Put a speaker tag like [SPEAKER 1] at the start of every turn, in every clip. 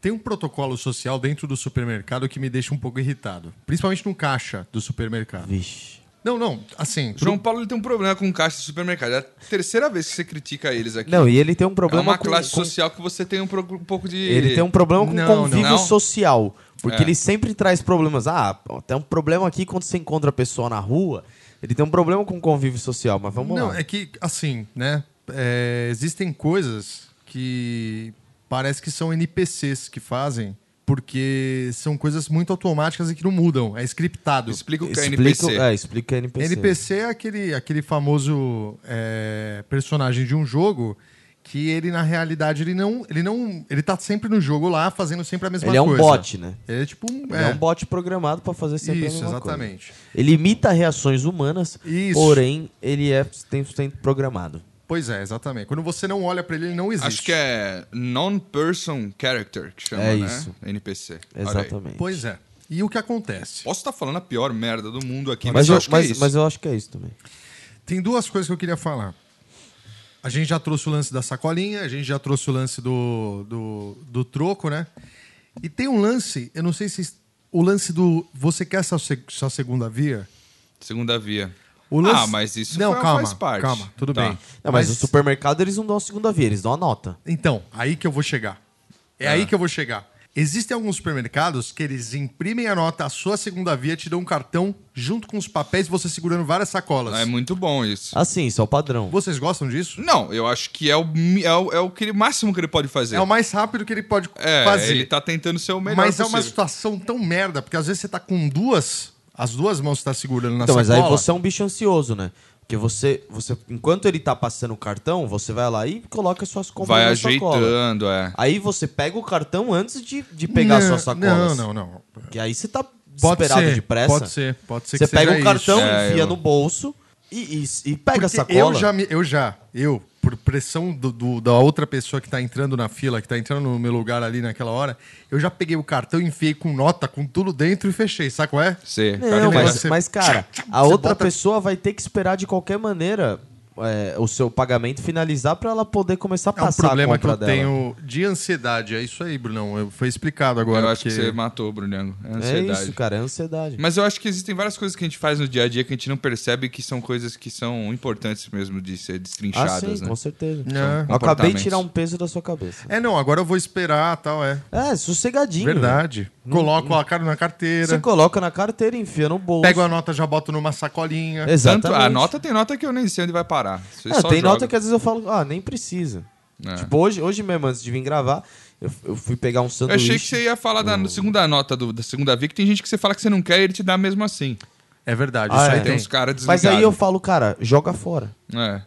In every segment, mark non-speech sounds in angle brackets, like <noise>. [SPEAKER 1] Tem um protocolo social dentro do supermercado que me deixa um pouco irritado. Principalmente no caixa do supermercado.
[SPEAKER 2] Vixe.
[SPEAKER 1] Não, não, assim.
[SPEAKER 3] João Paulo ele tem um problema com caixa de supermercado. É a terceira vez que você critica eles aqui.
[SPEAKER 2] Não, e ele tem um
[SPEAKER 3] é
[SPEAKER 2] problema
[SPEAKER 3] uma
[SPEAKER 2] com,
[SPEAKER 3] classe
[SPEAKER 2] com-
[SPEAKER 3] social que você tem um, pro- um pouco de.
[SPEAKER 2] Ele tem um problema com
[SPEAKER 1] Não, não.
[SPEAKER 2] convívio
[SPEAKER 3] Não?
[SPEAKER 2] social. Porque
[SPEAKER 3] É.
[SPEAKER 2] ele sempre traz problemas. Ah, pô, tem um problema aqui quando você encontra a pessoa na rua. Ele tem um problema com convívio social, mas vamos
[SPEAKER 1] não,
[SPEAKER 2] lá.
[SPEAKER 1] é que, assim, né? é, existem coisas que parece que são NPCs que fazem, porque são coisas muito automáticas e que não mudam. É scriptado.
[SPEAKER 3] Explica o que é
[SPEAKER 2] Explica,
[SPEAKER 3] NPC.
[SPEAKER 2] é, explica NPC.
[SPEAKER 1] NPC é aquele, aquele famoso é, personagem de um jogo que ele, na realidade, ele não. Ele não. Ele tá sempre no jogo lá, fazendo sempre a mesma
[SPEAKER 2] Ele é um
[SPEAKER 1] coisa.
[SPEAKER 2] bot, né?
[SPEAKER 1] Ele é tipo um.
[SPEAKER 2] Ele é um bot programado pra fazer sempre a
[SPEAKER 1] Isso,
[SPEAKER 2] mesma
[SPEAKER 1] exatamente.
[SPEAKER 2] coisa. Ele imita reações humanas,
[SPEAKER 1] Isso.
[SPEAKER 2] porém ele é 100% programado.
[SPEAKER 1] Pois é, exatamente. Quando você não olha pra ele, ele não existe.
[SPEAKER 3] Acho que é Non-Person Character que chama,
[SPEAKER 2] É
[SPEAKER 3] né?
[SPEAKER 2] isso.
[SPEAKER 3] NPC. Olha aí.
[SPEAKER 2] Exatamente.
[SPEAKER 1] Pois é. E o que acontece?
[SPEAKER 3] Posso estar falando a pior merda do mundo aqui,
[SPEAKER 2] mas,
[SPEAKER 3] mas, eu
[SPEAKER 2] eu,
[SPEAKER 3] acho que é
[SPEAKER 2] mas,
[SPEAKER 3] isso.
[SPEAKER 2] mas eu acho que é isso também.
[SPEAKER 1] Tem duas coisas que eu queria falar. A gente já trouxe o lance da sacolinha, a gente já trouxe o lance do, do, do troco, né? E tem um lance, eu não sei se. O lance do. Você quer essa, se- essa segunda via?
[SPEAKER 3] Segunda via.
[SPEAKER 1] O lance-
[SPEAKER 3] Ah, mas isso
[SPEAKER 1] não,
[SPEAKER 3] fa-
[SPEAKER 1] calma,
[SPEAKER 3] faz parte.
[SPEAKER 1] Calma, tudo
[SPEAKER 3] Tá.
[SPEAKER 1] bem.
[SPEAKER 2] Não, mas, o supermercado eles não dão a segunda via, eles dão a nota.
[SPEAKER 1] Então, aí que eu vou chegar. É
[SPEAKER 3] Ah.
[SPEAKER 1] aí que eu vou chegar. Existem alguns supermercados que eles imprimem a nota, a sua segunda via, te dão um cartão junto com os papéis, você segurando várias sacolas.
[SPEAKER 3] É muito bom isso.
[SPEAKER 2] Assim, isso é o padrão.
[SPEAKER 1] Vocês gostam disso?
[SPEAKER 3] Não, eu acho que é o, mi- é o, é o que ele- máximo que ele pode fazer.
[SPEAKER 1] É o mais rápido que ele pode
[SPEAKER 3] É,
[SPEAKER 1] fazer.
[SPEAKER 3] ele tá tentando ser o melhor
[SPEAKER 1] Mas é uma
[SPEAKER 3] possível.
[SPEAKER 1] situação tão merda, porque às vezes você tá com duas, as duas mãos você tá segurando na
[SPEAKER 2] Então, mas
[SPEAKER 1] sacola.
[SPEAKER 2] aí você é um bicho ansioso, né? Porque você, você, enquanto ele tá passando o cartão, você vai lá e coloca suas compras
[SPEAKER 3] Vai
[SPEAKER 2] na sacola.
[SPEAKER 3] ajeitando, é.
[SPEAKER 2] Aí você pega o cartão antes de, de pegar
[SPEAKER 1] não,
[SPEAKER 2] suas sacolas.
[SPEAKER 1] Não, não, não.
[SPEAKER 2] Que aí você tá
[SPEAKER 1] Pode
[SPEAKER 2] assim, desesperado
[SPEAKER 1] ser,
[SPEAKER 2] depressa.
[SPEAKER 1] Pode ser, pode ser
[SPEAKER 2] Você
[SPEAKER 1] que
[SPEAKER 2] pega
[SPEAKER 1] seja
[SPEAKER 2] o cartão,
[SPEAKER 1] isso.
[SPEAKER 3] É,
[SPEAKER 2] enfia
[SPEAKER 3] eu-
[SPEAKER 2] no bolso e, e- e pega
[SPEAKER 1] Porque
[SPEAKER 2] a sacola.
[SPEAKER 1] eu já, me- eu já, eu, por pressão do- do- da outra pessoa que tá entrando na fila, que tá entrando no meu lugar ali naquela hora, eu já peguei o cartão, enfiei com nota, com tudo dentro e fechei, sabe qual é?
[SPEAKER 3] Você, cara,
[SPEAKER 2] Não, mas,
[SPEAKER 1] você- <laughs>
[SPEAKER 2] mas, cara, a outra
[SPEAKER 1] bota-
[SPEAKER 2] pessoa vai ter que esperar de qualquer maneira é, o seu pagamento finalizar pra ela poder começar a
[SPEAKER 1] É um
[SPEAKER 2] passar
[SPEAKER 1] problema
[SPEAKER 2] a
[SPEAKER 1] que eu
[SPEAKER 2] compra dela.
[SPEAKER 1] tenho de ansiedade. É isso aí, Brunão. eu- Foi explicado agora.
[SPEAKER 3] eu acho que
[SPEAKER 1] porque-
[SPEAKER 3] você matou, Brunengo. É
[SPEAKER 2] É
[SPEAKER 3] ansiedade.
[SPEAKER 2] isso, cara, é ansiedade.
[SPEAKER 3] Mas eu acho que existem várias coisas que a gente faz no dia a dia que a gente não percebe que são coisas que são importantes mesmo de ser
[SPEAKER 2] Ah,
[SPEAKER 3] destrinchadas,
[SPEAKER 2] sim,
[SPEAKER 3] né?
[SPEAKER 2] com certeza.
[SPEAKER 1] É.
[SPEAKER 2] Eu acabei de
[SPEAKER 3] comportamentos.
[SPEAKER 2] tirar um peso da sua cabeça.
[SPEAKER 1] É, não, agora eu vou esperar tal, é.
[SPEAKER 2] É, sossegadinho.
[SPEAKER 1] Verdade. Coloco a cara na
[SPEAKER 2] velho. Você
[SPEAKER 1] carteira,
[SPEAKER 2] coloca na carteira, enfia no bolso.
[SPEAKER 1] pego a nota, já boto numa sacolinha.
[SPEAKER 2] Exatamente.
[SPEAKER 3] Tanto, a nota tem nota que eu nem sei onde vai parar. Você
[SPEAKER 2] É,
[SPEAKER 3] só
[SPEAKER 2] tem
[SPEAKER 3] joga.
[SPEAKER 2] nota que às vezes eu falo, ah, nem precisa.
[SPEAKER 3] É.
[SPEAKER 2] Tipo, hoje, hoje mesmo, antes de vir gravar, eu, eu fui pegar um
[SPEAKER 3] Eu
[SPEAKER 2] sanduíche.
[SPEAKER 3] achei que você ia falar da segunda nota do- da segunda via, que tem gente que você fala que você não quer e ele te dá mesmo assim.
[SPEAKER 1] É verdade,
[SPEAKER 2] Ah,
[SPEAKER 1] isso aí
[SPEAKER 2] é.
[SPEAKER 3] Tem
[SPEAKER 1] tem.
[SPEAKER 3] uns caras
[SPEAKER 2] Mas
[SPEAKER 3] desligados.
[SPEAKER 2] aí eu falo, cara, joga fora.
[SPEAKER 3] É.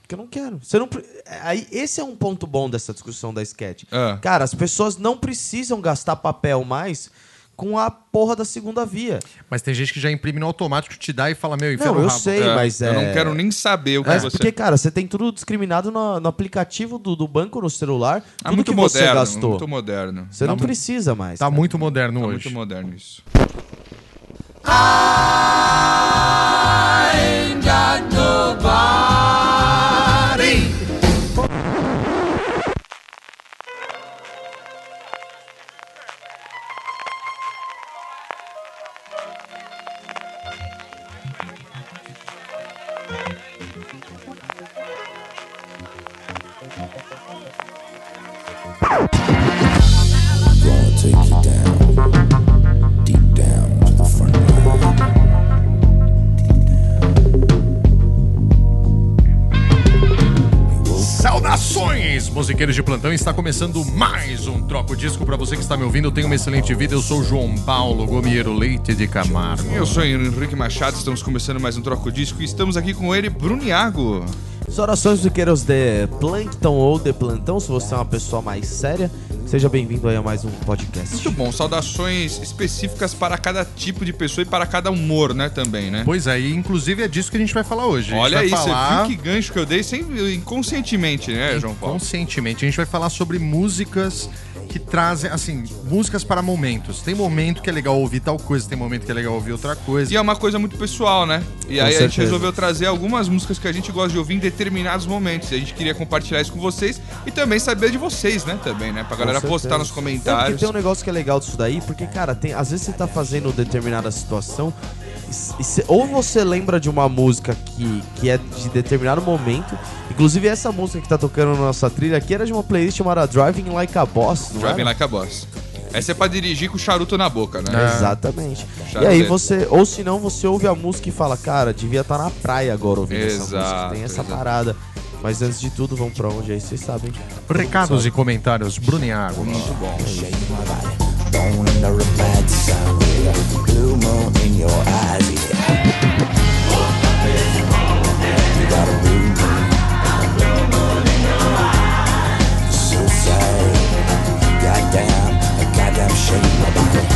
[SPEAKER 2] Porque eu não quero. Você não. pre- Aí, esse é um ponto bom dessa discussão da sketch.
[SPEAKER 3] Ah.
[SPEAKER 2] Cara, as pessoas não precisam gastar papel mais com a porra da segunda via.
[SPEAKER 1] Mas tem gente que já imprime no automático, te dá e fala, meu, enfia
[SPEAKER 2] não,
[SPEAKER 1] no
[SPEAKER 2] eu
[SPEAKER 1] rabo.
[SPEAKER 2] sei,
[SPEAKER 3] É,
[SPEAKER 2] mas é.
[SPEAKER 3] Eu não quero nem saber o que
[SPEAKER 2] Mas
[SPEAKER 3] você...
[SPEAKER 2] É, porque, cara, você tem tudo discriminado no, no aplicativo do, do banco no celular.
[SPEAKER 3] Ah,
[SPEAKER 2] tudo
[SPEAKER 3] muito
[SPEAKER 2] que
[SPEAKER 3] moderno,
[SPEAKER 2] você gastou.
[SPEAKER 3] muito moderno.
[SPEAKER 2] Você não precisa mais.
[SPEAKER 1] Tá
[SPEAKER 2] cara.
[SPEAKER 1] muito moderno
[SPEAKER 3] Tá
[SPEAKER 1] hoje.
[SPEAKER 3] muito moderno isso.
[SPEAKER 4] Gonna take you down, deep down to the front line.
[SPEAKER 1] Saudações, musiqueiros de plantão! Está começando mais um Troco Disco. Pra você que está me ouvindo, tenha uma excelente vida. Eu sou o João Paulo Gomiero Leite de Camargo.
[SPEAKER 3] Eu sou o Henrique Machado, estamos começando mais um Troco Disco e estamos aqui com ele, Bruno Iago.
[SPEAKER 2] Saudações Zuqueiros de Plankton ou de Plantão, se você é uma pessoa mais séria, seja bem-vindo aí a mais um podcast.
[SPEAKER 3] Muito bom, saudações específicas para cada tipo de pessoa e para cada humor, né, também, né?
[SPEAKER 1] Pois é, e inclusive é disso que a gente vai falar hoje.
[SPEAKER 3] Olha
[SPEAKER 1] a
[SPEAKER 3] aí,
[SPEAKER 1] gente vai falar...
[SPEAKER 3] você viu que gancho que eu dei sem, inconscientemente, né, João Paulo?
[SPEAKER 1] Conscientemente. A gente vai falar sobre músicas que trazem, assim, músicas para momentos. Tem momento que é legal ouvir tal coisa, tem momento que é legal ouvir outra coisa.
[SPEAKER 3] E é uma coisa muito pessoal, né? E aí a gente
[SPEAKER 2] certeza.
[SPEAKER 3] resolveu trazer algumas músicas que a gente gosta de ouvir em determinados momentos. E a gente queria compartilhar isso com vocês e também saber de vocês, né? Também, né? Pra galera
[SPEAKER 2] Com
[SPEAKER 3] postar
[SPEAKER 2] certeza.
[SPEAKER 3] nos
[SPEAKER 2] Não, porque
[SPEAKER 3] comentários.
[SPEAKER 2] tem um negócio que é legal disso daí, porque, cara, tem, às vezes você tá fazendo determinada situação, e c- e cê- ou você lembra de uma música que, que é de determinado momento. Inclusive, essa música que tá tocando na nossa trilha aqui era de uma playlist chamada Driving Like a Boss, não
[SPEAKER 3] Driving
[SPEAKER 2] era?
[SPEAKER 3] Like a é Boss. Essa é pra dirigir com o charuto na boca,
[SPEAKER 1] É
[SPEAKER 3] né?
[SPEAKER 2] Exatamente.
[SPEAKER 3] Chato
[SPEAKER 2] E aí
[SPEAKER 3] dele.
[SPEAKER 2] você, ou se não, você ouve a música e fala, cara, devia estar na praia agora ouvindo essa música.
[SPEAKER 3] Exato,
[SPEAKER 2] Tem essa
[SPEAKER 3] exato.
[SPEAKER 2] parada. Mas antes de tudo, vamos pra onde aí, vocês sabem.
[SPEAKER 1] Recados e comentários, Bruniago.
[SPEAKER 4] Bone in the red sun with a blue moon in your eyes. Yeah. You got a blue moon. So sorry. Goddamn, a goddamn shame about it.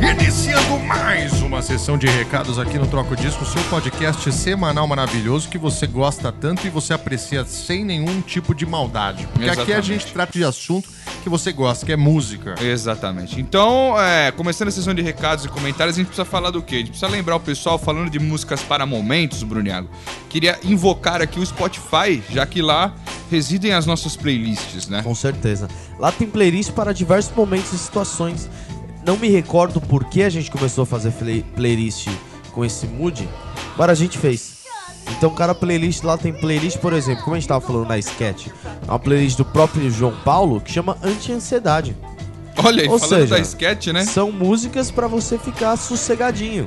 [SPEAKER 1] Iniciando mais uma sessão de recados aqui no Troco Disco, seu podcast semanal maravilhoso que você gosta tanto e você aprecia sem nenhum tipo de maldade. Porque aqui a
[SPEAKER 3] Exatamente.
[SPEAKER 1] gente trata de assunto que você gosta, que é música.
[SPEAKER 3] Exatamente. Então, é, começando a sessão de recados e comentários, a gente precisa falar do quê? A gente precisa lembrar o pessoal falando de músicas para momentos, Bruniago. Queria invocar aqui o Spotify, já que lá residem as nossas playlists, né?
[SPEAKER 2] Com certeza. Lá tem playlist para diversos momentos e situações. Não me recordo por que a gente começou a fazer play- playlist com esse mood, mas a gente fez. Então, cada playlist lá tem playlist, por exemplo, como a gente tava falando na sketch, é uma playlist do próprio João Paulo que chama Anti-Ansiedade.
[SPEAKER 3] Olha, aí,
[SPEAKER 2] Ou
[SPEAKER 3] falando
[SPEAKER 2] seja,
[SPEAKER 3] da sketch, né?
[SPEAKER 2] São músicas pra você ficar sossegadinho.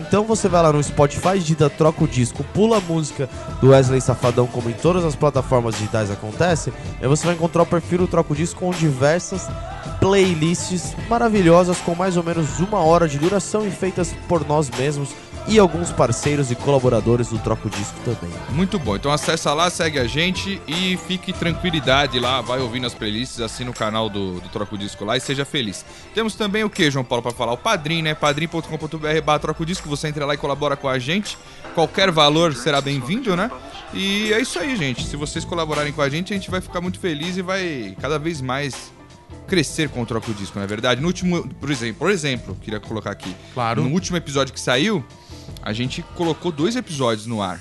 [SPEAKER 2] Então você vai lá no Spotify, digita troca o disco, pula a música do Wesley Safadão, como em todas as plataformas digitais acontece, e você vai encontrar o perfil do Troca o Disco com diversas playlists maravilhosas com mais ou menos uma hora de duração e feitas por nós mesmos e alguns parceiros e colaboradores do Troca o Disco também.
[SPEAKER 3] Muito bom. Então acessa lá, segue a gente e fique tranquilidade lá, vai ouvindo as playlists, assina o canal do, do Troco Disco lá e seja feliz. Temos também o que, João Paulo, para falar? O Padrim, né? padrim.com.br barra Troco Disco, você entra lá e colabora com a gente. Qualquer valor será bem-vindo, né? E é isso aí, gente. Se vocês colaborarem com a gente, a gente vai ficar muito feliz e vai cada vez mais crescer com o Troco Disco, não é verdade? No último, por exemplo, por exemplo, queria colocar aqui.
[SPEAKER 1] Claro.
[SPEAKER 3] No último episódio que saiu, a gente colocou dois episódios no ar.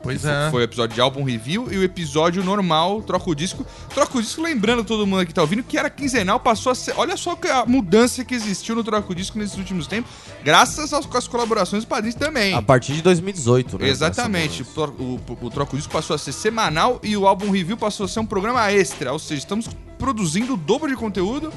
[SPEAKER 1] Pois é.
[SPEAKER 3] Foi- Foi o episódio de álbum review e o episódio normal, troca o disco. Troca o disco, lembrando todo mundo que tá ouvindo, que era quinzenal, passou a ser. Olha só que a mudança que existiu no troca o disco nesses últimos tempos, graças às, às colaborações dos padrinhos também.
[SPEAKER 2] A partir de 2018, né?
[SPEAKER 3] Exatamente. O,
[SPEAKER 2] Essa-
[SPEAKER 3] Tro- o, o Troca o Disco passou a ser semanal e o álbum review passou a ser um programa extra. Ou seja, estamos produzindo o dobro de conteúdo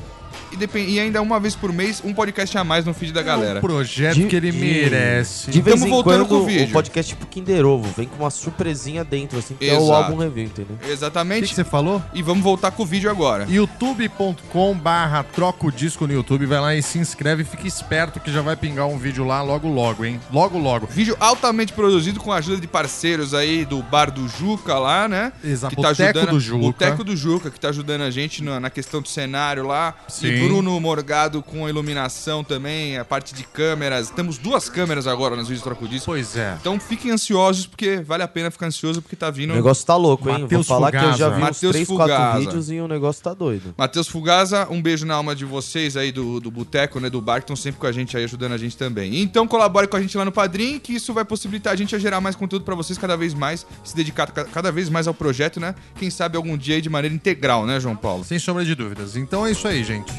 [SPEAKER 3] e, depen- e ainda uma vez por mês um podcast a mais no feed da
[SPEAKER 1] É um
[SPEAKER 3] galera.
[SPEAKER 1] projeto que ele
[SPEAKER 2] de-
[SPEAKER 1] merece.
[SPEAKER 2] De vez
[SPEAKER 3] Tamo
[SPEAKER 2] em
[SPEAKER 3] voltando
[SPEAKER 2] quando,
[SPEAKER 3] com o
[SPEAKER 2] o,
[SPEAKER 3] vídeo.
[SPEAKER 2] podcast tipo Kinder Ovo, vem com uma surpresinha dentro, assim, que é o
[SPEAKER 3] Exato.
[SPEAKER 2] álbum review, entendeu?
[SPEAKER 1] O que, que
[SPEAKER 3] Exatamente.
[SPEAKER 1] você falou?
[SPEAKER 3] E vamos voltar com o vídeo agora.
[SPEAKER 1] youtube.com barra troca o disco no YouTube, vai lá e se inscreve, fica esperto que já vai pingar um vídeo lá logo logo, hein? Logo logo.
[SPEAKER 3] Vídeo altamente produzido com a ajuda de parceiros aí do Bar do Juca lá, né?
[SPEAKER 1] Exato,
[SPEAKER 3] Que tá
[SPEAKER 1] Boteco
[SPEAKER 3] ajudando,
[SPEAKER 1] do Juca.
[SPEAKER 3] Boteco do Juca, que tá ajudando a gente na, na questão do cenário lá.
[SPEAKER 1] Sim.
[SPEAKER 3] E Bruno Morgado com a iluminação também, a parte de câmeras. Temos duas câmeras agora nos vídeos Troco Disco.
[SPEAKER 1] Pois é.
[SPEAKER 3] Então fiquem ansiosos, porque vale a pena ficar ansioso, porque tá vindo...
[SPEAKER 2] O negócio tá louco, hein?
[SPEAKER 1] Matheus
[SPEAKER 2] Vou falar que eu já
[SPEAKER 1] Fugaza.
[SPEAKER 2] vi uns
[SPEAKER 3] Matheus
[SPEAKER 2] 3, 4
[SPEAKER 3] Fugaza.
[SPEAKER 2] vídeos e o negócio tá doido.
[SPEAKER 3] Matheus Fugaza, um beijo na alma de vocês aí do, do Boteco, né? Do bar, que estão sempre com a gente aí, ajudando a gente também. Então colabore com a gente lá no Padrim, que isso vai possibilitar a gente a gerar mais conteúdo pra vocês cada vez mais, se dedicar ca- cada vez mais ao projeto, né? Quem sabe algum dia aí de maneira integral, né, João Paulo?
[SPEAKER 1] Sem sombra de dúvidas. Então é isso aí, gente.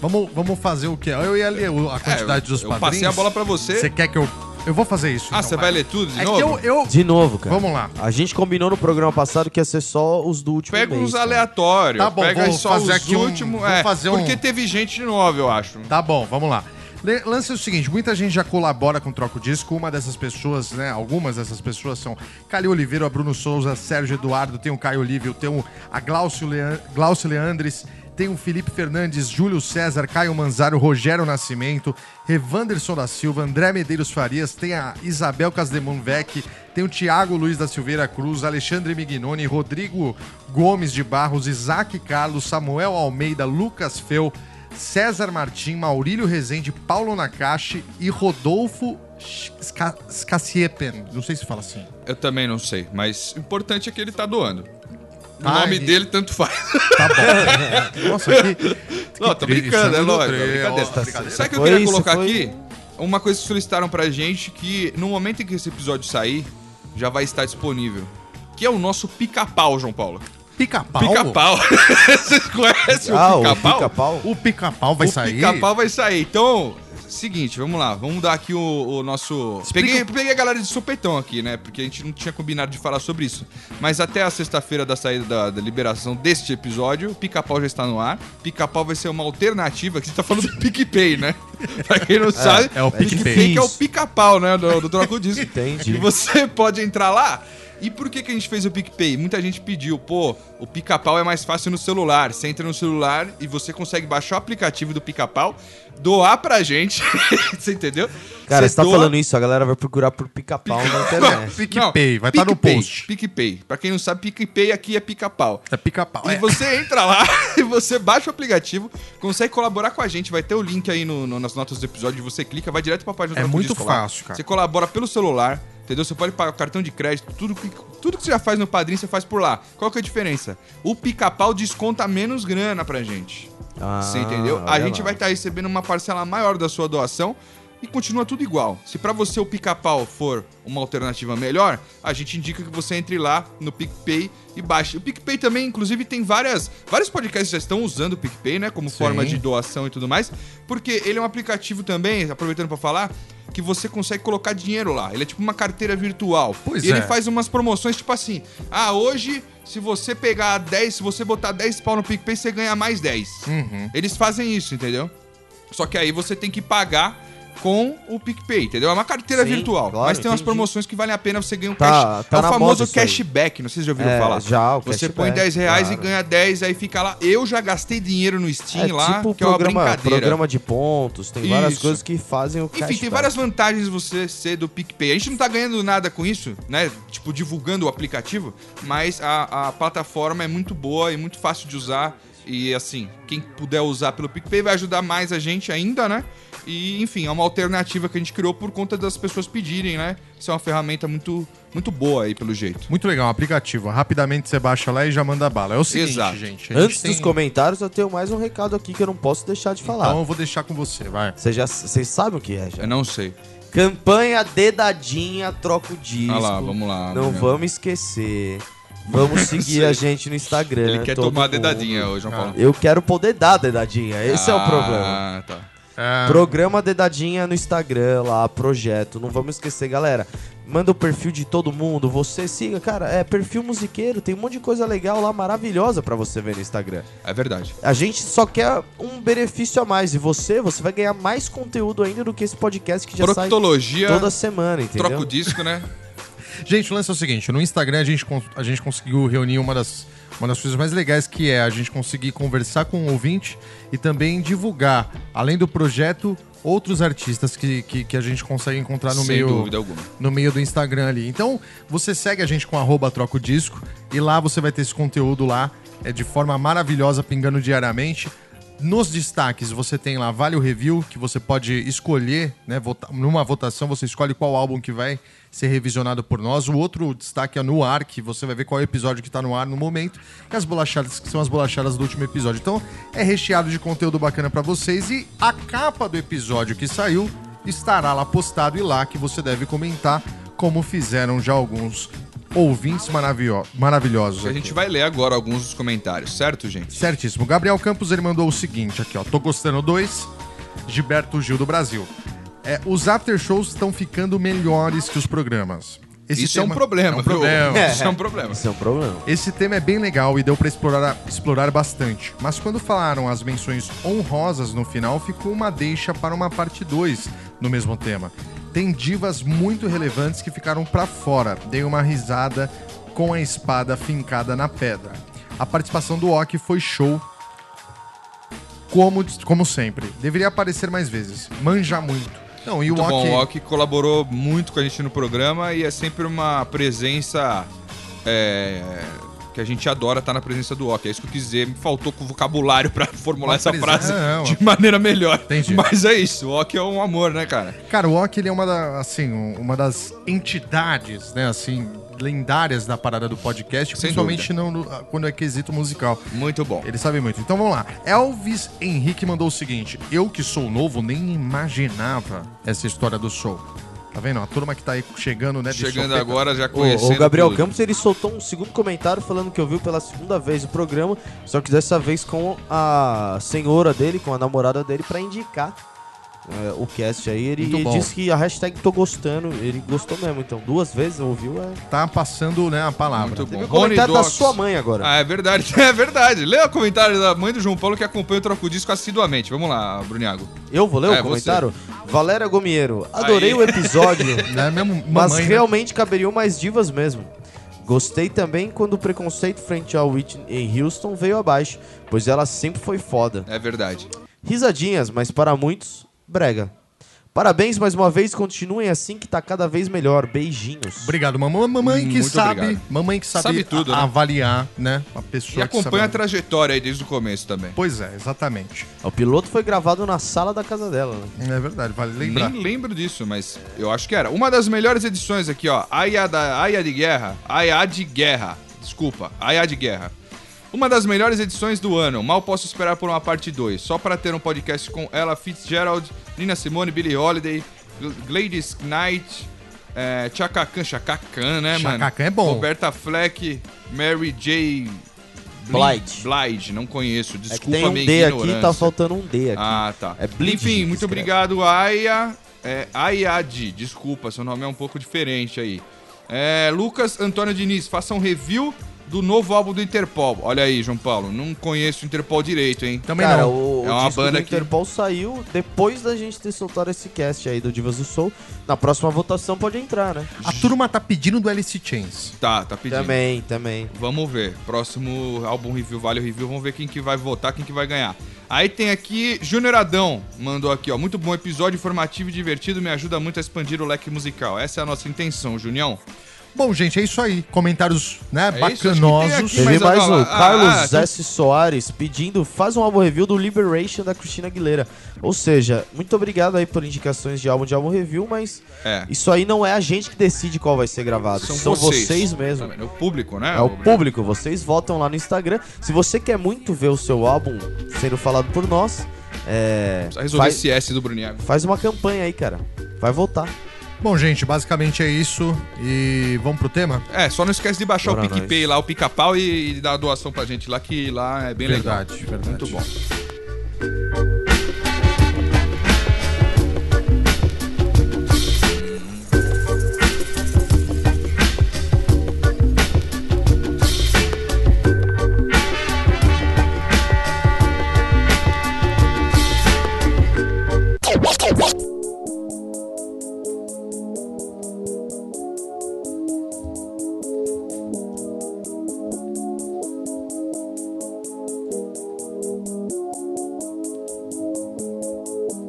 [SPEAKER 1] Vamos, vamos fazer o quê? Eu ia ler o- a quantidade
[SPEAKER 3] eu-
[SPEAKER 1] dos
[SPEAKER 3] É, eu
[SPEAKER 1] padrinhos.
[SPEAKER 3] passei a bola pra você.
[SPEAKER 1] Você quer que eu... Eu vou fazer isso.
[SPEAKER 3] Ah,
[SPEAKER 1] então,
[SPEAKER 3] você vai ler tudo de
[SPEAKER 1] É
[SPEAKER 3] novo?
[SPEAKER 1] que eu... eu...
[SPEAKER 2] De novo, cara.
[SPEAKER 1] Vamos lá.
[SPEAKER 2] A gente combinou no programa passado que ia ser só os do último
[SPEAKER 3] Pega
[SPEAKER 2] mês,
[SPEAKER 3] uns
[SPEAKER 2] cara.
[SPEAKER 3] aleatórios.
[SPEAKER 1] Tá bom,
[SPEAKER 3] pega
[SPEAKER 1] vou
[SPEAKER 3] só
[SPEAKER 1] fazer
[SPEAKER 3] os
[SPEAKER 1] aqui um-
[SPEAKER 3] últimos.
[SPEAKER 1] vou
[SPEAKER 3] é,
[SPEAKER 1] fazer um-
[SPEAKER 3] porque teve gente nova, eu acho.
[SPEAKER 1] Tá bom, vamos lá. Le- Lance é o seguinte, muita gente já colabora com o Troco Disco, uma dessas pessoas, né, algumas dessas pessoas são Calil Oliveira, Bruno Souza, Sérgio Eduardo, tem o Caio Olívio, tem o, a Glaucio, Lean, Glaucio Leandres, Tem o Felipe Fernandes, Júlio César, Caio Manzaro, Rogério Nascimento, Revanderson da Silva, André Medeiros Farias, tem a Isabel Casdemon Vec, tem o Tiago Luiz da Silveira Cruz, Alexandre Mignoni, Rodrigo Gomes de Barros, Isaac Carlos, Samuel Almeida, Lucas Feu, César Martim, Maurílio Rezende, Paulo Nakashi e Rodolfo Ska- Skaciepen. Não sei se fala
[SPEAKER 3] <laughs>
[SPEAKER 1] assim.
[SPEAKER 3] Eu também não sei, mas o importante é que ele tá doando. O
[SPEAKER 1] Ah,
[SPEAKER 3] nome
[SPEAKER 1] ele-
[SPEAKER 3] dele tanto faz.
[SPEAKER 1] Tá bom. Nossa, que.
[SPEAKER 3] Não, tô
[SPEAKER 1] triste,
[SPEAKER 3] brincando, é
[SPEAKER 1] muito
[SPEAKER 3] lógico.
[SPEAKER 1] triste.
[SPEAKER 3] é brincadeira.
[SPEAKER 1] Ó, brincadeira.
[SPEAKER 3] Sabe o que eu
[SPEAKER 2] Foi
[SPEAKER 3] queria
[SPEAKER 2] isso,
[SPEAKER 3] colocar
[SPEAKER 2] foi-
[SPEAKER 3] aqui? um- Uma coisa que solicitaram pra gente que no momento em que esse episódio sair, já vai estar disponível. Que é o nosso pica-pau, João Paulo.
[SPEAKER 1] Pica-pau.
[SPEAKER 3] Pica-pau. <laughs> Vocês conhecem
[SPEAKER 2] Ah,
[SPEAKER 3] o
[SPEAKER 2] o
[SPEAKER 3] pica-pau?
[SPEAKER 2] pica-pau?
[SPEAKER 1] O pica-pau vai
[SPEAKER 3] o
[SPEAKER 1] sair.
[SPEAKER 3] pica-pau vai sair. Então, seguinte, vamos lá. Vamos dar aqui o, o nosso...
[SPEAKER 1] Explica-
[SPEAKER 3] Peguei, peguei a galera de supetão aqui, né? Porque a gente não tinha combinado de falar sobre isso. Mas até a sexta-feira da saída da, da liberação deste episódio, o pica-pau já está no ar. Pica-pau vai ser uma alternativa, que você tá falando do PicPay, né? <laughs> pra quem não sabe,
[SPEAKER 1] é o PicPay.
[SPEAKER 3] que é o pica-pau, né? Do, do
[SPEAKER 1] <laughs>
[SPEAKER 3] troco disco.
[SPEAKER 2] Entendi.
[SPEAKER 3] E você pode entrar lá... E por que, que a gente fez o PicPay? Muita gente pediu, pô, o pica-pau é mais fácil no celular. Você entra no celular e você consegue baixar o aplicativo do pica-pau, doar pra gente. <laughs> você entendeu?
[SPEAKER 2] Cara, você tá
[SPEAKER 3] doa-
[SPEAKER 2] falando isso, a galera vai procurar por pica-pau na
[SPEAKER 3] <laughs>
[SPEAKER 2] internet.
[SPEAKER 1] PicPay, vai tá no
[SPEAKER 3] PicPay,
[SPEAKER 1] post.
[SPEAKER 3] PicPay. Pra quem não sabe, PicPay aqui é pica-pau.
[SPEAKER 1] É pica-pau.
[SPEAKER 3] E
[SPEAKER 1] É.
[SPEAKER 3] você entra lá <laughs> e você baixa o aplicativo, consegue colaborar com a gente. Vai ter o link aí no- no- nas notas do episódio. Você clica, vai direto pra página do
[SPEAKER 1] É
[SPEAKER 3] Troca
[SPEAKER 1] muito
[SPEAKER 3] Disco lá.
[SPEAKER 1] fácil, cara.
[SPEAKER 3] Você colabora pelo celular, entendeu? Você pode pagar o cartão de crédito, tudo que, tudo que você já faz no padrinho, você faz por lá. Qual que é a diferença? O pica-pau desconta menos grana pra gente.
[SPEAKER 2] Ah,
[SPEAKER 3] você entendeu? A
[SPEAKER 2] olha
[SPEAKER 3] gente
[SPEAKER 2] lá.
[SPEAKER 3] vai estar recebendo uma parcela maior da sua doação. E continua tudo igual. Se pra você o pica-pau for uma alternativa melhor, a gente indica que você entre lá no PicPay e baixe. O PicPay também, inclusive, tem várias. Vários podcasts já estão usando o PicPay, né? Como
[SPEAKER 1] Sim.
[SPEAKER 3] forma de doação e tudo mais. Porque ele é um aplicativo também, aproveitando pra falar, que você consegue colocar dinheiro lá. Ele é tipo uma carteira virtual.
[SPEAKER 1] Pois
[SPEAKER 3] e ele
[SPEAKER 1] é.
[SPEAKER 3] faz umas promoções tipo assim: ah, hoje, se você pegar 10, se você botar 10 pau no PicPay, você ganha mais 10.
[SPEAKER 2] Uhum.
[SPEAKER 3] Eles fazem isso, entendeu? Só que aí você tem que pagar com o PicPay, entendeu? É uma carteira
[SPEAKER 2] Sim,
[SPEAKER 3] virtual.
[SPEAKER 2] claro,
[SPEAKER 3] mas tem umas
[SPEAKER 2] entendi.
[SPEAKER 3] promoções que valem a pena, você ganha um
[SPEAKER 2] Tá-
[SPEAKER 3] cash.
[SPEAKER 2] tá
[SPEAKER 3] é o
[SPEAKER 2] na moda
[SPEAKER 3] famoso
[SPEAKER 2] isso aí.
[SPEAKER 3] cashback, não sei se já ouviram
[SPEAKER 2] É,
[SPEAKER 3] falar.
[SPEAKER 2] já, o
[SPEAKER 3] Você
[SPEAKER 2] cashback,
[SPEAKER 3] põe 10 reais e
[SPEAKER 2] claro.
[SPEAKER 3] ganha 10, aí fica lá. Eu já gastei dinheiro no Steam
[SPEAKER 2] É
[SPEAKER 3] lá,
[SPEAKER 2] tipo
[SPEAKER 3] que é uma
[SPEAKER 2] programa,
[SPEAKER 3] brincadeira.
[SPEAKER 2] programa de pontos, tem várias
[SPEAKER 3] Isso.
[SPEAKER 2] coisas que fazem o
[SPEAKER 3] Enfim, tem
[SPEAKER 2] cashback.
[SPEAKER 3] várias vantagens de você ser do PicPay. A gente não tá ganhando nada com isso, né? Tipo, divulgando o aplicativo, mas a, a plataforma é muito boa e muito fácil de usar. E assim, quem puder usar pelo PicPay vai ajudar mais a gente ainda, né? E enfim, é uma alternativa que a gente criou por conta das pessoas pedirem, né? Isso é uma ferramenta muito, muito boa aí, pelo jeito.
[SPEAKER 1] Muito legal, um aplicativo. Rapidamente você baixa lá e já manda bala. É o seguinte,
[SPEAKER 3] Exato.
[SPEAKER 1] gente. a gente
[SPEAKER 2] Antes dos
[SPEAKER 1] tem-
[SPEAKER 2] comentários, eu tenho mais um recado aqui que eu não posso deixar de falar.
[SPEAKER 1] Então eu vou deixar com você, vai.
[SPEAKER 2] Vocês já vocês sabem o que é já.
[SPEAKER 3] Eu não sei.
[SPEAKER 2] Campanha dedadinha, troca o disco.
[SPEAKER 3] Ah lá, vamos lá.
[SPEAKER 2] Não
[SPEAKER 3] Bruno.
[SPEAKER 2] vamos esquecer.
[SPEAKER 3] <laughs>
[SPEAKER 2] Vamos seguir a gente no Instagram.
[SPEAKER 3] Ele quer
[SPEAKER 2] todo
[SPEAKER 3] tomar a
[SPEAKER 2] mundo.
[SPEAKER 3] dedadinha hoje, João Paulo.
[SPEAKER 2] Eu quero poder dar dedadinha, esse é o problema.
[SPEAKER 3] Ah, tá.
[SPEAKER 1] Ah,
[SPEAKER 2] Programa Dedadinha no Instagram lá, projeto. Não vamos esquecer, galera. Manda o perfil de todo mundo, você siga, cara. É perfil musiqueiro, tem um monte de coisa legal lá, maravilhosa pra você ver no Instagram.
[SPEAKER 3] É verdade.
[SPEAKER 2] A gente só quer um benefício a mais. E você, você vai ganhar mais conteúdo ainda do que esse podcast que já sai
[SPEAKER 3] Proctologia,
[SPEAKER 2] toda semana, entendeu?
[SPEAKER 3] troca o
[SPEAKER 2] <laughs>
[SPEAKER 3] disco, né?
[SPEAKER 1] Gente, o lance é o seguinte: no Instagram a gente, con- a gente conseguiu reunir uma das, uma das coisas mais legais que é a gente conseguir conversar com o ouvinte e também divulgar, além do projeto, outros artistas que, que, que a gente consegue encontrar no
[SPEAKER 3] Sem
[SPEAKER 1] meio.
[SPEAKER 3] dúvida alguma.
[SPEAKER 1] no meio do Instagram ali. Então, você segue a gente com arroba troca o disco e lá você vai ter esse conteúdo lá é de forma maravilhosa, pingando diariamente. Nos destaques você tem lá Vale o Review, que você pode escolher, né? vota- numa votação você escolhe qual álbum que vai ser revisionado por nós. O outro destaque é no ar, que você vai ver qual episódio que tá no ar no momento. E as bolachadas, que são as bolachadas do último episódio. Então, é recheado de conteúdo bacana pra vocês. E a capa do episódio que saiu estará lá postado e lá que você deve comentar, como fizeram já alguns ouvintes maravilho- maravilhosos
[SPEAKER 3] A
[SPEAKER 1] aqui.
[SPEAKER 3] gente vai ler agora alguns dos comentários, certo, gente?
[SPEAKER 1] Certíssimo. Gabriel Campos ele mandou o seguinte aqui, ó. Tô gostando dois, Gilberto Gil do Brasil. É, os after shows estão ficando melhores que os programas. Esse
[SPEAKER 3] Isso é
[SPEAKER 1] tema-
[SPEAKER 3] um problema,
[SPEAKER 1] É um
[SPEAKER 3] viu?
[SPEAKER 1] problema.
[SPEAKER 3] Isso é um problema.
[SPEAKER 2] Isso é um problema.
[SPEAKER 1] Esse tema é bem legal e deu pra explorar, explorar bastante, mas quando falaram as menções honrosas no final, ficou uma deixa para uma parte 2 no mesmo tema. Tem divas muito relevantes que ficaram pra fora. Dei uma risada com a espada fincada na pedra. A participação do Ok foi show como, como sempre. Deveria aparecer mais vezes. Manja muito. Não, e o
[SPEAKER 3] Muito bom,
[SPEAKER 1] Ock.
[SPEAKER 3] o Ock colaborou muito com a gente no programa e é sempre uma presença é, que a gente adora estar na presença do Ock. É isso que eu quis dizer. Me faltou com vocabulário pra <laughs> formular
[SPEAKER 1] Uma
[SPEAKER 3] essa
[SPEAKER 1] presen-
[SPEAKER 3] frase
[SPEAKER 1] É, é,
[SPEAKER 3] de maneira melhor.
[SPEAKER 1] Entendi.
[SPEAKER 3] Mas é isso, o Ock é um amor, né, cara?
[SPEAKER 1] Cara, o Ock ele é uma, da- assim, um- uma das entidades, né, assim, lendárias da parada do podcast,
[SPEAKER 3] Sem
[SPEAKER 1] principalmente não, no- quando é quesito musical.
[SPEAKER 3] Muito bom.
[SPEAKER 1] Ele sabe muito. Então vamos lá. Elvis Henrique mandou o seguinte: Eu que sou novo, nem imaginava essa história do show. Tá vendo? A turma que tá aí chegando, né? de
[SPEAKER 3] Chegando
[SPEAKER 1] chupeta.
[SPEAKER 3] agora, já
[SPEAKER 2] O,
[SPEAKER 3] conhecendo.
[SPEAKER 2] o Gabriel
[SPEAKER 3] tudo.
[SPEAKER 2] Campos ele soltou um segundo comentário falando que ouviu pela segunda vez o programa, só que dessa vez com a senhora dele, com a namorada dele, pra indicar é, o cast aí. Ele,
[SPEAKER 1] Muito
[SPEAKER 2] ele
[SPEAKER 1] bom.
[SPEAKER 2] disse que a hashtag tô gostando, ele gostou mesmo, então duas vezes ouviu. É...
[SPEAKER 1] Tá passando, né, a palavra.
[SPEAKER 3] Muito bom.
[SPEAKER 2] Teve o
[SPEAKER 3] Rony
[SPEAKER 2] comentário da
[SPEAKER 3] Dox.
[SPEAKER 2] sua mãe agora.
[SPEAKER 3] Ah, é verdade, <laughs> é verdade. Leia o comentário da mãe do João Paulo que acompanha o Troco Disco assiduamente. Vamos lá, Bruniago.
[SPEAKER 2] Eu vou ler
[SPEAKER 3] É,
[SPEAKER 2] o comentário? Valéria Gomiero, adorei
[SPEAKER 3] Aí.
[SPEAKER 2] o
[SPEAKER 3] <laughs>
[SPEAKER 2] episódio.
[SPEAKER 1] Né, mesmo
[SPEAKER 2] Mas
[SPEAKER 1] mamãe, né?
[SPEAKER 2] realmente caberiam mais divas mesmo. Gostei também quando o preconceito frente ao Whitney Houston veio abaixo, pois ela sempre foi foda.
[SPEAKER 3] É verdade.
[SPEAKER 2] Risadinhas, mas para muitos, brega. Parabéns mais uma vez, continuem assim que tá cada vez melhor. Beijinhos.
[SPEAKER 1] Obrigado, mamãe. Mamãe que
[SPEAKER 3] Muito
[SPEAKER 1] sabe.
[SPEAKER 3] obrigado.
[SPEAKER 1] Mamãe que sabe,
[SPEAKER 3] Sabe tudo,
[SPEAKER 1] a-
[SPEAKER 3] né?
[SPEAKER 1] avaliar, né? A pessoa
[SPEAKER 3] E acompanha a
[SPEAKER 1] que sabe.
[SPEAKER 3] trajetória aí desde o começo também.
[SPEAKER 1] Pois é, exatamente.
[SPEAKER 2] O piloto foi gravado na sala da casa dela. né?
[SPEAKER 1] É verdade, vale lembrar.
[SPEAKER 3] Nem lembro disso, mas eu acho que era. Uma das melhores edições aqui, ó. Aia, da, Aia de Guerra. Aia de Guerra. Desculpa, Aia de Guerra. Uma das melhores edições do ano. Mal posso esperar por uma parte 2. Só pra ter um podcast com ela, Fitzgerald, Nina Simone, Billie Holiday, Gl- Gladys Knight, é, Chacacan, Chacacan, né, mano?
[SPEAKER 1] Chacacan é bom.
[SPEAKER 3] Roberta Fleck, Mary J.
[SPEAKER 2] Blige.
[SPEAKER 3] Blige, não conheço.
[SPEAKER 2] É que
[SPEAKER 3] Desculpa,
[SPEAKER 2] tem um
[SPEAKER 3] minha
[SPEAKER 2] D aqui,
[SPEAKER 3] ignorância.
[SPEAKER 2] tá faltando um D aqui.
[SPEAKER 3] Ah, tá.
[SPEAKER 2] É Bleach
[SPEAKER 3] Enfim,
[SPEAKER 2] que
[SPEAKER 3] muito
[SPEAKER 2] escreve.
[SPEAKER 3] obrigado, Aya. É, Ayadi, desculpa, seu nome é um pouco diferente aí. É, Lucas Antônio Diniz, faça um review do novo álbum do Interpol. Olha aí, João Paulo, não conheço o Interpol direito, hein?
[SPEAKER 1] Também
[SPEAKER 2] Cara,
[SPEAKER 1] não.
[SPEAKER 2] o, o
[SPEAKER 3] É uma
[SPEAKER 2] disco
[SPEAKER 3] banda
[SPEAKER 2] do
[SPEAKER 3] que-
[SPEAKER 2] Interpol saiu depois da gente ter soltado esse cast aí do Divas do Soul. Na próxima votação pode entrar, né?
[SPEAKER 1] A turma tá pedindo do Alice Chains.
[SPEAKER 3] Tá, tá pedindo.
[SPEAKER 2] Também, também.
[SPEAKER 3] Vamos ver. Próximo álbum review, vale o review. Vamos ver quem que vai votar, quem que vai ganhar. Aí tem aqui Júnior Adão, mandou aqui, ó. Muito bom episódio, informativo e divertido, me ajuda muito a expandir o leque musical. Essa é a nossa intenção, Junião.
[SPEAKER 1] Bom, gente, é isso aí. Comentários, né,
[SPEAKER 3] É isso, acho
[SPEAKER 1] bacanosos.
[SPEAKER 3] que tem aqui,
[SPEAKER 2] Teve
[SPEAKER 3] mas
[SPEAKER 2] mais
[SPEAKER 3] olha lá,
[SPEAKER 2] um.
[SPEAKER 3] ah, ah,
[SPEAKER 2] Carlos
[SPEAKER 3] tem-
[SPEAKER 2] S. Soares pedindo, faz um álbum review do Liberation da Cristina Aguilera. Ou seja, muito obrigado aí por indicações de álbum de álbum review, mas
[SPEAKER 3] É.
[SPEAKER 2] isso aí não é a gente que decide qual vai ser gravado. São, vocês, mesmo.
[SPEAKER 3] Tá vendo? É o público, né?
[SPEAKER 2] É o público, vocês votam lá no Instagram. Se você quer muito ver o seu álbum sendo falado por nós, é,
[SPEAKER 3] Precisa resolver
[SPEAKER 2] faz,
[SPEAKER 3] esse S do Bruniago.
[SPEAKER 2] faz uma campanha aí, cara. Vai votar.
[SPEAKER 1] Bom, gente, basicamente é isso. E vamos pro tema?
[SPEAKER 3] É, só não esquece de baixar
[SPEAKER 2] Bora
[SPEAKER 3] o PicPay lá, o pica-pau e, e dar a doação pra gente lá, que lá é bem legal.
[SPEAKER 1] verdade.
[SPEAKER 3] Muito bom.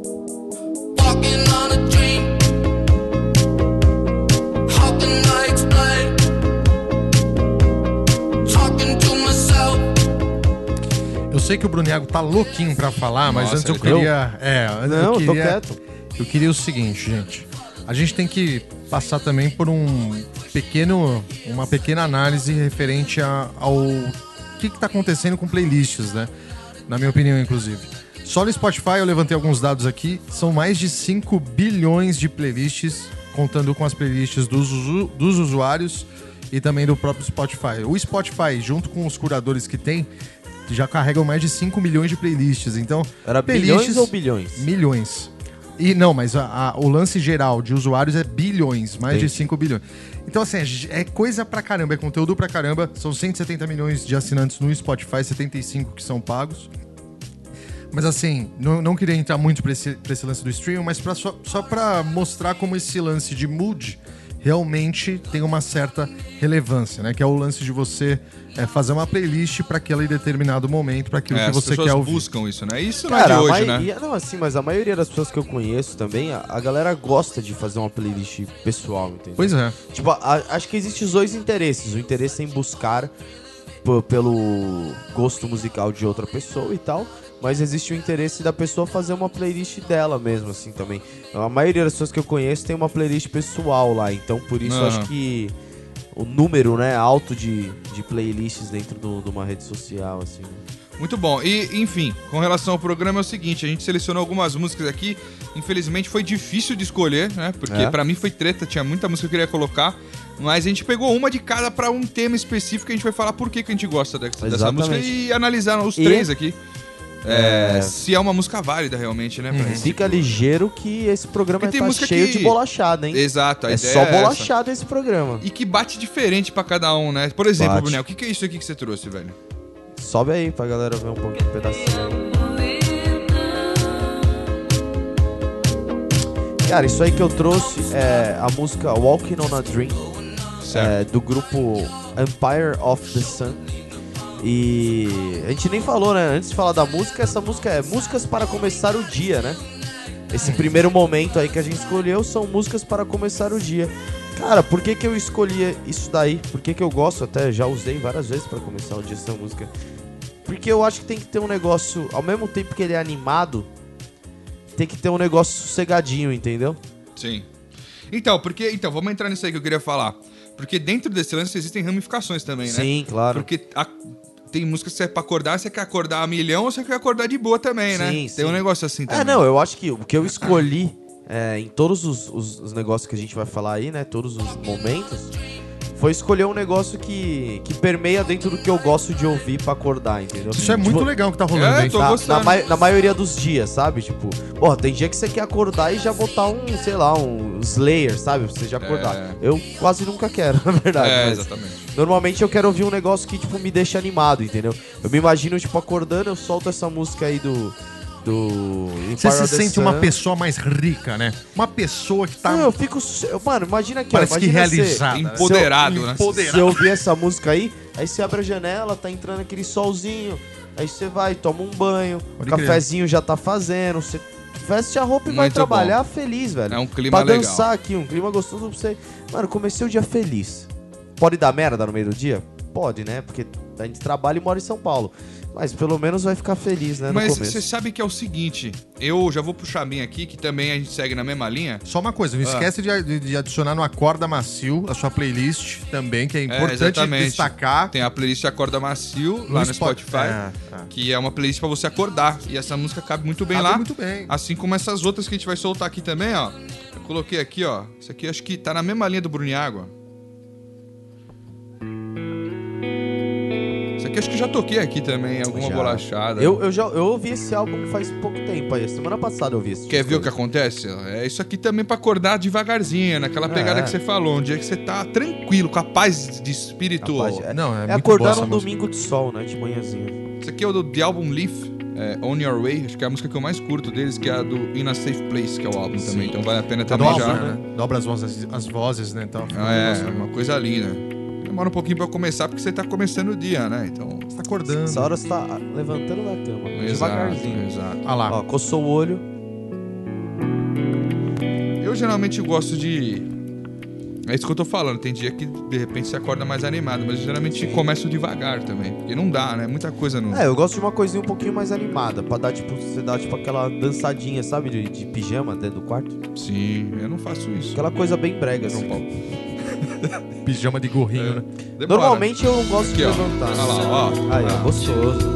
[SPEAKER 5] Walking on a dream. How can I explain? Talking to myself.
[SPEAKER 1] Eu sei que o Bruniago tá louquinho pra falar, mas
[SPEAKER 3] Nossa,
[SPEAKER 1] antes eu
[SPEAKER 3] ele tá-
[SPEAKER 1] queria. É, antes
[SPEAKER 2] Não, eu
[SPEAKER 1] eu
[SPEAKER 2] tô
[SPEAKER 1] queria.
[SPEAKER 2] quieto.
[SPEAKER 1] Eu queria o seguinte, gente. A gente tem que passar também por um pequeno, uma pequena análise referente a- ao que está acontecendo com playlists, né? Na minha opinião, inclusive. Só no Spotify eu levantei alguns dados aqui. São mais de 5 bilhões de playlists, contando com as playlists dos, usu- dos usuários e também do próprio Spotify. O Spotify, junto com os curadores que tem, já carregam mais de 5 milhões de playlists. Então,
[SPEAKER 2] Era bilhões ou bilhões?
[SPEAKER 1] Milhões. E não, mas a- a- o lance geral de usuários é bilhões, mais de
[SPEAKER 2] Entendi.
[SPEAKER 1] 5 bilhões. Então, assim, é g- é coisa pra caramba, é conteúdo pra caramba. São 170 milhões de assinantes no Spotify, 75 que são pagos. Mas assim, não, não queria entrar muito pra esse, pra esse lance do streaming, mas pra só, só pra mostrar como esse lance de mood realmente tem uma certa relevância, né? Que é o lance de você é, fazer uma playlist para aquele determinado momento, para aquilo
[SPEAKER 3] É,
[SPEAKER 1] que
[SPEAKER 3] as
[SPEAKER 1] você
[SPEAKER 3] pessoas
[SPEAKER 1] quer ouvir.
[SPEAKER 3] buscam isso, né? Isso
[SPEAKER 2] Cara,
[SPEAKER 3] não é de
[SPEAKER 2] a
[SPEAKER 3] hoje, né?
[SPEAKER 2] maioria, não, assim, mas a maioria das pessoas que eu conheço também, a, a galera gosta de fazer uma playlist pessoal, entendeu?
[SPEAKER 1] Pois é.
[SPEAKER 2] Tipo, a- acho que existem os dois interesses. O interesse em buscar p- pelo gosto musical de outra pessoa e tal. Mas existe o interesse da pessoa fazer uma playlist dela mesmo, assim, também. A maioria das pessoas que eu conheço tem uma playlist pessoal lá. Então, por isso,
[SPEAKER 3] Aham.
[SPEAKER 2] acho que o número, né, alto de, de playlists dentro do- de uma rede social, assim.
[SPEAKER 3] Muito bom. E, enfim, com relação ao programa é o seguinte, a gente selecionou algumas músicas aqui. Infelizmente foi difícil de escolher, né? Porque
[SPEAKER 2] É.
[SPEAKER 3] pra mim foi treta, tinha muita música que eu queria colocar. Mas a gente pegou uma de cada pra um tema específico, a gente vai falar por que, que a gente gosta dessa, dessa
[SPEAKER 2] Exatamente.
[SPEAKER 3] música e analisar os
[SPEAKER 2] E-
[SPEAKER 3] três aqui. É, Se é uma música válida realmente, né? pra esse
[SPEAKER 2] Fica
[SPEAKER 3] tipo-
[SPEAKER 2] ligeiro que esse programa
[SPEAKER 3] Porque tem
[SPEAKER 2] tá
[SPEAKER 3] música
[SPEAKER 2] cheio
[SPEAKER 3] que-
[SPEAKER 2] de bolachada, hein?
[SPEAKER 3] Exato, a
[SPEAKER 2] É
[SPEAKER 3] ideia
[SPEAKER 2] só
[SPEAKER 3] é essa.
[SPEAKER 2] bolachada esse programa.
[SPEAKER 3] E que bate diferente pra cada um, né? Por exemplo,
[SPEAKER 2] Bate.
[SPEAKER 3] Brunel, o que, que é isso aqui que você trouxe, velho?
[SPEAKER 2] Sobe aí pra galera ver um pouco um pedacinho. Cara, isso aí que eu trouxe é a música Walking on a Dream,
[SPEAKER 3] Certo.
[SPEAKER 2] é, do grupo Empire of the Sun. E a gente nem falou, né? Antes de falar da música, essa música é músicas para começar o dia, né? Esse primeiro momento aí que a gente escolheu são músicas para começar o dia. Cara, por que, que eu escolhi isso daí? Por que, que eu gosto? Até já usei várias vezes para começar o dia essa música. Porque eu acho que tem que ter um negócio, ao mesmo tempo que ele é animado, tem que ter um negócio sossegadinho, entendeu?
[SPEAKER 3] Sim. Então, porque. Então, vamos entrar nisso aí que eu queria falar. Porque dentro desse lance existem ramificações também, né?
[SPEAKER 2] Sim, claro.
[SPEAKER 3] Porque a- tem música que você é pra acordar, você quer acordar a milhão ou você quer acordar de boa também, né?
[SPEAKER 2] Sim,
[SPEAKER 3] Tem um
[SPEAKER 2] sim.
[SPEAKER 3] negócio assim também.
[SPEAKER 2] É, não, eu acho que o que eu escolhi é, em todos os, os- os negócios que a gente vai falar aí, né? Todos os momentos, foi escolher um negócio que, que permeia dentro do que eu gosto de ouvir pra acordar, entendeu?
[SPEAKER 1] Isso é
[SPEAKER 2] Tipo,
[SPEAKER 1] muito legal que tá rolando,
[SPEAKER 3] É,
[SPEAKER 1] hein?
[SPEAKER 3] tô-
[SPEAKER 2] na,
[SPEAKER 3] gostando.
[SPEAKER 2] na mai- na maioria dos dias, sabe? Tipo, porra, tem dia que você quer acordar e já botar um, sei lá, um Slayer, sabe? Pra você já acordar.
[SPEAKER 3] É.
[SPEAKER 2] Eu quase nunca quero, <laughs> na verdade.
[SPEAKER 3] É,
[SPEAKER 2] mas-
[SPEAKER 3] exatamente.
[SPEAKER 2] Normalmente eu quero ouvir um negócio que, tipo, me deixa animado, entendeu? Eu me imagino, tipo, acordando, eu solto essa música aí do. Do.
[SPEAKER 1] Você
[SPEAKER 2] Empire
[SPEAKER 1] se
[SPEAKER 2] of the
[SPEAKER 1] sente
[SPEAKER 2] Sun.
[SPEAKER 1] uma pessoa mais rica, né? Uma pessoa que tá.
[SPEAKER 2] Não, eu fico. su- eu- Mano, imagina aqui, ó,
[SPEAKER 1] parece que
[SPEAKER 2] imagina você-
[SPEAKER 1] realizada. né?
[SPEAKER 3] Empoderado, né?
[SPEAKER 2] Você ouvir essa música aí, aí você abre a janela, tá entrando aquele solzinho, aí você vai, toma um banho,
[SPEAKER 1] Pode
[SPEAKER 2] o cafezinho já tá fazendo, você veste a roupa e vai
[SPEAKER 3] Muito
[SPEAKER 2] trabalhar feliz, velho.
[SPEAKER 3] É um clima
[SPEAKER 2] pra
[SPEAKER 3] legal.
[SPEAKER 2] dançar aqui, um clima gostoso pra você. Mano, comecei o dia feliz. Pode dar merda no meio do dia? Pode, né? Porque a gente trabalha e mora em São Paulo. Mas pelo menos vai ficar feliz, né? No
[SPEAKER 3] Mas
[SPEAKER 2] começo.
[SPEAKER 3] você sabe que é o seguinte, eu já vou puxar a minha aqui, que também a gente segue na mesma linha.
[SPEAKER 1] Só uma coisa, não
[SPEAKER 3] Ah.
[SPEAKER 1] esquece de- de, de adicionar no Acorda Macio a sua playlist também, que é importante
[SPEAKER 3] exatamente.
[SPEAKER 1] destacar.
[SPEAKER 3] Tem a playlist Acorda Macio lá no
[SPEAKER 1] Spot-
[SPEAKER 3] Spotify,
[SPEAKER 1] É, é.
[SPEAKER 3] que é uma playlist pra você acordar. E essa música cabe muito bem
[SPEAKER 1] Cabe
[SPEAKER 3] lá.
[SPEAKER 1] muito bem.
[SPEAKER 3] Assim como essas outras que a gente vai soltar aqui também, ó. Eu coloquei aqui, ó. Isso aqui acho que tá na mesma linha do Bruniago, ó. Isso aqui acho que já toquei aqui também, alguma
[SPEAKER 2] Já.
[SPEAKER 3] bolachada.
[SPEAKER 2] Eu, eu já eu ouvi esse álbum faz pouco tempo aí. Semana passada eu ouvi esse.
[SPEAKER 3] Quer
[SPEAKER 2] disco
[SPEAKER 3] ver o
[SPEAKER 2] aí.
[SPEAKER 3] que acontece? É isso aqui também pra acordar devagarzinho, naquela pegada
[SPEAKER 2] É.
[SPEAKER 3] que você falou, um dia que você tá tranquilo, com a paz de espírito.
[SPEAKER 2] Rapaz, é,
[SPEAKER 1] Não, é muito
[SPEAKER 2] é
[SPEAKER 1] boa
[SPEAKER 2] acordar
[SPEAKER 1] essa
[SPEAKER 2] num
[SPEAKER 1] música.
[SPEAKER 2] domingo de sol, né? De manhãzinho.
[SPEAKER 3] Isso aqui é o do The Album Leaf, é, On Your Way, acho que é a música que eu mais curto deles, que é a do In a Safe Place, que é o álbum também. Então vale a pena também
[SPEAKER 1] Dobra,
[SPEAKER 3] já.
[SPEAKER 1] né? Dobra as vozes, as vozes né? Então,
[SPEAKER 3] Ah, é, uma coisa linda. Demora um pouquinho pra começar, porque você tá começando o dia, né? Então.
[SPEAKER 1] Você tá acordando.
[SPEAKER 2] Essa hora você tá levantando da cama, devagarzinho.
[SPEAKER 3] Exato.
[SPEAKER 1] Ah lá.
[SPEAKER 2] Ó, coçou o olho.
[SPEAKER 3] Eu geralmente gosto de. É isso que eu tô falando. Tem dia que de repente você acorda mais animado, mas eu geralmente começo devagar também. Porque não dá, né? Muita coisa não.
[SPEAKER 2] É, eu gosto de uma coisinha um pouquinho mais animada, pra dar tipo, você dá tipo aquela dançadinha, sabe, de, de pijama dentro do quarto.
[SPEAKER 3] Sim, eu não faço isso.
[SPEAKER 2] Aquela coisa bem brega,
[SPEAKER 3] João
[SPEAKER 2] assim.
[SPEAKER 3] Paulo.
[SPEAKER 1] Pijama de gorrinho, né?
[SPEAKER 3] Demora.
[SPEAKER 2] Normalmente eu não gosto
[SPEAKER 3] Aqui,
[SPEAKER 2] de
[SPEAKER 3] ó.
[SPEAKER 2] levantar.
[SPEAKER 3] Olha lá, ó.
[SPEAKER 2] Aí, é gostoso.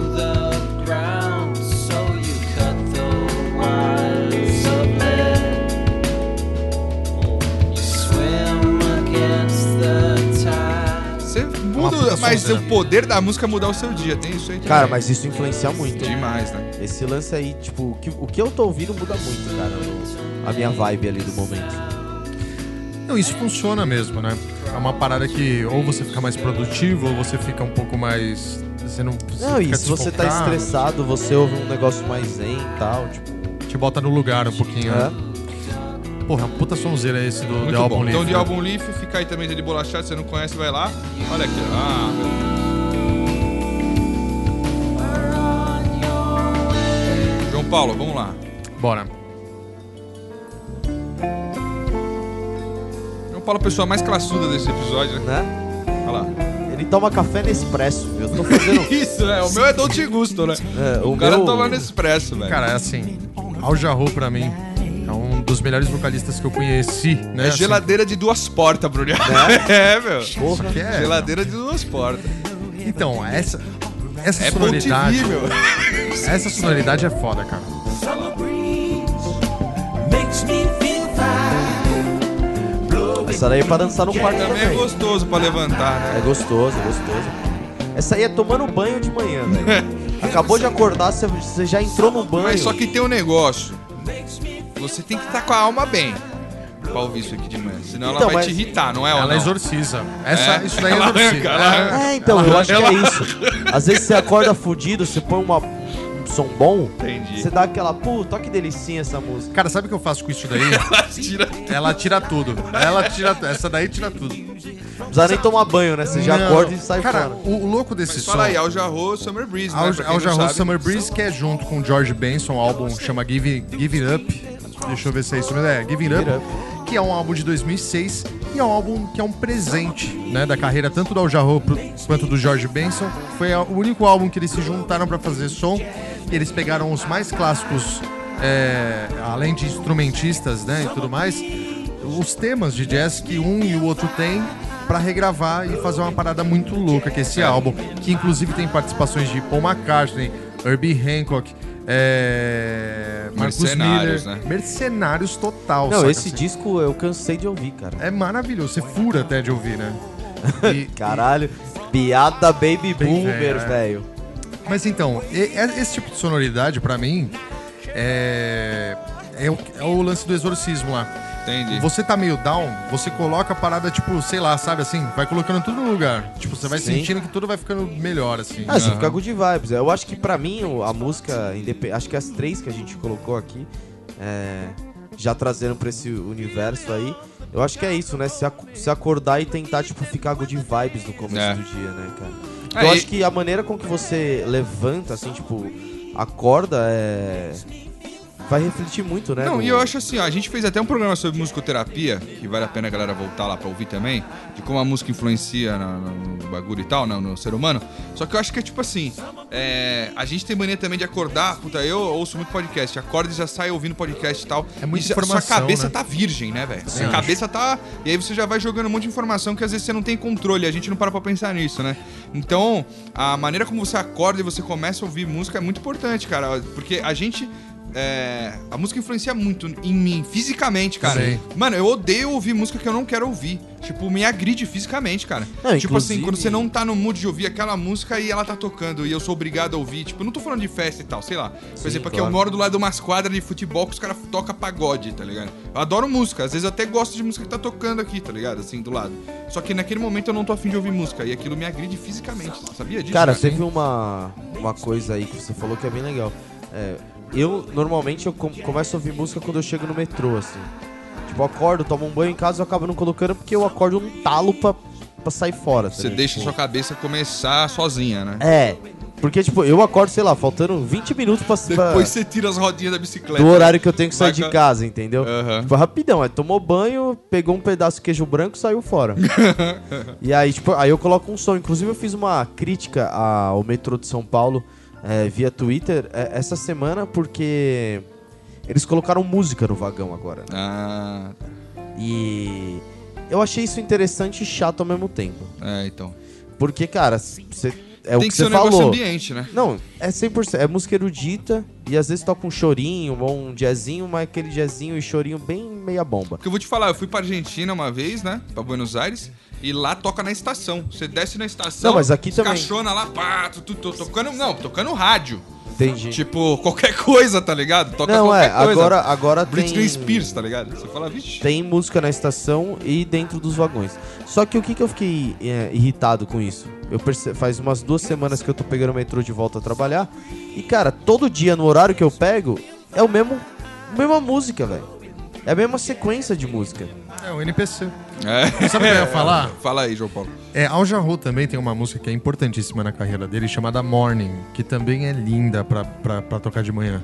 [SPEAKER 2] é
[SPEAKER 3] Você muda,
[SPEAKER 1] puta
[SPEAKER 3] mas
[SPEAKER 1] sonzeira.
[SPEAKER 3] o poder da música é mudar o seu dia. Tem isso aí também.
[SPEAKER 2] né? Cara, mas isso influencia muito, hein?
[SPEAKER 3] Demais, né?
[SPEAKER 2] Esse lance aí, tipo, o que, o que eu tô ouvindo muda muito, cara, o- a minha vibe ali do momento.
[SPEAKER 1] Não, isso funciona mesmo, né? É uma parada que ou você fica mais produtivo, ou você fica um pouco mais. Você não. Você
[SPEAKER 2] Não, e
[SPEAKER 1] fica
[SPEAKER 2] se você tá
[SPEAKER 1] desfocado,
[SPEAKER 2] estressado, você ouve um negócio mais zen e tal,
[SPEAKER 1] É.
[SPEAKER 2] tipo,
[SPEAKER 1] Te bota no lugar um pouquinho. né?
[SPEAKER 2] né?
[SPEAKER 1] Porra, é um puta sonzeira esse do The
[SPEAKER 3] Muito
[SPEAKER 1] Album
[SPEAKER 3] bom.
[SPEAKER 1] Leaf.
[SPEAKER 3] então, de
[SPEAKER 1] né?
[SPEAKER 3] álbum Leaf, fica aí também de bolachado. Se você não conhece, vai lá. Olha aqui. ó. Ah, velho. João Paulo, vamos lá.
[SPEAKER 1] Bora.
[SPEAKER 3] João Paulo, é a pessoa mais classuda desse episódio, né?
[SPEAKER 2] né?
[SPEAKER 3] Olha lá.
[SPEAKER 2] Ele toma café Nespresso, viu? Eu tô
[SPEAKER 3] <laughs>
[SPEAKER 2] fazendo.
[SPEAKER 3] Isso, né? O meu é Dolce Gusto, né?
[SPEAKER 2] É,
[SPEAKER 3] o
[SPEAKER 2] o
[SPEAKER 3] cara
[SPEAKER 2] meu-
[SPEAKER 3] toma Nespresso, velho.
[SPEAKER 1] Cara, é assim, Al Jarreau pra mim é um dos melhores vocalistas que eu conheci, né?
[SPEAKER 3] É
[SPEAKER 1] Assim, Né?
[SPEAKER 3] geladeira de duas portas, Bruno. <laughs> É, meu.
[SPEAKER 1] isso aqui é-
[SPEAKER 3] Geladeira de duas portas.
[SPEAKER 1] Então, essa, essa
[SPEAKER 3] É assim. bom
[SPEAKER 1] sonoridade.
[SPEAKER 3] TV, meu.
[SPEAKER 1] Essa sonoridade é foda, cara.
[SPEAKER 2] Essa daí é pra dançar no quarto
[SPEAKER 3] Também é
[SPEAKER 2] também.
[SPEAKER 3] gostoso pra levantar, né?
[SPEAKER 2] É gostoso, é gostoso. Essa aí é tomando banho de manhã,
[SPEAKER 3] <laughs>
[SPEAKER 2] velho. Acabou de acordar, você- você já entrou no banho.
[SPEAKER 3] Mas só que tem um negócio. Você tem que estar com a alma bem pra ouvir isso aqui de manhã. Senão ela
[SPEAKER 2] Então,
[SPEAKER 3] vai
[SPEAKER 2] mas-
[SPEAKER 3] te irritar, não é? ou
[SPEAKER 1] Ela
[SPEAKER 3] não?
[SPEAKER 1] exorciza. Essa,
[SPEAKER 3] É?
[SPEAKER 1] Isso daí é
[SPEAKER 3] Ela arranca,
[SPEAKER 1] exorcismo.
[SPEAKER 3] ela arranca.
[SPEAKER 2] É, então, eu acho que é isso. Às vezes você acorda fudido, você põe uma- um som bom,
[SPEAKER 3] Entendi.
[SPEAKER 2] você dá aquela, puta, que delicinha essa música.
[SPEAKER 1] É. Cara, sabe o que eu faço com isso daí?
[SPEAKER 3] <laughs> Ela tira-
[SPEAKER 1] Ela tira tudo. Ela tira Essa daí tira tudo.
[SPEAKER 2] Não precisa nem tomar banho, né? Você já
[SPEAKER 1] Não.
[SPEAKER 2] acorda e sai
[SPEAKER 1] Cara,
[SPEAKER 2] fora.
[SPEAKER 1] o, o louco desse som.
[SPEAKER 3] Fala aí, Al Jarro Summer Breeze, né?
[SPEAKER 1] Al,
[SPEAKER 3] Pra quem
[SPEAKER 1] Al
[SPEAKER 3] não
[SPEAKER 1] Jarreau
[SPEAKER 3] sabe.
[SPEAKER 1] Summer Breeze, que é junto com o George Benson, um álbum chama Give, Give It Up. Deixa eu ver se é isso mesmo. É, Give It
[SPEAKER 2] Give It
[SPEAKER 1] Up, que é um álbum de 2006 e é um álbum que é um presente né, da carreira tanto do Al Jarreau pro- quanto do George Benson. Foi a- o único álbum que eles se juntaram para fazer som. E eles pegaram os mais clássicos, é, além de instrumentistas né, e tudo mais, os temas de jazz que um e o outro tem para regravar e fazer uma parada muito louca que é esse álbum, que inclusive tem participações de Paul McCartney, Herbie Hancock, é... Marcus
[SPEAKER 3] Mercenários,
[SPEAKER 1] Miller,
[SPEAKER 3] né?
[SPEAKER 1] mercenários total.
[SPEAKER 2] Não,
[SPEAKER 1] saca,
[SPEAKER 2] esse
[SPEAKER 1] assim?
[SPEAKER 2] disco eu cansei de ouvir, cara.
[SPEAKER 1] é maravilhoso, você fura até de ouvir,
[SPEAKER 2] <laughs>
[SPEAKER 1] né? E-
[SPEAKER 2] Caralho, piada baby boomer,
[SPEAKER 1] velho, é.
[SPEAKER 2] velho.
[SPEAKER 1] Mas então, e- e- esse tipo de sonoridade pra mim é é o, é o lance do exorcismo lá.
[SPEAKER 3] Entendi.
[SPEAKER 1] Você tá meio down, você coloca a parada, tipo, sei lá, sabe assim? Vai colocando tudo no lugar. Tipo, você vai
[SPEAKER 2] Sim.
[SPEAKER 1] sentindo que tudo vai ficando melhor, assim.
[SPEAKER 2] Ah, você fica good vibes. Eu acho que pra mim o- a música, indepe- acho que as três que a gente colocou aqui, é, já trazendo pra esse universo aí, eu acho que é isso, né? Se, ac- se acordar e tentar, tipo, ficar good vibes no começo
[SPEAKER 3] É.
[SPEAKER 2] do dia, né, cara?
[SPEAKER 3] É,
[SPEAKER 2] Eu
[SPEAKER 3] e-
[SPEAKER 2] acho que a maneira com que você levanta, assim, tipo, acorda é. Vai refletir muito,
[SPEAKER 1] é
[SPEAKER 2] né?
[SPEAKER 3] Não,
[SPEAKER 2] no-
[SPEAKER 3] e eu acho assim, ó, a gente fez até um programa sobre musicoterapia, que vale a pena a galera voltar lá pra ouvir também, de como a música influencia na- na- no, bagulho e tal, na- no, ser humano. Só que eu acho que é tipo assim, é, a gente tem mania também de acordar, puta, eu ouço muito podcast, acorda e já sai ouvindo podcast e tal.
[SPEAKER 1] É muita
[SPEAKER 3] e já-
[SPEAKER 1] informação,
[SPEAKER 3] Sua cabeça
[SPEAKER 1] né?
[SPEAKER 3] tá virgem, né, velho? Sua
[SPEAKER 1] acho.
[SPEAKER 3] cabeça tá... E aí você já vai jogando um monte de informação que às vezes você não tem controle, a gente não para pra pensar nisso, né? Então, a maneira como você acorda e você começa a ouvir música é muito importante, cara, porque a gente... é, a música influencia muito em mim, fisicamente, cara.
[SPEAKER 1] Sim.
[SPEAKER 3] Mano, eu odeio ouvir música que eu não quero ouvir. Tipo, me agride fisicamente, cara.
[SPEAKER 2] Não,
[SPEAKER 3] tipo assim,
[SPEAKER 2] inclusive-
[SPEAKER 3] quando você não tá no mood de ouvir aquela música e ela tá tocando e eu sou obrigado a ouvir. Tipo, eu não tô falando de festa e tal, sei lá. Por
[SPEAKER 2] Sim,
[SPEAKER 3] exemplo, aqui eu
[SPEAKER 2] claro.
[SPEAKER 3] moro do lado de umas quadras de futebol que os caras tocam pagode, tá ligado? Eu adoro música, às vezes eu até gosto de música que tá tocando aqui, tá ligado? Assim, do lado. Só que naquele momento eu não tô afim de ouvir música e aquilo me agride fisicamente. Sabia disso? né?
[SPEAKER 2] Cara, teve uma, uma coisa aí que você falou que é bem legal. É, eu, normalmente, eu com- começo a ouvir música quando eu chego no metrô, assim. Tipo, eu acordo, tomo um banho em casa, eu acabo não colocando porque eu acordo um talo pra, pra sair fora. tá
[SPEAKER 3] Você
[SPEAKER 2] ligado?
[SPEAKER 3] deixa a
[SPEAKER 2] Tipo,
[SPEAKER 3] sua cabeça começar sozinha, né?
[SPEAKER 2] É, porque, tipo, eu acordo, sei lá, faltando 20 minutos pra... pra-
[SPEAKER 3] Depois você tira as rodinhas da bicicleta.
[SPEAKER 2] do horário que eu tenho que sair
[SPEAKER 3] Saca?
[SPEAKER 2] de casa, entendeu?
[SPEAKER 3] né? Aham.
[SPEAKER 2] Tipo, rapidão, é, tomou banho, pegou um pedaço de queijo branco e saiu
[SPEAKER 3] <laughs>
[SPEAKER 2] fora. e aí, tipo, aí eu coloco um som. Inclusive, eu fiz uma crítica ao metrô de São Paulo é, via Twitter é, essa semana, porque eles colocaram música no vagão agora. né?
[SPEAKER 3] Ah,
[SPEAKER 2] E eu achei isso interessante e chato ao mesmo tempo.
[SPEAKER 3] é, então.
[SPEAKER 2] Porque, cara, você. É o
[SPEAKER 3] Tem
[SPEAKER 2] que,
[SPEAKER 3] que ser
[SPEAKER 2] você
[SPEAKER 3] um negócio
[SPEAKER 2] falou.
[SPEAKER 3] ambiente, né?
[SPEAKER 2] Não, é 100%. É música erudita e às vezes toca um chorinho ou um jazzinho, mas aquele jazzinho e chorinho bem meia bomba.
[SPEAKER 3] Porque eu vou te falar, eu fui pra Argentina uma vez, né? Pra Buenos Aires. E lá toca na estação. Você desce na estação.
[SPEAKER 2] Não, mas aqui
[SPEAKER 3] os
[SPEAKER 2] também.
[SPEAKER 3] Cachona lá, pá, tu, tu, tu- tocando. Não, tocando rádio.
[SPEAKER 2] Entendi.
[SPEAKER 3] Tipo, qualquer coisa, tá ligado? Toca
[SPEAKER 2] não, é,
[SPEAKER 3] qualquer coisa.
[SPEAKER 2] agora, agora
[SPEAKER 3] Britney
[SPEAKER 2] tem,
[SPEAKER 3] Spears, tá ligado? Você fala, vixe.
[SPEAKER 2] tem música na estação e dentro dos vagões. Só que o que, que eu fiquei é, irritado com isso? Eu perce- faz umas duas semanas que eu tô pegando o metrô de volta a trabalhar e, cara, todo dia no horário que eu pego é o mesmo, mesma música, velho. É a mesma sequência de música.
[SPEAKER 1] É o NPC.
[SPEAKER 3] É.
[SPEAKER 1] Sabe o que eu ia falar?
[SPEAKER 3] Fala aí, João Paulo.
[SPEAKER 1] É, Al Jarreau também tem uma música que é importantíssima na carreira dele, chamada Morning, que também é linda pra, pra, pra tocar de manhã.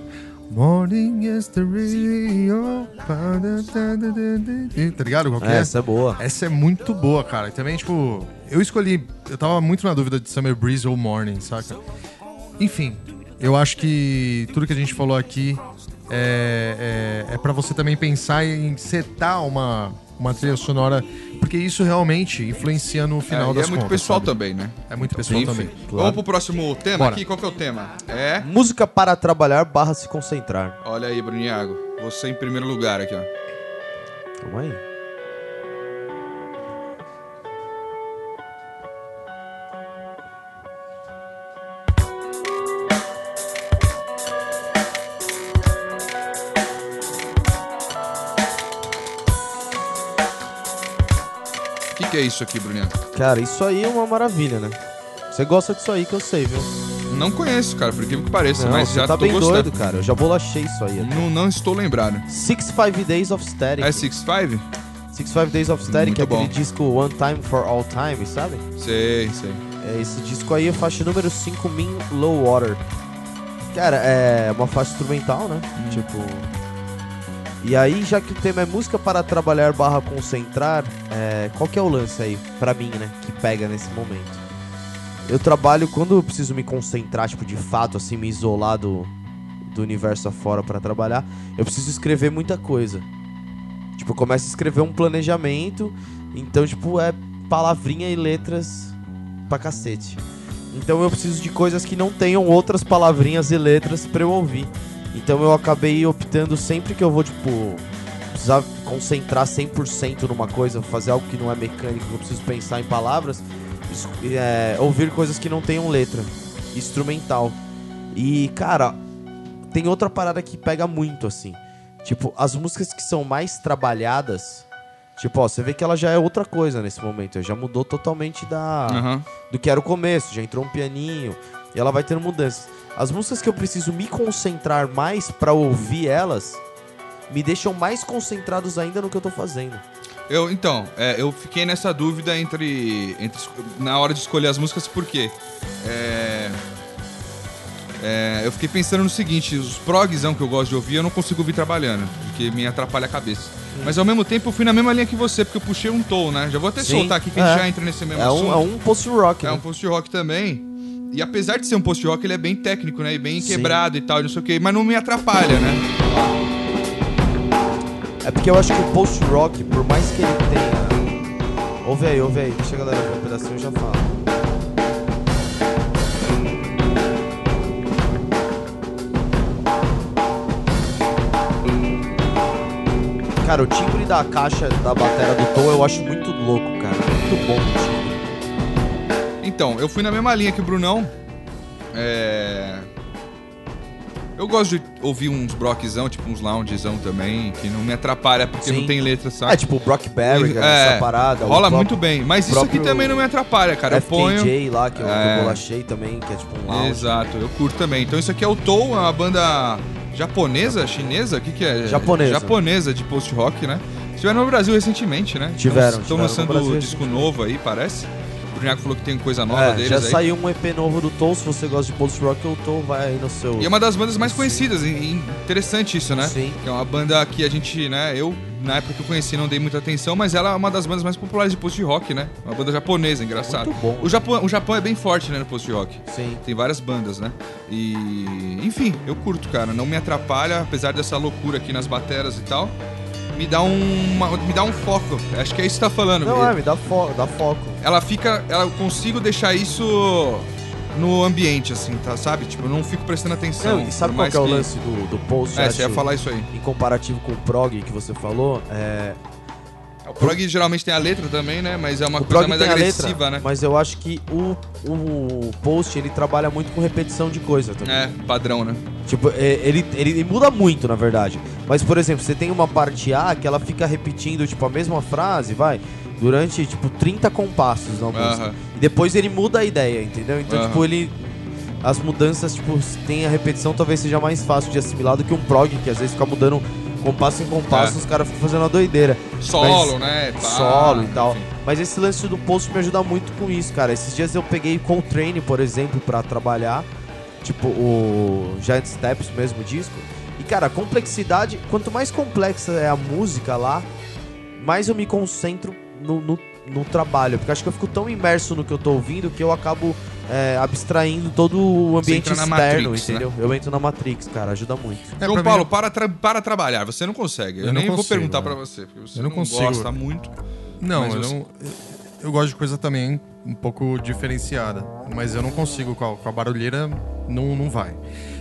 [SPEAKER 1] Morning is the real... Tá ligado qual que é?
[SPEAKER 2] É, essa é boa.
[SPEAKER 1] Essa é muito boa, cara. E também, tipo, eu escolhi... Eu tava muito na dúvida de Summer Breeze ou Morning, saca? Enfim, eu acho que tudo que a gente falou aqui é, é, é para você também pensar em setar uma, uma trilha sonora, porque isso realmente influencia no
[SPEAKER 3] É,
[SPEAKER 1] final
[SPEAKER 3] e é
[SPEAKER 1] das
[SPEAKER 3] muito
[SPEAKER 1] contas,
[SPEAKER 3] pessoal
[SPEAKER 1] sabe?
[SPEAKER 3] também, né?
[SPEAKER 1] É muito pessoal
[SPEAKER 3] Enfim.
[SPEAKER 1] também.
[SPEAKER 3] Vamos pro próximo tema
[SPEAKER 1] Bora.
[SPEAKER 3] aqui. Qual que é o tema? É.
[SPEAKER 2] Música para trabalhar barra se concentrar.
[SPEAKER 3] Olha aí, Bruniago. Você em primeiro lugar aqui, ó.
[SPEAKER 2] Calma aí.
[SPEAKER 3] O que, que é isso aqui, Bruniago?
[SPEAKER 2] Cara, isso aí é uma maravilha, né? Você gosta disso aí que eu sei, viu?
[SPEAKER 3] Não conheço, cara, por incrível que pareça,
[SPEAKER 2] Não,
[SPEAKER 3] mas
[SPEAKER 2] você
[SPEAKER 3] já
[SPEAKER 2] tá
[SPEAKER 3] tô
[SPEAKER 2] bem
[SPEAKER 3] gostando.
[SPEAKER 2] doido, cara. Eu já bolachei isso aí. até.
[SPEAKER 3] Não, não estou lembrado.
[SPEAKER 2] Six Five Days of Static.
[SPEAKER 3] É 65?
[SPEAKER 2] Six Five Days of Static
[SPEAKER 3] Muito
[SPEAKER 2] é aquele
[SPEAKER 3] bom.
[SPEAKER 2] disco One Time for All Time, sabe?
[SPEAKER 3] Sei, sei.
[SPEAKER 2] É, esse disco aí é faixa número 5, Min Low Water. Cara, é uma faixa instrumental, né? Tipo. E aí, já que o tema é música para trabalhar barra concentrar, é, qual que é o lance aí, pra mim, né? Que pega nesse momento. Eu trabalho quando eu preciso me concentrar, tipo, de fato, assim, me isolar do, do universo afora pra trabalhar, eu preciso escrever muita coisa. Tipo, eu começo a escrever um planejamento, então, tipo, é palavrinha e letras pra cacete. Então eu preciso de coisas que não tenham outras palavrinhas e letras pra eu ouvir. Então eu acabei optando sempre que eu vou, tipo, precisar concentrar 100% numa coisa, fazer algo que não é mecânico, que eu preciso pensar em palavras, es- é, ouvir coisas que não tenham letra, instrumental. E, cara, tem outra parada que pega muito, assim. Tipo, as músicas que são mais trabalhadas, tipo, ó, você vê que ela já é outra coisa nesse momento, já mudou totalmente da
[SPEAKER 3] Aham.
[SPEAKER 2] do que era o começo, já entrou um pianinho e ela vai tendo mudanças. As músicas que eu preciso me concentrar mais pra ouvir elas me deixam mais concentrados ainda no que eu tô fazendo.
[SPEAKER 3] Eu, então, é, eu fiquei nessa dúvida entre, entre es- na hora de escolher as músicas, por quê? É, é, eu fiquei pensando no seguinte, os progzão que eu gosto de ouvir, eu não consigo ouvir trabalhando, porque me atrapalha a cabeça.
[SPEAKER 2] Hum.
[SPEAKER 3] Mas ao mesmo tempo eu fui na mesma linha que você, porque eu puxei um tom, né? Já vou até
[SPEAKER 2] Sim.
[SPEAKER 3] soltar aqui que a gente
[SPEAKER 2] É.
[SPEAKER 3] já entra nesse mesmo
[SPEAKER 2] É
[SPEAKER 3] assunto.
[SPEAKER 2] um, é um post-rock,
[SPEAKER 3] É
[SPEAKER 2] né?
[SPEAKER 3] um post rock também. E apesar de ser um post rock, ele é bem técnico, né? E bem
[SPEAKER 2] Sim.
[SPEAKER 3] quebrado e tal, e não sei o quê. Mas não me atrapalha, né?
[SPEAKER 2] É porque eu acho que o post-rock, por mais que ele tenha... Ouve aí, ouve aí. Deixa a galera ver um pedacinho e já falo. Cara, o timbre da caixa da bateria do Tom eu acho muito louco, cara. Muito bom o timbre.
[SPEAKER 3] Então, eu fui na mesma linha que o Brunão. É. Eu gosto de ouvir uns brockzão, tipo uns loungezão também, que não me atrapalha porque
[SPEAKER 2] Sim.
[SPEAKER 3] não tem letra, sabe? é,
[SPEAKER 2] É tipo o Brock Berry, cara, essa parada. o
[SPEAKER 3] Tá. Rola
[SPEAKER 2] próprio
[SPEAKER 3] muito bem. Mas isso aqui
[SPEAKER 2] próprio
[SPEAKER 3] também não me atrapalha, cara. Eu ponho.
[SPEAKER 2] FKJ lá, que eu, que
[SPEAKER 3] É.
[SPEAKER 2] eu bolachei também, que é tipo um lounge.
[SPEAKER 3] Exato, eu curto também. Então isso aqui é o Tou, uma banda japonesa, chinesa? O que, que é?
[SPEAKER 2] Japonesa.
[SPEAKER 3] Japonesa de post-rock, né? Estiveram no Brasil recentemente, né?
[SPEAKER 2] Tiveram,
[SPEAKER 3] Estão
[SPEAKER 2] tiveram
[SPEAKER 3] lançando
[SPEAKER 2] no Brasil
[SPEAKER 3] um disco novo aí, parece. O Brunhaco falou que tem coisa nova
[SPEAKER 2] É,
[SPEAKER 3] deles
[SPEAKER 2] já
[SPEAKER 3] aí.
[SPEAKER 2] saiu um EP novo do Tom, se você gosta de post-rock, o Tom vai aí no seu...
[SPEAKER 3] E é uma das bandas mais conhecidas, e- e interessante isso, né?
[SPEAKER 2] Sim.
[SPEAKER 3] É uma banda que a gente, né, eu, na época que eu conheci, não dei muita atenção, mas ela é uma das bandas mais populares de post-rock, né? Uma banda japonesa, engraçado.
[SPEAKER 2] Muito bom.
[SPEAKER 3] O Japão, o Japão é bem forte, né, no post-rock.
[SPEAKER 2] Sim.
[SPEAKER 3] Tem várias bandas, né? E. Enfim, eu curto, cara. Não me atrapalha, apesar dessa loucura aqui nas bateras e tal. Me dá um. uma- me dá um foco. Acho que é isso que tá falando.
[SPEAKER 2] Não, é, me dá, fo dá foco.
[SPEAKER 3] Ela fica. Ela, eu consigo deixar isso no ambiente, assim, tá? Sabe? Tipo, eu não fico prestando atenção.
[SPEAKER 2] Não, e sabe
[SPEAKER 3] por
[SPEAKER 2] qual
[SPEAKER 3] mais
[SPEAKER 2] que é o lance do, do post?
[SPEAKER 3] É,
[SPEAKER 2] eu
[SPEAKER 3] você ia
[SPEAKER 2] acho,
[SPEAKER 3] falar isso aí.
[SPEAKER 2] Em comparativo com o prog que você falou, é...
[SPEAKER 3] O prog geralmente tem a letra também, né? Mas é uma
[SPEAKER 2] o
[SPEAKER 3] coisa
[SPEAKER 2] prog
[SPEAKER 3] mais
[SPEAKER 2] tem a
[SPEAKER 3] agressiva,
[SPEAKER 2] letra,
[SPEAKER 3] né?
[SPEAKER 2] mas eu acho que o, o post, ele trabalha muito com repetição de coisa tá também.
[SPEAKER 3] É, padrão, né?
[SPEAKER 2] Tipo, é, ele, ele muda muito, na verdade. Mas, por exemplo, você tem uma parte A que ela fica repetindo, tipo, a mesma frase, vai, durante, tipo, 30 compassos na música.
[SPEAKER 3] Aham.
[SPEAKER 2] E depois ele muda a ideia, entendeu? Então,
[SPEAKER 3] Aham.
[SPEAKER 2] tipo, ele. As mudanças, tipo, se tem a repetição, talvez seja mais fácil de assimilar do que um prog, que às vezes fica mudando compasso em compasso,
[SPEAKER 3] É.
[SPEAKER 2] os caras ficam fazendo uma doideira.
[SPEAKER 3] Solo,
[SPEAKER 2] Mas-
[SPEAKER 3] né? Pá,
[SPEAKER 2] solo e tal.
[SPEAKER 3] enfim.
[SPEAKER 2] Mas esse lance do post me ajuda muito com isso, cara. Esses dias eu peguei Coltrane, por exemplo, pra trabalhar, tipo o Giant Steps mesmo o disco. E cara, a complexidade, quanto mais complexa é a música lá, mais eu me concentro no, no- no trabalho, porque acho que eu fico tão imerso no que eu tô ouvindo que eu acabo é, abstraindo todo o
[SPEAKER 3] Você
[SPEAKER 2] ambiente
[SPEAKER 3] entra na
[SPEAKER 2] externo,
[SPEAKER 3] Matrix, né?
[SPEAKER 2] entendeu? Eu entro na Matrix, cara, ajuda muito.
[SPEAKER 1] É,
[SPEAKER 3] João
[SPEAKER 1] pra
[SPEAKER 3] Paulo,
[SPEAKER 1] mim-
[SPEAKER 3] para, tra- para trabalhar. Você não consegue.
[SPEAKER 1] Eu
[SPEAKER 3] Eu,
[SPEAKER 1] não
[SPEAKER 3] nem vou
[SPEAKER 1] consigo,
[SPEAKER 3] perguntar
[SPEAKER 1] é.
[SPEAKER 3] pra você, porque você
[SPEAKER 1] Eu
[SPEAKER 3] não,
[SPEAKER 1] não consigo.
[SPEAKER 3] gosta muito.
[SPEAKER 1] Não,
[SPEAKER 3] Mas
[SPEAKER 1] eu,
[SPEAKER 3] você-
[SPEAKER 1] não- eu gosto de coisa também um pouco diferenciada. Mas eu não consigo com a, com a barulheira, não, não vai.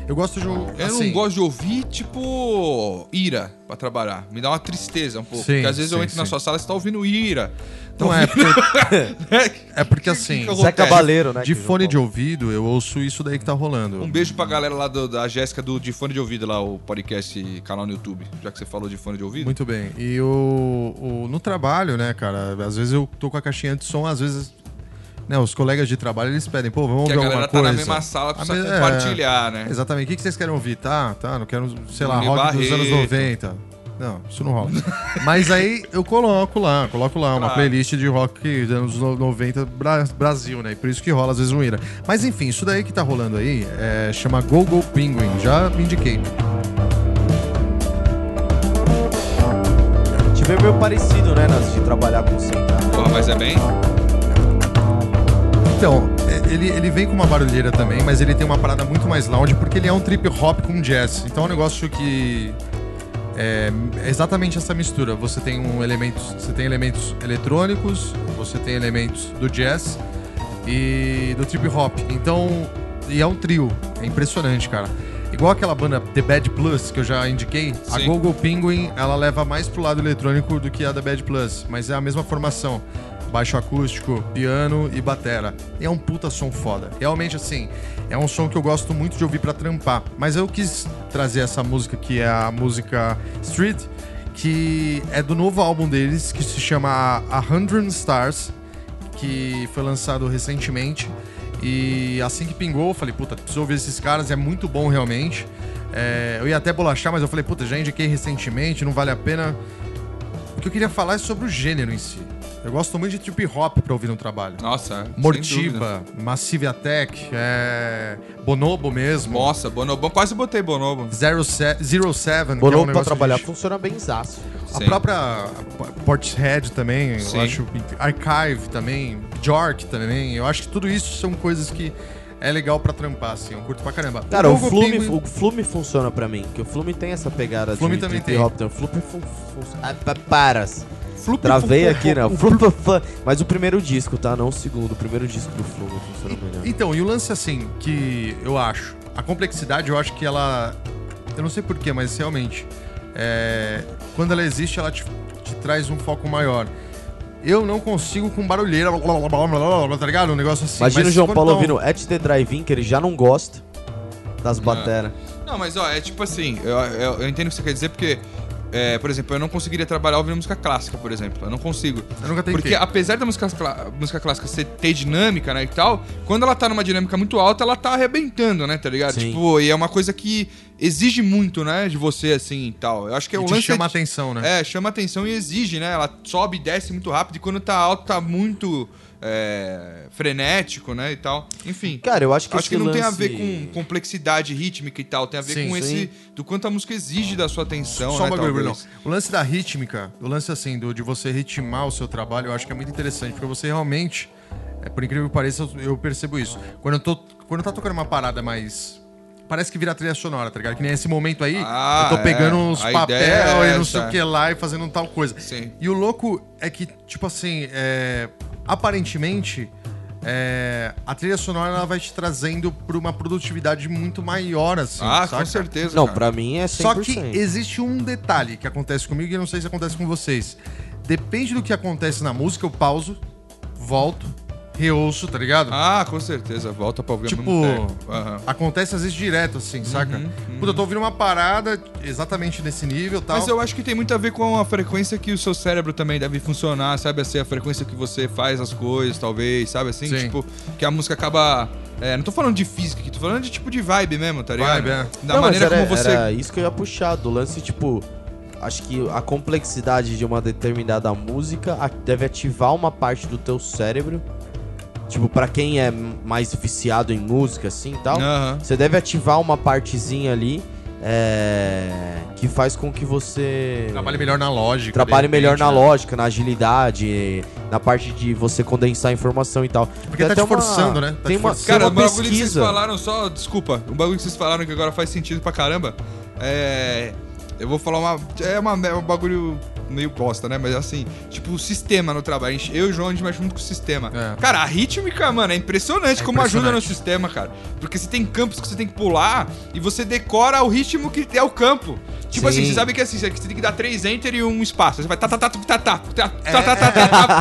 [SPEAKER 1] Eu gosto de. um-
[SPEAKER 3] Eu
[SPEAKER 1] assim,
[SPEAKER 3] não gosto de ouvir, tipo, ira pra trabalhar. Me dá uma tristeza um pouco.
[SPEAKER 1] Sim,
[SPEAKER 3] porque às vezes eu
[SPEAKER 1] sim,
[SPEAKER 3] entro na
[SPEAKER 1] sim.
[SPEAKER 3] sua sala e você tá ouvindo ira. Tá né?
[SPEAKER 1] Não é, porque, é
[SPEAKER 3] <laughs>
[SPEAKER 1] porque assim.
[SPEAKER 3] Que que
[SPEAKER 2] Você é
[SPEAKER 3] Acontece.
[SPEAKER 2] cabaleiro, né?
[SPEAKER 1] De
[SPEAKER 2] que o João
[SPEAKER 1] fone de
[SPEAKER 2] Paulo-
[SPEAKER 1] ouvido, eu ouço isso daí que tá rolando.
[SPEAKER 3] Um beijo pra galera lá do- da Jéssica do De Fone de Ouvido, lá o podcast canal no YouTube. Já que você falou de fone de ouvido.
[SPEAKER 1] Muito bem. E o, o- no trabalho, né, cara? Às vezes eu tô com a caixinha de som, às vezes. Né, os colegas de trabalho eles pedem, pô, vamos
[SPEAKER 3] Que a
[SPEAKER 1] ouvir alguma
[SPEAKER 3] galera tá
[SPEAKER 1] coisa.
[SPEAKER 3] na mesma sala,
[SPEAKER 1] A
[SPEAKER 3] precisa
[SPEAKER 1] me- é,
[SPEAKER 3] compartilhar, né?
[SPEAKER 1] Exatamente. O que que vocês querem ouvir? Tá, tá, não quero, sei lá,
[SPEAKER 3] Tony
[SPEAKER 1] rock dos
[SPEAKER 3] Barreto.
[SPEAKER 1] anos 90. Não, isso não rola. Mas aí eu coloco lá, coloco lá uma
[SPEAKER 3] Claro.
[SPEAKER 1] playlist de rock dos anos no- 90 Bra- Brasil, né? E por isso que rola às vezes um ira. Mas enfim, isso daí que tá rolando aí é, chama Go Go Penguin, já me indiquei.
[SPEAKER 2] Tive meio parecido, né, nas de trabalhar com sentar.
[SPEAKER 3] Porra, mas é bem.
[SPEAKER 1] Então, é, ele, ele vem com uma barulheira também, mas ele tem uma parada muito mais lounge porque ele é um trip hop com jazz. Então é um negócio que é é exatamente essa mistura. Você tem um elemento, você tem elementos eletrônicos, você tem elementos do jazz e do trip hop. Então, e é um trio, é impressionante, cara. Igual aquela banda The Bad Plus que eu já indiquei, a
[SPEAKER 3] Sim.
[SPEAKER 1] Go Go Penguin, ela leva mais pro lado eletrônico do que a da Bad Plus, mas é a mesma formação. Baixo acústico, piano e batera. E é um puta som foda. Realmente, assim, é um som que eu gosto muito de ouvir pra trampar. Mas eu quis trazer essa música que é a música Street, que é do novo álbum deles, que se chama A Hundred Stars, que foi lançado recentemente. E assim que pingou, eu falei, puta, preciso ouvir esses caras, é muito bom realmente. É, eu ia até bolachar, mas eu falei, puta, já indiquei recentemente, não vale a pena. O que eu queria falar é sobre o gênero em si. Eu gosto muito de trip hop pra ouvir no trabalho.
[SPEAKER 3] Nossa. sem dúvida.
[SPEAKER 1] Mortiva, Massive Attack, é, Bonobo mesmo.
[SPEAKER 3] Nossa, Bonobo. Quase botei Bonobo.
[SPEAKER 1] Zero Se- Zero Seven, que é um
[SPEAKER 2] Bolou pra
[SPEAKER 1] negócio
[SPEAKER 2] trabalhar
[SPEAKER 1] de-
[SPEAKER 2] funciona bem zaço.
[SPEAKER 1] a
[SPEAKER 3] Sim.
[SPEAKER 1] própria Portishead também,
[SPEAKER 3] Sim.
[SPEAKER 1] eu acho. Archive também, Jork também. Eu acho que tudo isso são coisas que é legal pra trampar, assim. Eu curto pra caramba.
[SPEAKER 2] Cara, o
[SPEAKER 1] Google
[SPEAKER 2] Flume,
[SPEAKER 1] Penguin-
[SPEAKER 2] o Flume funciona pra mim, que o Flume tem essa pegada
[SPEAKER 1] Flume
[SPEAKER 2] de
[SPEAKER 1] também
[SPEAKER 2] trip
[SPEAKER 1] tem.
[SPEAKER 2] hop, então, O Flume fun- fun- ah, pa- Paras.
[SPEAKER 1] Flup-
[SPEAKER 2] Travei
[SPEAKER 1] Flup-
[SPEAKER 2] aqui, né?
[SPEAKER 1] Flup-
[SPEAKER 2] O Flume- Flume- Mas o primeiro disco, tá? Não o segundo. O primeiro disco do Flume funciona melhor.
[SPEAKER 1] Então, e o lance assim, que eu acho. A complexidade, eu acho que ela. Eu não sei porquê, mas realmente. é, quando ela existe, ela te, te traz um foco maior. Eu não consigo com barulheira, blá, blá, blá, blá, blá, blá, tá ligado? Um negócio assim.
[SPEAKER 2] Imagina
[SPEAKER 1] mas
[SPEAKER 2] o João
[SPEAKER 1] quando
[SPEAKER 2] Paulo
[SPEAKER 1] tá um-
[SPEAKER 2] ouvindo At The Drive-In, que ele já não gosta das bateras.
[SPEAKER 3] Não, mas ó, é tipo assim, eu, eu- eu entendo o que você quer dizer, porque, é, por exemplo, eu não conseguiria trabalhar ouvindo música clássica, por exemplo. Eu não consigo.
[SPEAKER 1] Eu nunca tentei.
[SPEAKER 3] Porque apesar da música, clá- música clássica ser, ter dinâmica, né, e tal, quando ela tá numa dinâmica muito alta, ela tá arrebentando, né, tá ligado?
[SPEAKER 2] Sim.
[SPEAKER 3] Tipo, e é uma coisa que exige muito, né, de você, assim, e tal. Eu acho que é
[SPEAKER 1] E
[SPEAKER 3] o
[SPEAKER 1] te
[SPEAKER 3] lance...
[SPEAKER 1] chama a
[SPEAKER 3] é-
[SPEAKER 1] atenção, né?
[SPEAKER 3] É, chama atenção e exige, né? Ela sobe e desce muito rápido, e quando tá alto, tá muito... é, frenético, né, e tal. Enfim.
[SPEAKER 2] Cara, eu acho que
[SPEAKER 3] Acho
[SPEAKER 2] esse
[SPEAKER 3] que não tem a
[SPEAKER 2] lance-
[SPEAKER 3] ver com complexidade rítmica e tal, tem a ver
[SPEAKER 1] Sim,
[SPEAKER 3] com
[SPEAKER 1] sim.
[SPEAKER 3] esse. do quanto a música exige da sua atenção.
[SPEAKER 1] Só
[SPEAKER 3] né,
[SPEAKER 1] um bagulho,
[SPEAKER 3] talvez.
[SPEAKER 1] Bruno. O lance da rítmica, o lance assim, do, de você ritmar o seu trabalho, eu acho que é muito interessante, porque você realmente, é, por incrível que pareça, eu, eu percebo isso. Quando eu, tô, quando eu tá tocando uma parada mais. Parece que vira trilha sonora, tá ligado? Que nem esse momento aí,
[SPEAKER 3] Ah,
[SPEAKER 1] eu tô pegando
[SPEAKER 3] é.
[SPEAKER 1] uns
[SPEAKER 3] A
[SPEAKER 1] papel
[SPEAKER 3] ideia é
[SPEAKER 1] e não sei
[SPEAKER 3] essa.
[SPEAKER 1] o que lá e fazendo tal coisa.
[SPEAKER 3] Sim.
[SPEAKER 1] E o louco é que, tipo assim, é, aparentemente. é, a trilha sonora ela vai te trazendo pra uma produtividade muito maior, assim.
[SPEAKER 3] Ah,
[SPEAKER 1] saca?
[SPEAKER 3] com certeza.
[SPEAKER 2] Não,
[SPEAKER 3] cara.
[SPEAKER 2] pra mim é 100%.
[SPEAKER 1] Só que existe um detalhe que acontece comigo e eu não sei se acontece com vocês. Depende do que acontece na música, eu pauso, volto, reouço, tá ligado?
[SPEAKER 3] Ah, com certeza. Volta pra ouvir
[SPEAKER 1] Tipo,
[SPEAKER 3] ao mesmo tempo. Aham. Uhum,
[SPEAKER 1] Acontece às vezes direto, assim, saca? Puta, eu tô ouvindo uma parada exatamente nesse nível e tal.
[SPEAKER 3] Mas eu acho que tem muito a ver com a frequência que o seu cérebro também deve funcionar, sabe? Assim, a frequência que você faz as coisas, talvez, sabe? Assim,
[SPEAKER 1] Sim.
[SPEAKER 3] tipo, que a música acaba. é, não tô falando de física aqui, tô falando de tipo de vibe mesmo, tá ligado?
[SPEAKER 1] Vibe, é.
[SPEAKER 3] Da
[SPEAKER 2] Não, mas
[SPEAKER 3] maneira
[SPEAKER 2] era,
[SPEAKER 3] como você.
[SPEAKER 2] era isso que eu ia puxar, do lance, tipo... acho que a complexidade de uma determinada música a- deve ativar uma parte do teu cérebro. Tipo, pra quem é mais viciado em música, assim e tal,
[SPEAKER 3] Aham.
[SPEAKER 2] você deve ativar uma partezinha ali é, que faz com que você
[SPEAKER 1] Trabalhe melhor na lógica. de
[SPEAKER 2] trabalhe
[SPEAKER 1] repente,
[SPEAKER 2] melhor na
[SPEAKER 1] né?
[SPEAKER 2] lógica, na agilidade, na parte de você condensar a informação e tal.
[SPEAKER 1] Porque
[SPEAKER 2] Tem
[SPEAKER 1] tá
[SPEAKER 2] até
[SPEAKER 1] te forçando, né? Tá te
[SPEAKER 2] tem uma,
[SPEAKER 1] forçando.
[SPEAKER 2] tem
[SPEAKER 3] Cara, o
[SPEAKER 2] uma
[SPEAKER 3] bagulho que vocês
[SPEAKER 2] pesquisa.
[SPEAKER 3] falaram só, desculpa, o bagulho que vocês falaram que agora faz sentido pra caramba, é... Eu vou falar uma... É, uma, é um bagulho meio bosta, né? Mas assim, tipo, o sistema no trabalho. A gente- Eu e o João, a gente mexe muito com o sistema.
[SPEAKER 1] É.
[SPEAKER 3] Cara, a rítmica, mano, é impressionante
[SPEAKER 1] É
[SPEAKER 3] como ajuda no
[SPEAKER 1] impressionante.
[SPEAKER 3] sistema, cara. Porque você tem campos que você tem que pular e você decora o ritmo que é o campo. Tipo
[SPEAKER 2] Sim.
[SPEAKER 3] assim, você sabe que assim, você tem que dar três enter e um espaço. Você vai tá tá tá tá tá tá tá tá tá tá tá tá tá tá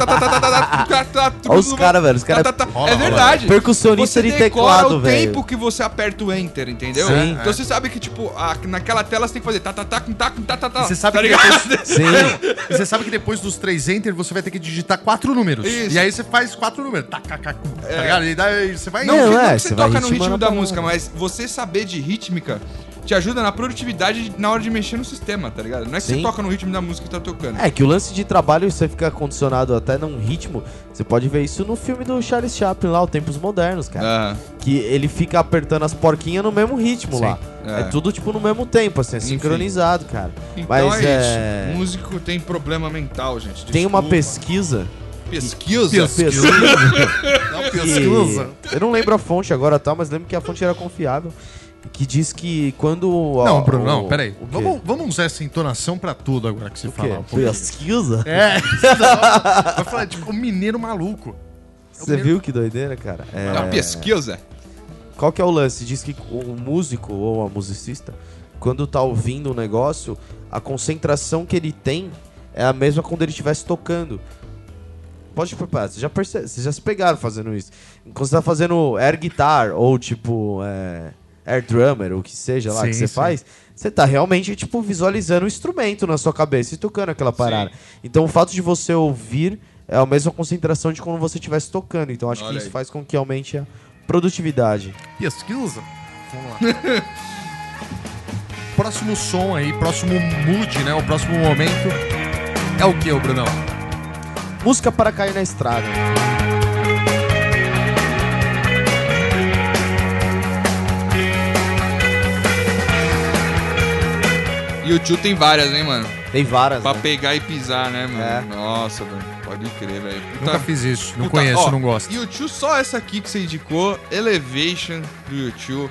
[SPEAKER 3] tá tá tá tá
[SPEAKER 2] Olha os caras, velho. Os
[SPEAKER 3] Tá,
[SPEAKER 2] caras
[SPEAKER 3] tá, tá.
[SPEAKER 1] Rola,
[SPEAKER 3] É
[SPEAKER 1] rola.
[SPEAKER 3] verdade.
[SPEAKER 2] Percussionista
[SPEAKER 3] Você
[SPEAKER 2] de
[SPEAKER 3] decora
[SPEAKER 2] teclado,
[SPEAKER 3] o
[SPEAKER 2] velho.
[SPEAKER 3] tempo que você aperta o enter, entendeu?
[SPEAKER 2] Sim.
[SPEAKER 3] Então você sabe que, tipo, a- naquela tela você tem que fazer tá, tá, tá, tá, tá, tá, tá.
[SPEAKER 1] E Você sabe,
[SPEAKER 3] tá
[SPEAKER 1] que
[SPEAKER 3] ligado? <laughs>
[SPEAKER 1] depois... E você sabe que depois dos três enter, você vai ter que digitar quatro números.
[SPEAKER 3] Isso.
[SPEAKER 1] E
[SPEAKER 3] É.
[SPEAKER 1] aí você faz quatro números. Tá, tá, tá, tá ligado? E daí você vai...
[SPEAKER 3] Não,
[SPEAKER 2] Não,
[SPEAKER 3] não,
[SPEAKER 2] é,
[SPEAKER 3] que
[SPEAKER 2] você
[SPEAKER 3] você
[SPEAKER 2] vai
[SPEAKER 3] toca no
[SPEAKER 2] ritmando a
[SPEAKER 3] ritmo da
[SPEAKER 2] parada.
[SPEAKER 3] música, mas você saber de rítmica te ajuda na produtividade na hora de mexer no sistema, tá ligado? Não é que
[SPEAKER 2] Sim.
[SPEAKER 3] você toca no ritmo da música que tá tocando.
[SPEAKER 2] É que o lance de trabalho você fica condicionado até num ritmo. Você pode ver isso no filme do Charles Chaplin lá, o Tempos Modernos, cara.
[SPEAKER 3] Ah,
[SPEAKER 2] Que ele fica apertando as porquinhas no mesmo ritmo
[SPEAKER 1] É. Sim.
[SPEAKER 2] lá. É.
[SPEAKER 3] É.
[SPEAKER 2] tudo tipo no mesmo tempo, assim, é
[SPEAKER 3] Enfim.
[SPEAKER 2] sincronizado, cara.
[SPEAKER 3] então
[SPEAKER 2] Mas
[SPEAKER 3] é,
[SPEAKER 2] é.
[SPEAKER 3] isso. Músico tem problema mental, gente.
[SPEAKER 2] Tem uma
[SPEAKER 3] Desculpa.
[SPEAKER 2] pesquisa.
[SPEAKER 3] pesquisa.
[SPEAKER 2] <laughs> pesquisa
[SPEAKER 1] Não, pesquisa.
[SPEAKER 2] que- Eu não lembro a fonte agora, tá? Mas lembro que a fonte era confiável. Que diz que quando.
[SPEAKER 1] Não, Bruno, não, peraí.
[SPEAKER 2] Vamos.
[SPEAKER 1] Vamos, vamos usar essa entonação pra tudo agora que você
[SPEAKER 2] O quê?
[SPEAKER 1] fala. um pouquinho.
[SPEAKER 2] <laughs> Pesquisa?
[SPEAKER 1] É, vai falar tipo o mineiro maluco.
[SPEAKER 2] Você viu que doideira, cara?
[SPEAKER 3] É
[SPEAKER 2] É,
[SPEAKER 3] uma pesquisa.
[SPEAKER 2] Qual que é o lance? Diz que o músico ou a musicista, quando tá ouvindo um negócio, a concentração que ele tem é a mesma quando ele estivesse tocando. Pode preparar, vocês já, perce... vocês já se pegaram fazendo isso. Quando você tá fazendo air guitar ou tipo é, air drummer, ou o que seja lá
[SPEAKER 1] Sim,
[SPEAKER 2] que você
[SPEAKER 1] sim.
[SPEAKER 2] faz, você tá realmente tipo visualizando o instrumento na sua cabeça e tocando aquela parada. Então o fato de você ouvir é a mesma concentração de quando você estivesse tocando. Então acho que
[SPEAKER 3] Olha
[SPEAKER 2] isso
[SPEAKER 3] aí.
[SPEAKER 2] faz com que aumente a produtividade.
[SPEAKER 1] Pesquisa? Vamos lá. <laughs> próximo som aí, próximo mood, né? O próximo momento é o que, Brunão?
[SPEAKER 2] Música para cair na estrada.
[SPEAKER 3] E o tio tem várias, hein, mano?
[SPEAKER 2] Tem várias.
[SPEAKER 3] Pra
[SPEAKER 2] né?
[SPEAKER 3] pegar e pisar, né, mano?
[SPEAKER 2] É.
[SPEAKER 3] Nossa, mano. Pode crer, velho.
[SPEAKER 1] Nunca
[SPEAKER 3] Puta-
[SPEAKER 1] fiz isso, não
[SPEAKER 3] puta-
[SPEAKER 1] conheço,
[SPEAKER 3] Tá. Então, ó,
[SPEAKER 1] não gosto.
[SPEAKER 3] E o tio, só essa aqui que você indicou: Elevation do YouTube,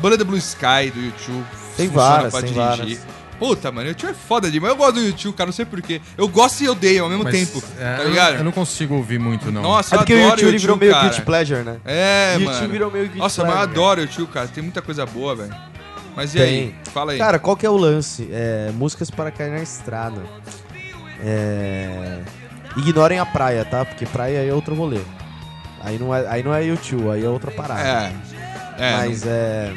[SPEAKER 3] Banda the Blue Sky do YouTube.
[SPEAKER 2] Tem
[SPEAKER 3] funciona
[SPEAKER 2] várias,
[SPEAKER 3] pra
[SPEAKER 2] tem
[SPEAKER 3] dirigir.
[SPEAKER 2] várias.
[SPEAKER 3] Puta, mano, o tio é foda demais. Eu gosto do YouTube, cara, não sei porquê. Eu gosto e odeio ao mesmo
[SPEAKER 1] Mas,
[SPEAKER 3] tempo.
[SPEAKER 1] é,
[SPEAKER 3] tá
[SPEAKER 1] eu-
[SPEAKER 3] ligado?
[SPEAKER 1] Eu não consigo ouvir muito, não.
[SPEAKER 2] É
[SPEAKER 3] Nossa, eu
[SPEAKER 2] porque o
[SPEAKER 3] adoro
[SPEAKER 2] YouTube ele
[SPEAKER 3] YouTube,
[SPEAKER 2] virou meio
[SPEAKER 3] cara.
[SPEAKER 2] guilty pleasure, né?
[SPEAKER 3] É,
[SPEAKER 2] YouTube
[SPEAKER 3] mano.
[SPEAKER 2] virou meio guilty
[SPEAKER 3] Nossa, mas eu
[SPEAKER 2] pleasure.
[SPEAKER 3] adoro o tio, cara. Tem muita coisa boa, velho. Mas e aí? Fala aí.
[SPEAKER 2] Cara, qual que é o lance? É, músicas para cair na estrada. É, Ignorem a praia, tá? Porque praia é outro rolê. Aí não é, aí não é YouTube, aí é outra parada.
[SPEAKER 3] é. É,
[SPEAKER 2] Mas é.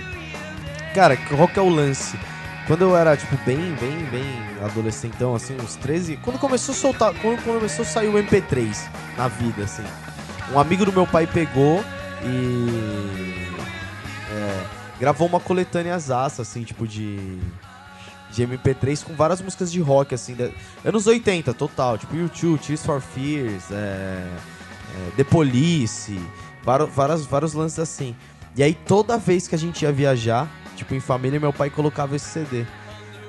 [SPEAKER 2] Cara, qual que é o lance? Quando eu era, tipo, bem, bem, bem adolescentão, assim, uns 13. Quando começou a soltar. Quando começou a sair o MP3 na vida, assim. Um amigo do meu pai pegou e. é, gravou uma coletânea zaça, assim, tipo, de. De MP3 com várias músicas de rock, assim, da- anos 80, total. Tipo, U2, Tears for Fears, é, é, The Police, varo- várias, vários lances assim. E aí toda vez que a gente ia viajar, tipo, em família, meu pai colocava esse CD.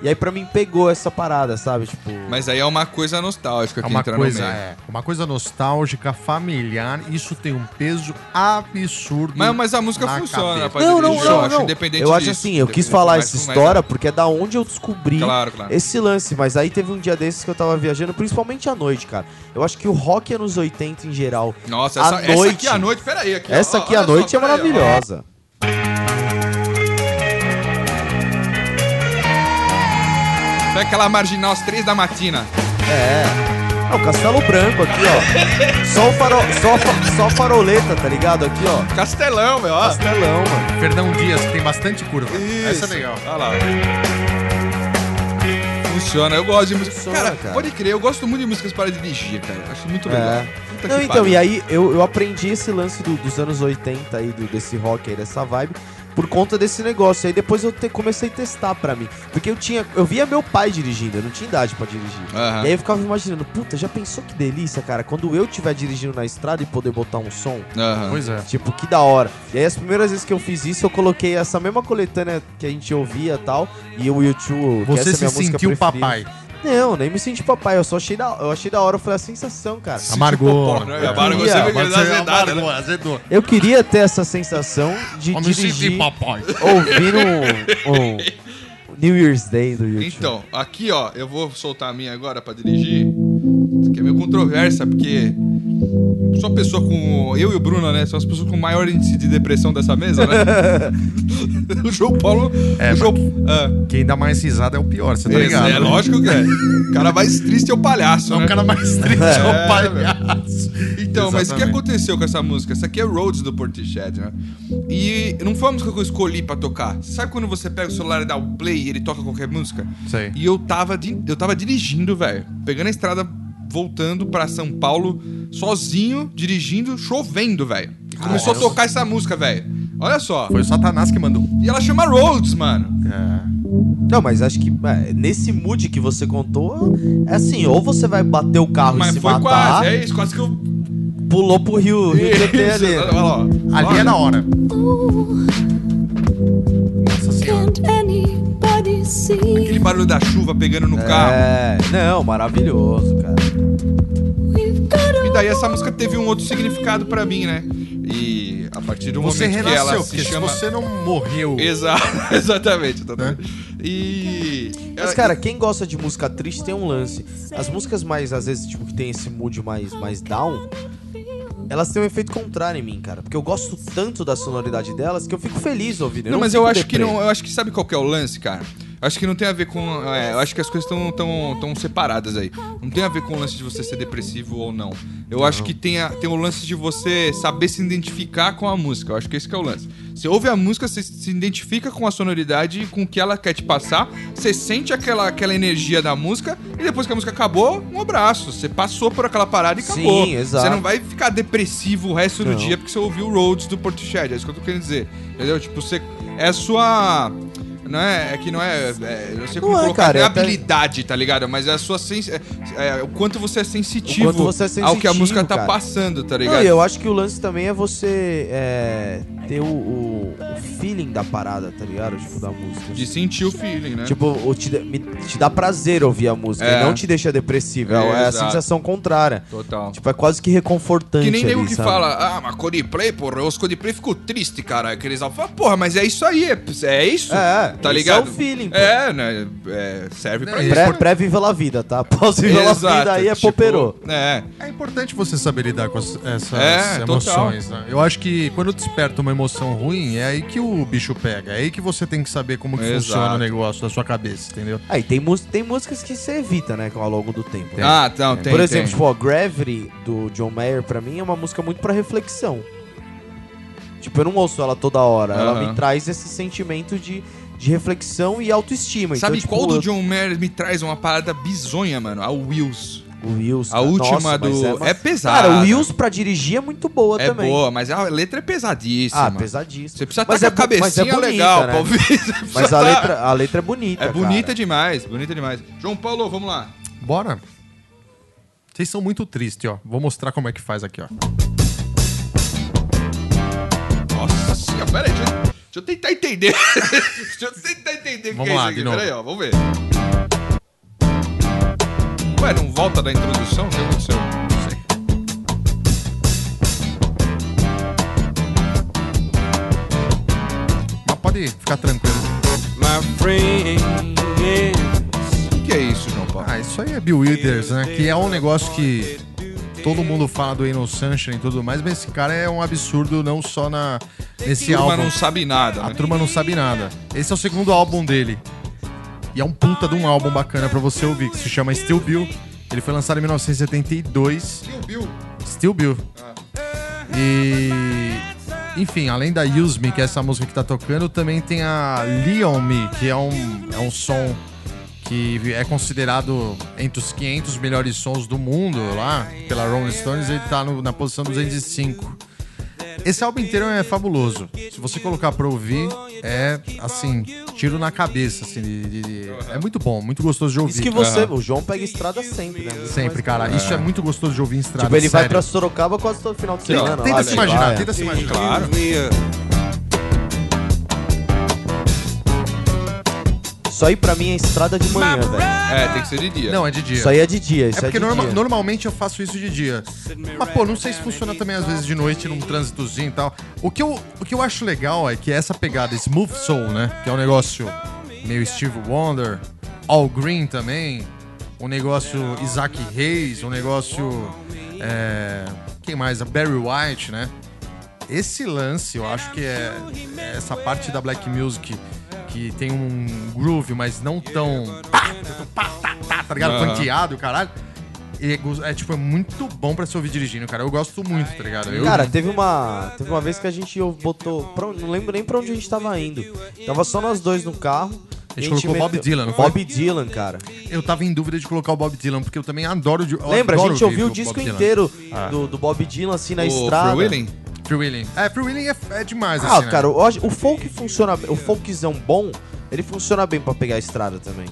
[SPEAKER 2] E aí pra mim pegou essa parada, sabe? Tipo.
[SPEAKER 3] Mas aí é uma coisa nostálgica
[SPEAKER 1] É
[SPEAKER 3] que
[SPEAKER 1] uma
[SPEAKER 3] entra
[SPEAKER 1] coisa,
[SPEAKER 3] no meio.
[SPEAKER 1] é, uma coisa nostálgica, familiar, isso tem um peso absurdo.
[SPEAKER 3] Mas, é mas a música
[SPEAKER 1] Na
[SPEAKER 3] funciona,
[SPEAKER 1] cabeça.
[SPEAKER 3] rapaz.
[SPEAKER 2] não, não,
[SPEAKER 3] Eu
[SPEAKER 2] não,
[SPEAKER 3] acho
[SPEAKER 2] não.
[SPEAKER 3] independente
[SPEAKER 2] eu acho
[SPEAKER 3] disso.
[SPEAKER 2] assim, eu quis
[SPEAKER 3] Independente,
[SPEAKER 2] falar
[SPEAKER 3] mas-
[SPEAKER 2] essa
[SPEAKER 3] mas-
[SPEAKER 2] história porque é da onde eu descobri
[SPEAKER 3] Claro, claro.
[SPEAKER 2] esse lance. Mas aí teve um dia desses que eu tava viajando, principalmente à noite, cara. Eu acho que o rock anos 80 em geral
[SPEAKER 3] Nossa,
[SPEAKER 2] à
[SPEAKER 3] essa, essa
[SPEAKER 2] noite-
[SPEAKER 3] aqui à noite, peraí. Aqui, ó,
[SPEAKER 2] Essa
[SPEAKER 3] ó,
[SPEAKER 2] aqui
[SPEAKER 3] olha
[SPEAKER 2] à noite
[SPEAKER 3] só,
[SPEAKER 2] é
[SPEAKER 3] peraí, ó.
[SPEAKER 2] maravilhosa.
[SPEAKER 3] Pega aquela marginal às três da matina.
[SPEAKER 2] É, o Castelo Branco aqui,
[SPEAKER 3] <laughs>
[SPEAKER 2] ó. Só o farol, só, fa- só faroleta, tá ligado? Aqui, ó.
[SPEAKER 3] Castelão, meu, ó.
[SPEAKER 2] Castelão, mano.
[SPEAKER 1] Fernão Dias, que tem bastante curva. Essa é
[SPEAKER 3] Isso.
[SPEAKER 1] legal.
[SPEAKER 3] Olha lá. Funciona, eu gosto de música.
[SPEAKER 2] Funciona,
[SPEAKER 3] cara,
[SPEAKER 2] cara.
[SPEAKER 3] pode crer, eu gosto muito de músicas para dirigir, cara. Acho muito legal.
[SPEAKER 2] É.
[SPEAKER 3] Puta
[SPEAKER 2] Não,
[SPEAKER 3] tá que
[SPEAKER 2] então,
[SPEAKER 3] pariu.
[SPEAKER 2] e aí eu, eu aprendi esse lance do- dos anos 80 aí, do, desse rock aí, dessa vibe, por conta desse negócio. Aí depois eu te- comecei a testar pra mim. Porque eu tinha. Eu via meu pai dirigindo, eu não tinha idade pra dirigir.
[SPEAKER 3] Aham.
[SPEAKER 1] Ah.
[SPEAKER 2] E aí eu ficava imaginando, puta, já pensou que delícia, cara? Quando eu estiver dirigindo na estrada e poder botar um som.
[SPEAKER 3] Aham.
[SPEAKER 1] Pois é.
[SPEAKER 2] Tipo, que da hora. E aí, as primeiras vezes que eu fiz isso, eu coloquei essa mesma coletânea que a gente ouvia e tal. E o YouTube. que essa
[SPEAKER 1] Você
[SPEAKER 2] é
[SPEAKER 1] se
[SPEAKER 2] minha música
[SPEAKER 1] sentiu
[SPEAKER 2] preferida.
[SPEAKER 1] <laughs> papai.
[SPEAKER 2] Não, nem me senti papai. Eu só achei da, eu achei da hora. Eu falei a sensação, cara.
[SPEAKER 1] Amargou.
[SPEAKER 3] popó, né? Amargou,
[SPEAKER 2] você
[SPEAKER 1] tipo, Amargou,
[SPEAKER 3] fica azedado,
[SPEAKER 1] amargou, azedou.
[SPEAKER 2] Eu queria ter essa sensação de
[SPEAKER 1] Eu me senti
[SPEAKER 2] dirigir
[SPEAKER 1] papai.
[SPEAKER 2] ouvindo um, um New Year's Day do YouTube.
[SPEAKER 3] Então, aqui ó, eu vou soltar a minha agora pra dirigir. Isso aqui é meio controversa, porque só pessoa com. Eu e o Bruno, né? São as pessoas com maior índice de depressão dessa mesa, né? o João Paulo.
[SPEAKER 1] É,
[SPEAKER 3] o João, Ah,
[SPEAKER 1] Quem dá mais risada é o pior, você tá
[SPEAKER 3] é,
[SPEAKER 1] ligado?
[SPEAKER 3] é lógico que é. O cara mais triste é o palhaço,
[SPEAKER 1] É
[SPEAKER 3] né?
[SPEAKER 1] o cara mais triste, é,
[SPEAKER 3] É,
[SPEAKER 1] o palhaço.
[SPEAKER 3] Então, mas o que
[SPEAKER 1] Exatamente.
[SPEAKER 3] aconteceu com essa música? Essa aqui é Roads do Portishead, né? E não foi a música que eu escolhi pra tocar. Sabe quando você pega o celular e dá o play e ele toca qualquer música?
[SPEAKER 1] Sei.
[SPEAKER 3] E eu tava, di- eu tava dirigindo, velho. Pegando a estrada, voltando pra São Paulo, sozinho, dirigindo, chovendo, velho. E começou a tocar essa música, velho. Olha só.
[SPEAKER 1] Foi o Satanás que mandou.
[SPEAKER 3] E ela chama Roads, mano. É.
[SPEAKER 2] Não, mas acho que é, nesse mood que você contou, é assim, ou você vai bater o carro e
[SPEAKER 3] Mas
[SPEAKER 2] se
[SPEAKER 3] foi
[SPEAKER 2] matar,
[SPEAKER 3] quase, é isso, quase que eu.
[SPEAKER 2] pulou pro Rio, Rio
[SPEAKER 3] <laughs>
[SPEAKER 2] TT ali.
[SPEAKER 3] Olha lá, ó.
[SPEAKER 1] Ali
[SPEAKER 3] Olha.
[SPEAKER 1] é na hora.
[SPEAKER 6] Ooh,
[SPEAKER 1] Nossa senhora.
[SPEAKER 6] can't anybody
[SPEAKER 3] Aquele
[SPEAKER 6] see
[SPEAKER 3] barulho da chuva pegando no carro.
[SPEAKER 2] É, não, maravilhoso, cara.
[SPEAKER 6] we've got
[SPEAKER 3] E
[SPEAKER 6] a
[SPEAKER 3] daí essa música teve um outro significado pra mim, né? E a partir do
[SPEAKER 1] Você
[SPEAKER 3] momento que ela
[SPEAKER 1] renasceu,
[SPEAKER 3] se
[SPEAKER 1] porque
[SPEAKER 3] chama.
[SPEAKER 1] se você não morreu.
[SPEAKER 3] Exato, <laughs> exatamente. exatamente.
[SPEAKER 1] Né?
[SPEAKER 3] É, E.
[SPEAKER 2] Mas, cara, quem gosta de música triste tem um lance. As músicas mais, às vezes, tipo, que tem esse mood mais, mais down, elas têm um efeito contrário em mim, cara. Porque eu gosto tanto da sonoridade delas que eu fico feliz ouvindo.
[SPEAKER 3] Não, mas eu
[SPEAKER 2] fico
[SPEAKER 3] acho que
[SPEAKER 2] deprê.
[SPEAKER 3] não. Eu acho que sabe qual que é o lance, cara? Eu Acho que não tem a ver com. é, eu acho que as coisas estão tão, tão separadas aí. Não tem a ver com o lance de você ser depressivo ou não. Eu acho que tem, a, tem o lance de você saber se identificar com a música. Eu acho que esse que é o lance. Você ouve a música, você se identifica com a sonoridade e com o que ela quer te passar. Você sente aquela, aquela energia da música e depois que a música acabou, um abraço. Você passou por aquela parada e
[SPEAKER 2] Sim,
[SPEAKER 3] acabou.
[SPEAKER 2] exato.
[SPEAKER 3] Você não vai ficar depressivo o resto do
[SPEAKER 2] Não.
[SPEAKER 3] dia porque você ouviu o Rhodes do Portishead. É isso que eu tô querendo dizer. Entendeu? Tipo, você. É a sua. Não é, é que não é. é eu não sei como
[SPEAKER 2] Não é,
[SPEAKER 3] colocar.
[SPEAKER 2] cara,
[SPEAKER 3] não
[SPEAKER 2] é
[SPEAKER 3] é
[SPEAKER 2] até-
[SPEAKER 3] habilidade, tá ligado? Mas é a sua sens... é, é, o quanto você é sensitivo,
[SPEAKER 2] O quanto você é
[SPEAKER 3] ao que a
[SPEAKER 2] sensitivo,
[SPEAKER 3] música tá
[SPEAKER 2] cara.
[SPEAKER 3] passando, tá
[SPEAKER 2] Não,
[SPEAKER 3] ligado?
[SPEAKER 2] e eu acho que o lance também é você é, ter o, o- o feeling da parada, tá ligado? Tipo, da música.
[SPEAKER 3] De sentir o feeling, né?
[SPEAKER 2] Tipo, o te, dá- me- te dá prazer ouvir a música,
[SPEAKER 3] É.
[SPEAKER 2] e não te deixa depressivo. É,
[SPEAKER 3] É,
[SPEAKER 2] é a
[SPEAKER 3] exato.
[SPEAKER 2] sensação contrária.
[SPEAKER 3] Total.
[SPEAKER 2] Tipo, é quase que reconfortante.
[SPEAKER 3] Que nem
[SPEAKER 2] ali,
[SPEAKER 3] nego que
[SPEAKER 2] sabe?
[SPEAKER 3] fala, ah, mas Coldplay, porra, os Coldplay ficou triste, cara. Que eles falam, porra, mas é isso aí, é, é isso.
[SPEAKER 2] É,
[SPEAKER 3] tá
[SPEAKER 2] esse
[SPEAKER 3] ligado?
[SPEAKER 2] é o feeling, pô.
[SPEAKER 3] É, né? é, serve pra
[SPEAKER 1] É,
[SPEAKER 3] isso.
[SPEAKER 2] Pré- Pré-viva la vida, tá? <laughs> Pós-viva la
[SPEAKER 3] Exato,
[SPEAKER 2] vida aí é
[SPEAKER 3] tipo,
[SPEAKER 2] poperô.
[SPEAKER 3] É.
[SPEAKER 1] É importante você saber lidar com as- essas
[SPEAKER 3] É, total.
[SPEAKER 1] emoções, né? Eu acho que quando desperta uma emoção ruim, é aí que o bicho pega. É aí que você tem que saber como que
[SPEAKER 3] Exato.
[SPEAKER 1] funciona o negócio da sua cabeça, entendeu?
[SPEAKER 2] Aí tem, mús- tem músicas que você evita, né, ao longo do tempo. né?
[SPEAKER 3] Ah, não, tem.
[SPEAKER 2] Por exemplo,
[SPEAKER 3] tem.
[SPEAKER 2] tipo, ó, Gravity do John Mayer, pra mim, é uma música muito pra reflexão. Tipo, eu não ouço ela toda hora. Ela
[SPEAKER 3] Aham.
[SPEAKER 2] me traz esse sentimento de, de reflexão e autoestima.
[SPEAKER 3] Sabe
[SPEAKER 2] então, tipo,
[SPEAKER 3] qual do
[SPEAKER 2] eu-
[SPEAKER 3] John Mayer me traz uma parada bizonha, mano? A Wills.
[SPEAKER 2] O Wills.
[SPEAKER 3] A última do- é pesada.
[SPEAKER 2] Cara, o Wills pra dirigir é muito boa
[SPEAKER 3] É
[SPEAKER 2] também.
[SPEAKER 3] boa, mas a letra é pesadíssima.
[SPEAKER 2] Ah, pesadíssima.
[SPEAKER 3] Você precisa
[SPEAKER 2] Mas
[SPEAKER 3] estar
[SPEAKER 2] é
[SPEAKER 3] com a
[SPEAKER 2] bo- mas é
[SPEAKER 3] cabecinha
[SPEAKER 2] bonita,
[SPEAKER 3] legal
[SPEAKER 2] né?
[SPEAKER 3] pra ouvir. Você precisa
[SPEAKER 2] Mas a
[SPEAKER 3] tá-
[SPEAKER 2] letra, a letra é bonita.
[SPEAKER 3] É bonita
[SPEAKER 2] cara.
[SPEAKER 3] demais, bonita demais. João Paulo, vamos lá.
[SPEAKER 1] Bora? Vocês são muito tristes, ó. Vou mostrar como é que faz aqui, ó.
[SPEAKER 3] Nossa senhora, pera aí, deixa, eu- deixa eu tentar entender. <laughs> deixa eu tentar entender o que
[SPEAKER 1] Vamos
[SPEAKER 3] é
[SPEAKER 1] lá,
[SPEAKER 3] isso
[SPEAKER 1] de
[SPEAKER 3] aqui.
[SPEAKER 1] novo.
[SPEAKER 3] Pera aí, ó, vamos ver. Ué, não volta da introdução? O que aconteceu? Não sei.
[SPEAKER 1] Mas pode ficar tranquilo.
[SPEAKER 7] My friend is
[SPEAKER 3] O que é isso, João Paulo?
[SPEAKER 1] Ah, isso aí é Bill Withers, né? Que é um negócio que todo mundo fala do Ain't Sunshine e tudo mais, mas esse cara é um absurdo não só na, nesse
[SPEAKER 3] a turma
[SPEAKER 1] álbum.
[SPEAKER 3] não sabe nada,
[SPEAKER 1] A
[SPEAKER 3] né?
[SPEAKER 1] turma não sabe nada. Esse é o segundo álbum dele. E é um puta de um álbum bacana pra você ouvir, que se chama Still Bill. Ele foi lançado em 1972.
[SPEAKER 3] Kill Bill.
[SPEAKER 1] Still Bill. E. Enfim, além da Use Me, que é essa música que tá tocando, também tem a Leon Me, que é um, é um som que é considerado entre os 500 melhores sons do mundo lá, pela Rolling Stones, ele tá no- na posição 205. Esse álbum inteiro é fabuloso. Se você colocar pra ouvir, é assim, tiro na cabeça, assim, de- de- de- é muito bom, muito gostoso de
[SPEAKER 2] Isso
[SPEAKER 1] ouvir.
[SPEAKER 2] que você, o João pega estrada sempre, né? Muito
[SPEAKER 1] Sempre,
[SPEAKER 2] mais-
[SPEAKER 1] cara. Isso é muito gostoso de ouvir em estrada,
[SPEAKER 2] Tipo, ele vai
[SPEAKER 1] sério.
[SPEAKER 2] pra Sorocaba quase todo final de semana.
[SPEAKER 1] Tenta
[SPEAKER 2] lá,
[SPEAKER 1] se
[SPEAKER 2] né?
[SPEAKER 1] imaginar,
[SPEAKER 2] Vai.
[SPEAKER 1] tenta se imaginar.
[SPEAKER 3] Claro.
[SPEAKER 2] Isso aí pra mim é estrada de manhã, velho.
[SPEAKER 3] É, tem que ser de dia.
[SPEAKER 1] Não, é de dia.
[SPEAKER 2] Isso aí é de dia, isso
[SPEAKER 1] É
[SPEAKER 2] é,
[SPEAKER 1] porque
[SPEAKER 2] de
[SPEAKER 1] norma-
[SPEAKER 2] dia.
[SPEAKER 1] normalmente eu faço isso de dia. Mas, pô, não sei se funciona também às vezes de noite num trânsitozinho e tal. O que, eu, o que eu acho legal é que essa pegada Smooth Soul, né? Que é um negócio meio Steve Wonder, All Green também, um negócio Isaac Reis, um negócio. é, quem mais? A Barry White, né? Esse lance, eu acho que é é essa parte da Black Music que tem um groove, mas não tão. Pá, pá, tá, tá, tá ligado?
[SPEAKER 3] Aham.
[SPEAKER 1] Panqueado, caralho. E é, gos- é, tipo, é muito bom pra se ouvir dirigindo, cara. Eu gosto muito, tá ligado? Eu-
[SPEAKER 2] Cara, teve uma, teve uma vez que a gente botou. pra- não lembro nem pra onde a gente tava indo. Tava só nós dois no carro.
[SPEAKER 1] A gente colocou Bob Dylan, não foi?
[SPEAKER 2] Bob Dylan, cara.
[SPEAKER 1] eu tava em dúvida de colocar o Bob Dylan, porque eu também adoro. de- eu
[SPEAKER 2] Lembra? A
[SPEAKER 1] adoro
[SPEAKER 2] gente ouviu o
[SPEAKER 1] Bob
[SPEAKER 2] disco
[SPEAKER 1] Dylan. Ah.
[SPEAKER 2] inteiro do, do Bob Dylan, assim, na
[SPEAKER 3] O
[SPEAKER 2] estrada.
[SPEAKER 3] Free Willing?
[SPEAKER 1] Free Willing. É, Free Willing é, é demais,
[SPEAKER 2] Ah,
[SPEAKER 3] assim,
[SPEAKER 1] né?
[SPEAKER 2] cara, eu acho- o folk funciona bem. O folkzão bom, ele funciona bem pra pegar a estrada também.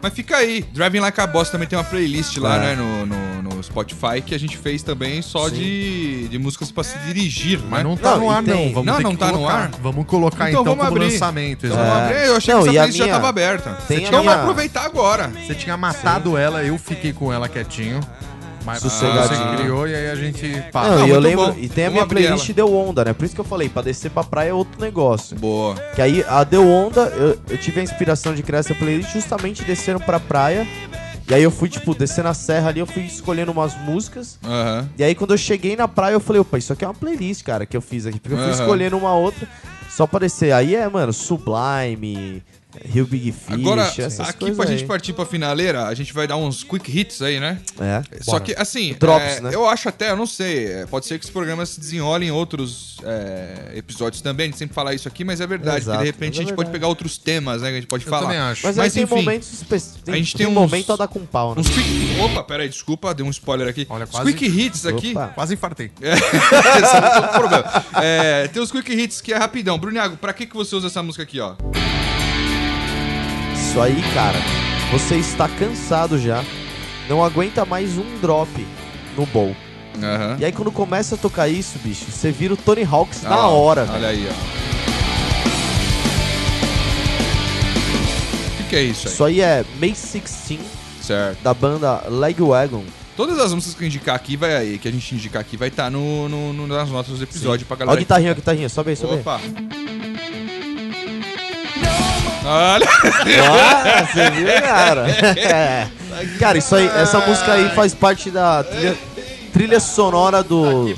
[SPEAKER 3] Mas fica aí. Driving Like a Boss também tem uma playlist lá,
[SPEAKER 2] É.
[SPEAKER 3] né, no, no, no Spotify, que a gente fez também só
[SPEAKER 2] Sim.
[SPEAKER 3] de, de músicas pra se dirigir,
[SPEAKER 1] Mas
[SPEAKER 3] né?
[SPEAKER 1] não tá
[SPEAKER 2] Não,
[SPEAKER 1] no ar,
[SPEAKER 2] e tem-
[SPEAKER 1] não. Vamos
[SPEAKER 3] Não,
[SPEAKER 1] ter
[SPEAKER 3] não
[SPEAKER 1] que
[SPEAKER 3] tá no
[SPEAKER 1] colocar.
[SPEAKER 3] ar?
[SPEAKER 1] Vamos colocar então,
[SPEAKER 3] Então vamos
[SPEAKER 1] como
[SPEAKER 3] abrir.
[SPEAKER 2] É.
[SPEAKER 1] lançamento.
[SPEAKER 3] Então,
[SPEAKER 1] exato.
[SPEAKER 3] vamos abrir. Eu achei
[SPEAKER 2] Não,
[SPEAKER 3] que
[SPEAKER 2] e
[SPEAKER 3] essa
[SPEAKER 2] a
[SPEAKER 3] playlist já
[SPEAKER 2] minha-
[SPEAKER 3] tava aberta.
[SPEAKER 2] tem a
[SPEAKER 3] então
[SPEAKER 2] minha-
[SPEAKER 3] vamos aproveitar agora.
[SPEAKER 1] Você tinha matado ela, eu fiquei com ela quietinho. Mas
[SPEAKER 2] Sossegadinho.
[SPEAKER 1] você criou e aí a gente pá.
[SPEAKER 2] Não,
[SPEAKER 3] tá
[SPEAKER 2] e eu
[SPEAKER 3] muito
[SPEAKER 2] lembro.
[SPEAKER 3] bom.
[SPEAKER 2] E tem a
[SPEAKER 3] Vamos
[SPEAKER 2] minha
[SPEAKER 3] abrir
[SPEAKER 2] playlist
[SPEAKER 3] ela.
[SPEAKER 2] Deu Onda, né? Por isso que eu falei, pra descer pra praia é outro negócio.
[SPEAKER 3] Boa.
[SPEAKER 2] Que aí a Deu Onda, eu, eu tive a inspiração de criar essa playlist justamente descendo pra praia. E aí eu fui, tipo, descendo a serra ali, eu fui escolhendo umas músicas.
[SPEAKER 3] Aham.
[SPEAKER 2] E aí quando eu cheguei na praia, eu falei, opa, isso aqui é uma playlist, cara, que eu fiz aqui. Porque eu fui
[SPEAKER 3] Aham.
[SPEAKER 2] escolhendo uma outra só pra descer. Aí é, mano, Sublime, Rio Big Fish,
[SPEAKER 3] Agora,
[SPEAKER 2] essas
[SPEAKER 3] aqui
[SPEAKER 2] coisas
[SPEAKER 3] pra gente
[SPEAKER 2] aí.
[SPEAKER 3] partir pra finaleira, a gente vai dar uns quick hits aí, né?
[SPEAKER 2] É.
[SPEAKER 3] Só que, assim,
[SPEAKER 2] Drops,
[SPEAKER 3] é,
[SPEAKER 2] né?
[SPEAKER 3] eu acho até, eu não sei, é, pode ser que esse programa se desenrole em outros é, episódios também, a gente sempre fala isso aqui, mas é verdade,
[SPEAKER 2] Exato,
[SPEAKER 3] porque de repente
[SPEAKER 2] mas é
[SPEAKER 3] a gente pode
[SPEAKER 2] verdade.
[SPEAKER 3] pegar outros temas, né, que a gente pode
[SPEAKER 1] Eu
[SPEAKER 3] falar.
[SPEAKER 1] também acho.
[SPEAKER 2] Mas, aí
[SPEAKER 3] Mas,
[SPEAKER 2] tem
[SPEAKER 3] enfim,
[SPEAKER 2] momentos específicos.
[SPEAKER 3] a gente tem uns-
[SPEAKER 2] momento a dar com pau, né?
[SPEAKER 3] Uns quick... Opa, peraí, desculpa, dei um spoiler aqui.
[SPEAKER 1] Olha,
[SPEAKER 3] Os
[SPEAKER 1] quase-
[SPEAKER 3] quick hits aqui...
[SPEAKER 2] Opa.
[SPEAKER 1] Quase infartei.
[SPEAKER 3] Esse é um problema. É, tem os quick hits que é rapidão. Bruniago, pra que, que você usa essa música aqui, ó?
[SPEAKER 2] Isso aí, cara. Você está cansado já. Não aguenta mais um drop no bowl.
[SPEAKER 3] Aham.
[SPEAKER 2] E aí quando começa a tocar isso, bicho, você vira o Tony Hawks
[SPEAKER 3] Ah,
[SPEAKER 2] na hora, velho.
[SPEAKER 3] Olha aí, ó. O que, que é isso aí?
[SPEAKER 2] Isso aí é May 16
[SPEAKER 3] Certo.
[SPEAKER 2] da banda Legwagon.
[SPEAKER 3] Todas as músicas que eu indicar aqui vai aí, que a gente indicar aqui vai estar no, no- no- nas notas do episódio pra
[SPEAKER 2] Olha a
[SPEAKER 3] galera.
[SPEAKER 2] guitarrinha, a guitarrinha, sobe aí, sobe aí.
[SPEAKER 3] Opa! Olha!
[SPEAKER 2] Ah, você viu, cara? É. Cara, isso aí, essa música aí faz parte da trilha, trilha sonora do,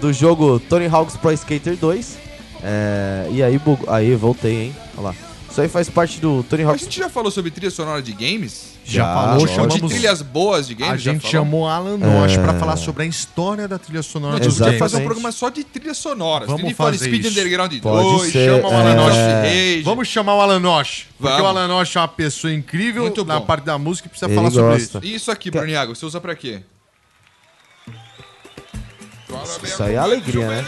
[SPEAKER 2] do jogo Tony Hawk's Pro Skater 2. É, e aí, bug- aí voltei, hein? Olha lá. Isso aí faz parte do Tony
[SPEAKER 3] A
[SPEAKER 2] Hawk's
[SPEAKER 3] gente já falou sobre trilha sonora de games?
[SPEAKER 1] Já
[SPEAKER 2] Já,
[SPEAKER 1] falou,
[SPEAKER 2] lógico.
[SPEAKER 3] De
[SPEAKER 1] chamamos.
[SPEAKER 3] trilhas boas de games?
[SPEAKER 1] A
[SPEAKER 3] já
[SPEAKER 1] gente
[SPEAKER 3] falou?
[SPEAKER 1] chamou Alan Nosh
[SPEAKER 2] É.
[SPEAKER 1] pra falar sobre a história da trilha sonora
[SPEAKER 3] Não,
[SPEAKER 1] dos
[SPEAKER 3] temos
[SPEAKER 2] Exatamente.
[SPEAKER 3] que
[SPEAKER 1] games.
[SPEAKER 3] fazer um programa só de trilhas sonoras.
[SPEAKER 1] Vamos
[SPEAKER 3] Tem de falar de
[SPEAKER 1] fazer
[SPEAKER 3] Speed
[SPEAKER 1] isso.
[SPEAKER 3] Underground
[SPEAKER 2] Pode
[SPEAKER 3] 2,
[SPEAKER 2] ser,
[SPEAKER 3] chama o
[SPEAKER 2] é.
[SPEAKER 3] Alanosh Rage.
[SPEAKER 1] Vamos chamar o Alan Nosh. Porque o
[SPEAKER 3] Vamos.
[SPEAKER 1] Alan Nosh é uma pessoa incrível
[SPEAKER 3] Muito
[SPEAKER 1] na
[SPEAKER 3] bom.
[SPEAKER 1] parte da música e precisa
[SPEAKER 2] Ele
[SPEAKER 1] falar sobre
[SPEAKER 2] gosta.
[SPEAKER 1] isso.
[SPEAKER 3] Isso aqui, Bruniago, você usa pra quê?
[SPEAKER 2] Isso aí é alegria, né?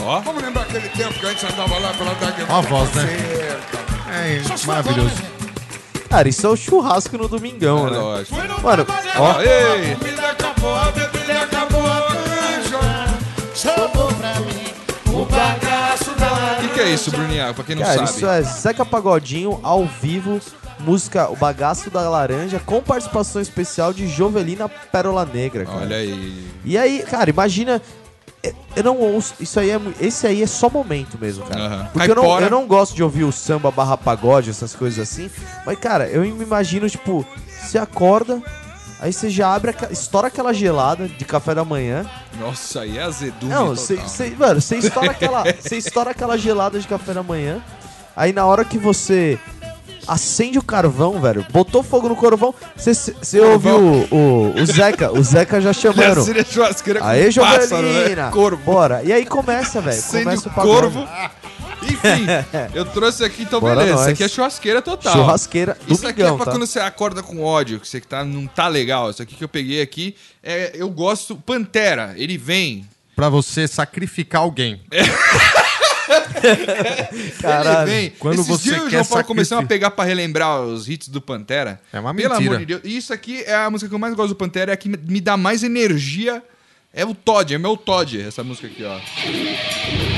[SPEAKER 3] Ó.
[SPEAKER 8] Vamos lembrar aquele tempo que a gente andava lá pela Dagger.
[SPEAKER 1] Ó a voz, né? É, maravilhoso.
[SPEAKER 3] né?
[SPEAKER 2] Cara, isso é o churrasco no domingão, né?
[SPEAKER 3] Lógico.
[SPEAKER 2] Mano, ó,
[SPEAKER 3] Ei!
[SPEAKER 8] Comida acabou, a bebida acabou, a canja.
[SPEAKER 3] O que, que é isso, Bruniago? Pra quem não
[SPEAKER 2] cara,
[SPEAKER 3] sabe.
[SPEAKER 2] isso é Zeca Pagodinho ao vivo, música O Bagaço da Laranja, com participação especial de Jovelina Pérola Negra, cara.
[SPEAKER 3] Olha aí.
[SPEAKER 2] E aí, cara, imagina. eh, Eu não ouço. Isso aí é, mu- esse aí é só momento mesmo, cara.
[SPEAKER 3] Aham.
[SPEAKER 2] Porque eu não,
[SPEAKER 3] Caipora.
[SPEAKER 2] eu não gosto de ouvir o samba barra pagode, essas coisas assim. Mas, cara, eu me imagino, tipo, você acorda, aí você já abre, aquela- estoura aquela gelada de café da manhã.
[SPEAKER 3] Nossa, aí é azedume
[SPEAKER 2] Não,
[SPEAKER 3] total.
[SPEAKER 2] você,
[SPEAKER 3] <laughs>
[SPEAKER 2] você- mano, você estoura, aquela, você estoura aquela gelada de café da manhã. Aí na hora que você acende o carvão, velho, botou fogo no corvão, você, você ouve o, o, o Zeca, o Zeca
[SPEAKER 3] <laughs>
[SPEAKER 2] já chamando.
[SPEAKER 3] Seria churrasqueira com
[SPEAKER 2] Aê,
[SPEAKER 3] pássaro, né?
[SPEAKER 2] Jovelina!
[SPEAKER 3] Corvo.
[SPEAKER 2] Bora. E aí começa, velho.
[SPEAKER 3] Sendo
[SPEAKER 2] Começa o Tá. pagode.
[SPEAKER 3] corvo. Enfim,
[SPEAKER 2] <laughs>
[SPEAKER 3] eu trouxe aqui, então
[SPEAKER 2] Bora
[SPEAKER 3] beleza.
[SPEAKER 2] nós.
[SPEAKER 3] Isso aqui é churrasqueira total.
[SPEAKER 2] Churrasqueira
[SPEAKER 3] Isso aqui é
[SPEAKER 2] domingão,
[SPEAKER 3] pra
[SPEAKER 2] tá?
[SPEAKER 3] quando você acorda com ódio, que você que tá, não tá legal. Isso aqui que eu peguei aqui, é, eu gosto... Pantera, ele vem...
[SPEAKER 1] pra você sacrificar alguém.
[SPEAKER 2] Caralho.
[SPEAKER 3] Ele vem.
[SPEAKER 1] quando
[SPEAKER 3] Esses
[SPEAKER 1] você
[SPEAKER 3] dias, o
[SPEAKER 1] quer
[SPEAKER 3] João Paulo começou a
[SPEAKER 1] sacrifício.
[SPEAKER 3] pegar pra relembrar os hits do Pantera.
[SPEAKER 1] É uma
[SPEAKER 3] Pelo
[SPEAKER 1] mentira.
[SPEAKER 3] amor de Deus. E isso aqui é a música que eu mais gosto do Pantera, é a que me dá mais energia. É o Todd, é meu Todd, essa música aqui, ó.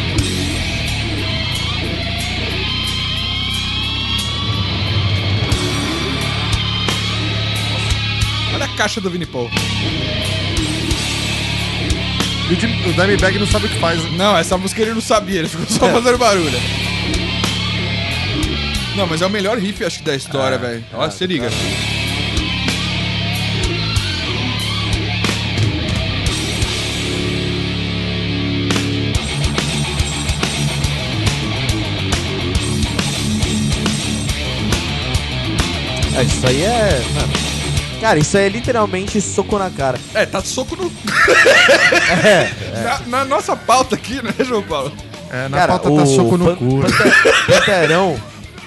[SPEAKER 3] Olha a caixa do Vini Paul.
[SPEAKER 1] E o, Jim- o Dimebag não sabe o que faz. né?
[SPEAKER 3] Não, essa música ele não sabia, ele ficou só fazendo barulho. Não, mas é o melhor riff, acho que, da história, velho. Ó, se liga.
[SPEAKER 2] É, isso aí é. mano. Cara, isso aí é literalmente soco na cara.
[SPEAKER 3] É, tá soco no. <laughs> Na, na nossa pauta aqui, né, João Paulo?
[SPEAKER 1] É, na
[SPEAKER 2] cara,
[SPEAKER 1] pauta tá soco no
[SPEAKER 2] Pan-
[SPEAKER 1] cu.
[SPEAKER 2] Pante- Panterão,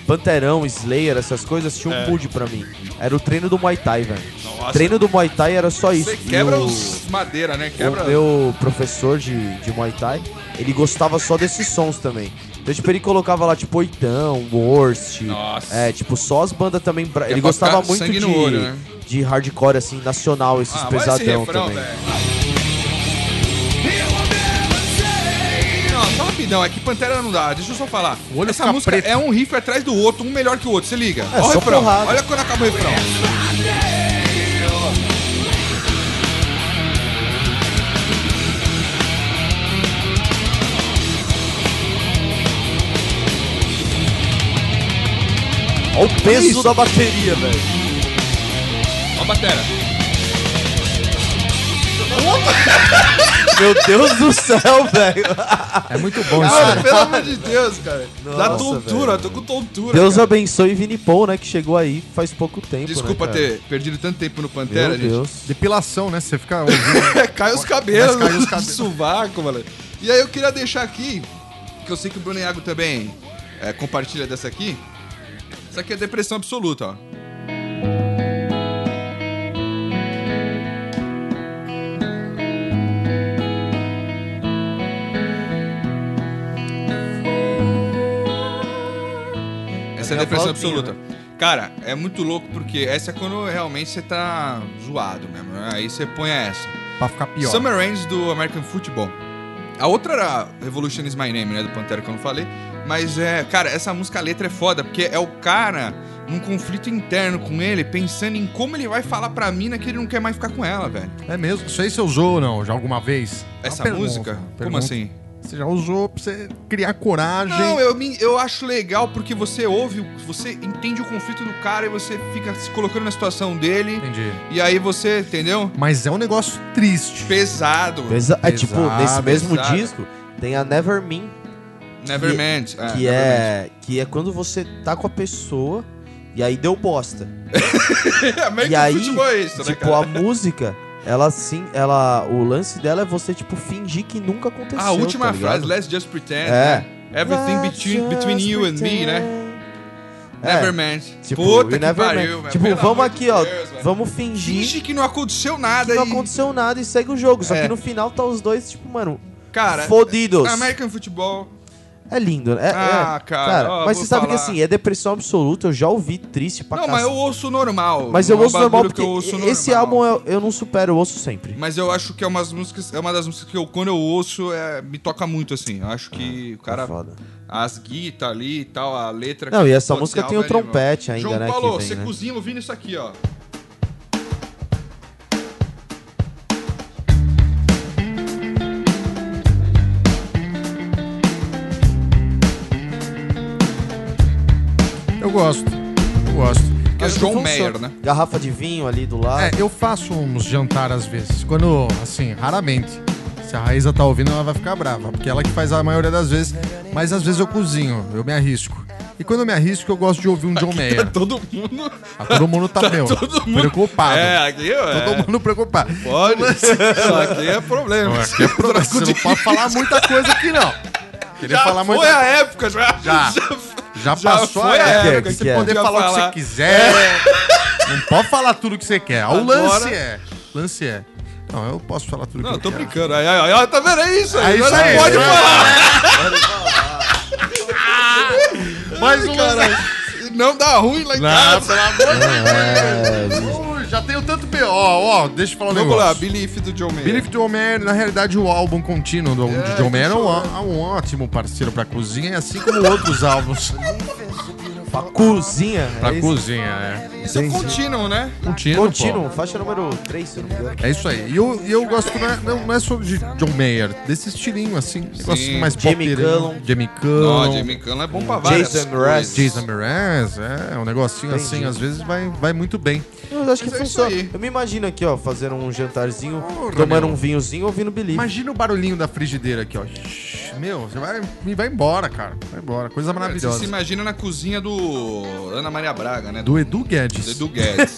[SPEAKER 2] Panterão, Slayer, essas coisas tinham um PUD pra mim. Era o treino do Muay Thai, velho.
[SPEAKER 3] É. Nossa.
[SPEAKER 2] Treino do Muay Thai era só isso.
[SPEAKER 3] Você
[SPEAKER 2] E
[SPEAKER 3] quebra
[SPEAKER 2] o-
[SPEAKER 3] os madeira, né? Quebra.
[SPEAKER 2] O meu professor de, de Muay Thai, ele gostava só desses sons também. Então, tipo, ele colocava lá, tipo, Oitão, Worst.
[SPEAKER 3] Nossa.
[SPEAKER 2] É, tipo, só as bandas também. bra-
[SPEAKER 3] é
[SPEAKER 2] Ele
[SPEAKER 3] pra
[SPEAKER 2] gostava
[SPEAKER 3] ficar
[SPEAKER 2] muito
[SPEAKER 3] sangue
[SPEAKER 2] de,
[SPEAKER 3] no olho, né?
[SPEAKER 2] de hardcore, assim, nacional, esses
[SPEAKER 3] Ah, olha esse
[SPEAKER 2] pesadão
[SPEAKER 3] refrão,
[SPEAKER 2] também.
[SPEAKER 3] velho. Não, só rapidão, é que Pantera não dá, deixa eu só falar.
[SPEAKER 1] O olho
[SPEAKER 3] Essa
[SPEAKER 1] fica
[SPEAKER 3] música
[SPEAKER 1] preto.
[SPEAKER 3] é um riff atrás do outro, um melhor que o outro, se liga. Olha o
[SPEAKER 2] só
[SPEAKER 3] refrão,
[SPEAKER 2] porrada.
[SPEAKER 3] olha quando acaba o refrão.
[SPEAKER 2] Olha o peso
[SPEAKER 3] isso.
[SPEAKER 2] da bateria,
[SPEAKER 3] <laughs>
[SPEAKER 2] velho.
[SPEAKER 3] Ó a batera.
[SPEAKER 2] Meu Deus do céu, velho.
[SPEAKER 1] É muito bom isso.
[SPEAKER 3] Mano,
[SPEAKER 1] Cara.
[SPEAKER 3] pelo amor de Deus, cara. dá
[SPEAKER 2] Nossa,
[SPEAKER 3] tontura,
[SPEAKER 2] velho.
[SPEAKER 3] tô com tontura.
[SPEAKER 2] Deus
[SPEAKER 3] cara.
[SPEAKER 2] abençoe Vini Paul, né, que chegou aí faz pouco tempo,
[SPEAKER 3] Desculpa
[SPEAKER 2] né, cara?
[SPEAKER 3] ter perdido tanto tempo no Pantera,
[SPEAKER 2] Meu
[SPEAKER 3] gente.
[SPEAKER 2] Deus.
[SPEAKER 1] Depilação, né? Você fica ouvindo.
[SPEAKER 3] <laughs> cai os cabelos,
[SPEAKER 1] Mas cai os
[SPEAKER 3] do
[SPEAKER 1] cabelos.
[SPEAKER 3] <laughs> sovaco, mano. E aí eu queria deixar aqui, que eu sei que o Bruno Iago também é, compartilha dessa aqui. Isso aqui é depressão absoluta, ó. Essa é
[SPEAKER 2] minha
[SPEAKER 3] depressão
[SPEAKER 2] flautinha,
[SPEAKER 3] absoluta. Cara, é muito louco porque essa é quando realmente você tá zoado mesmo. né? Aí você põe essa.
[SPEAKER 1] pra ficar pior.
[SPEAKER 3] Summer Rains do American Football. A outra era Revolution is My Name, né? Do Pantera que eu não falei. Mas é, cara, essa música a letra é foda, porque é o cara num conflito interno com ele, pensando em como ele vai falar pra mina que ele não quer mais ficar com ela, velho.
[SPEAKER 1] É mesmo? Isso aí você usou ou não? Já alguma vez? É
[SPEAKER 2] É
[SPEAKER 3] Essa
[SPEAKER 1] Uma pergunta,
[SPEAKER 3] música? Como
[SPEAKER 1] pergunta.
[SPEAKER 3] assim?
[SPEAKER 1] Você já usou pra você criar coragem.
[SPEAKER 3] Não, eu, me- eu acho legal porque você ouve, o- você entende o conflito do cara e você fica se colocando na situação dele.
[SPEAKER 1] Entendi.
[SPEAKER 3] E aí você, entendeu?
[SPEAKER 1] Mas é um negócio triste.
[SPEAKER 3] Pesado.
[SPEAKER 2] Pesa- é tipo,
[SPEAKER 1] Pesado,
[SPEAKER 2] nesse mesmo
[SPEAKER 3] pesado.
[SPEAKER 2] disco, tem a Never Mean,
[SPEAKER 3] Nevermind.
[SPEAKER 2] que
[SPEAKER 3] Nevermind. <laughs>
[SPEAKER 2] é que é quando você tá com a pessoa e aí deu bosta.
[SPEAKER 3] American
[SPEAKER 2] e aí,
[SPEAKER 3] Football é isso, né,
[SPEAKER 2] tipo,
[SPEAKER 3] cara?
[SPEAKER 2] a música, ela sim, ela o lance dela é você tipo fingir que nunca aconteceu.
[SPEAKER 3] Ah, A última
[SPEAKER 2] tá
[SPEAKER 3] frase,
[SPEAKER 2] ligado?
[SPEAKER 3] let's just pretend.
[SPEAKER 2] É.
[SPEAKER 3] né? Everything
[SPEAKER 2] Let's
[SPEAKER 3] between, between
[SPEAKER 2] just
[SPEAKER 3] you and me, né?
[SPEAKER 2] É.
[SPEAKER 3] Never meant.
[SPEAKER 2] Tipo,
[SPEAKER 3] Puta
[SPEAKER 2] you
[SPEAKER 3] que
[SPEAKER 2] never
[SPEAKER 3] pariu,
[SPEAKER 2] meant.
[SPEAKER 3] velho.
[SPEAKER 2] Tipo,
[SPEAKER 3] Pelo
[SPEAKER 2] vamos
[SPEAKER 3] amor de
[SPEAKER 2] aqui, ó,
[SPEAKER 3] Deus, velho.
[SPEAKER 2] vamos fingir
[SPEAKER 3] Finge que não aconteceu nada
[SPEAKER 2] que não
[SPEAKER 3] e-
[SPEAKER 2] aconteceu nada e segue o jogo. Só
[SPEAKER 3] É.
[SPEAKER 2] que no final tá os dois, tipo, mano,
[SPEAKER 3] Cara,
[SPEAKER 2] fodidos.
[SPEAKER 3] American Football.
[SPEAKER 2] É lindo, né? É-
[SPEAKER 3] Ah,
[SPEAKER 2] é.
[SPEAKER 3] cara, ó,
[SPEAKER 2] mas
[SPEAKER 3] vou
[SPEAKER 2] você sabe que
[SPEAKER 3] falar.
[SPEAKER 2] assim, é depressão absoluta, eu já ouvi triste pra
[SPEAKER 3] não, mas eu ouço normal.
[SPEAKER 2] Mas
[SPEAKER 3] É
[SPEAKER 2] eu
[SPEAKER 3] um
[SPEAKER 2] ouço normal
[SPEAKER 3] bagulho
[SPEAKER 2] porque
[SPEAKER 3] que eu ouço
[SPEAKER 2] esse
[SPEAKER 3] normal.
[SPEAKER 2] álbum é eu, eu não supero, eu ouço sempre.
[SPEAKER 3] Mas eu acho que é umas músicas, é uma das músicas que eu, quando eu ouço, é, me toca muito, assim. Eu acho que o cara.
[SPEAKER 2] É foda.
[SPEAKER 3] as guitas ali e tal, a letra.
[SPEAKER 2] Não, e essa
[SPEAKER 3] Pô,
[SPEAKER 2] música
[SPEAKER 3] esse
[SPEAKER 2] tem o
[SPEAKER 3] álbum é animal.
[SPEAKER 2] trompete ainda,
[SPEAKER 3] João
[SPEAKER 2] né, que
[SPEAKER 3] Paulo,
[SPEAKER 2] vem,
[SPEAKER 3] você
[SPEAKER 2] né?
[SPEAKER 3] cozinha ouvindo isso aqui, ó.
[SPEAKER 1] Eu gosto. Eu gosto.
[SPEAKER 3] Que é
[SPEAKER 2] Acho que
[SPEAKER 3] John
[SPEAKER 2] funciona.
[SPEAKER 3] Mayer, né?
[SPEAKER 2] Garrafa de vinho ali do lado.
[SPEAKER 1] É, eu faço uns jantar às vezes. Quando, assim, raramente. Se a Raíza tá ouvindo, ela vai ficar brava, porque é ela que faz a maioria das vezes. Mas às vezes eu cozinho, eu me arrisco. E quando eu me arrisco, eu gosto de ouvir um John Mayer.
[SPEAKER 3] tá É Todo mundo.
[SPEAKER 2] <laughs>
[SPEAKER 1] Ah, todo mundo
[SPEAKER 3] <laughs>
[SPEAKER 1] tá, meu, preocupado.
[SPEAKER 3] É, aqui, ó.
[SPEAKER 1] Todo mundo preocupado. Então,
[SPEAKER 3] Pode.
[SPEAKER 1] <laughs>
[SPEAKER 3] Isso aqui é problema.
[SPEAKER 1] Ué,
[SPEAKER 3] <laughs>
[SPEAKER 1] que é pro- Você não pode falar muita coisa aqui, não. Queria
[SPEAKER 3] Já
[SPEAKER 1] falar
[SPEAKER 3] foi
[SPEAKER 1] muita
[SPEAKER 3] a época, <laughs> já.
[SPEAKER 1] Já. Já passou a
[SPEAKER 3] foi a
[SPEAKER 1] época
[SPEAKER 2] época
[SPEAKER 1] que
[SPEAKER 2] que
[SPEAKER 1] você
[SPEAKER 2] é.
[SPEAKER 1] poder
[SPEAKER 3] Podia
[SPEAKER 1] falar, o que
[SPEAKER 3] falar. É.
[SPEAKER 1] você quiser. Não pode falar tudo o que você quer. O
[SPEAKER 3] Agora-
[SPEAKER 1] lance é. o lance é. Não, eu posso falar tudo
[SPEAKER 3] Não,
[SPEAKER 1] que
[SPEAKER 3] eu
[SPEAKER 1] eu
[SPEAKER 3] tô
[SPEAKER 1] quero.
[SPEAKER 3] brincando. Aí, aí, aí, tá vendo? É isso aí.
[SPEAKER 1] É isso
[SPEAKER 3] Agora
[SPEAKER 1] aí.
[SPEAKER 3] pode
[SPEAKER 1] É.
[SPEAKER 3] falar.
[SPEAKER 1] Mais um
[SPEAKER 3] Caralho. Se Não dá ruim lá em casa.
[SPEAKER 1] Ui, é. Já tenho tanto P.O. Ó, ó, deixa eu falar um
[SPEAKER 3] Vamos lá,
[SPEAKER 1] negócio.
[SPEAKER 3] Belief do John Mayer.
[SPEAKER 1] Belief John Mayer, na realidade, o álbum contínuo do, de John Mayer é um, ó- um ótimo parceiro pra cozinha, assim como outros álbuns
[SPEAKER 3] É
[SPEAKER 2] Pra cozinha.
[SPEAKER 1] pra
[SPEAKER 2] é isso?
[SPEAKER 1] cozinha, é.
[SPEAKER 3] Isso é
[SPEAKER 2] Entendi.
[SPEAKER 3] contínuo, né?
[SPEAKER 1] Contínuo, pô.
[SPEAKER 2] Contínuo, faixa número 3, se eu não me engano.
[SPEAKER 1] É isso aí. E eu, e eu gosto, não é, não, não é só de John Mayer, desse estilinho assim. Eu gosto mais
[SPEAKER 2] Jimmy
[SPEAKER 1] popper, né?
[SPEAKER 2] Cullum.
[SPEAKER 1] Jamie Cullum.
[SPEAKER 3] Ó, Jimmy Cunn é bom pra várias
[SPEAKER 2] Jason
[SPEAKER 3] coisas.
[SPEAKER 2] Mraz.
[SPEAKER 1] Jason Mraz, é, um negocinho
[SPEAKER 2] Entendi.
[SPEAKER 1] assim, às vezes vai, vai muito bem.
[SPEAKER 2] Eu acho que
[SPEAKER 3] Mas é isso
[SPEAKER 2] funciona.
[SPEAKER 3] aí.
[SPEAKER 2] Eu me imagino aqui, ó, fazendo um jantarzinho,
[SPEAKER 1] Porra,
[SPEAKER 2] tomando
[SPEAKER 1] meu.
[SPEAKER 2] um vinhozinho, ouvindo Believe.
[SPEAKER 1] Imagina o barulhinho da frigideira aqui, ó. Shhh, Meu, você vai, vai embora, cara. Vai embora. Coisa
[SPEAKER 3] Você se
[SPEAKER 1] maravilhosa.
[SPEAKER 3] imagina na cozinha do Ana Maria Braga, né?
[SPEAKER 1] Do Edu Guedes.
[SPEAKER 3] Do Edu
[SPEAKER 1] <laughs>
[SPEAKER 3] Guedes.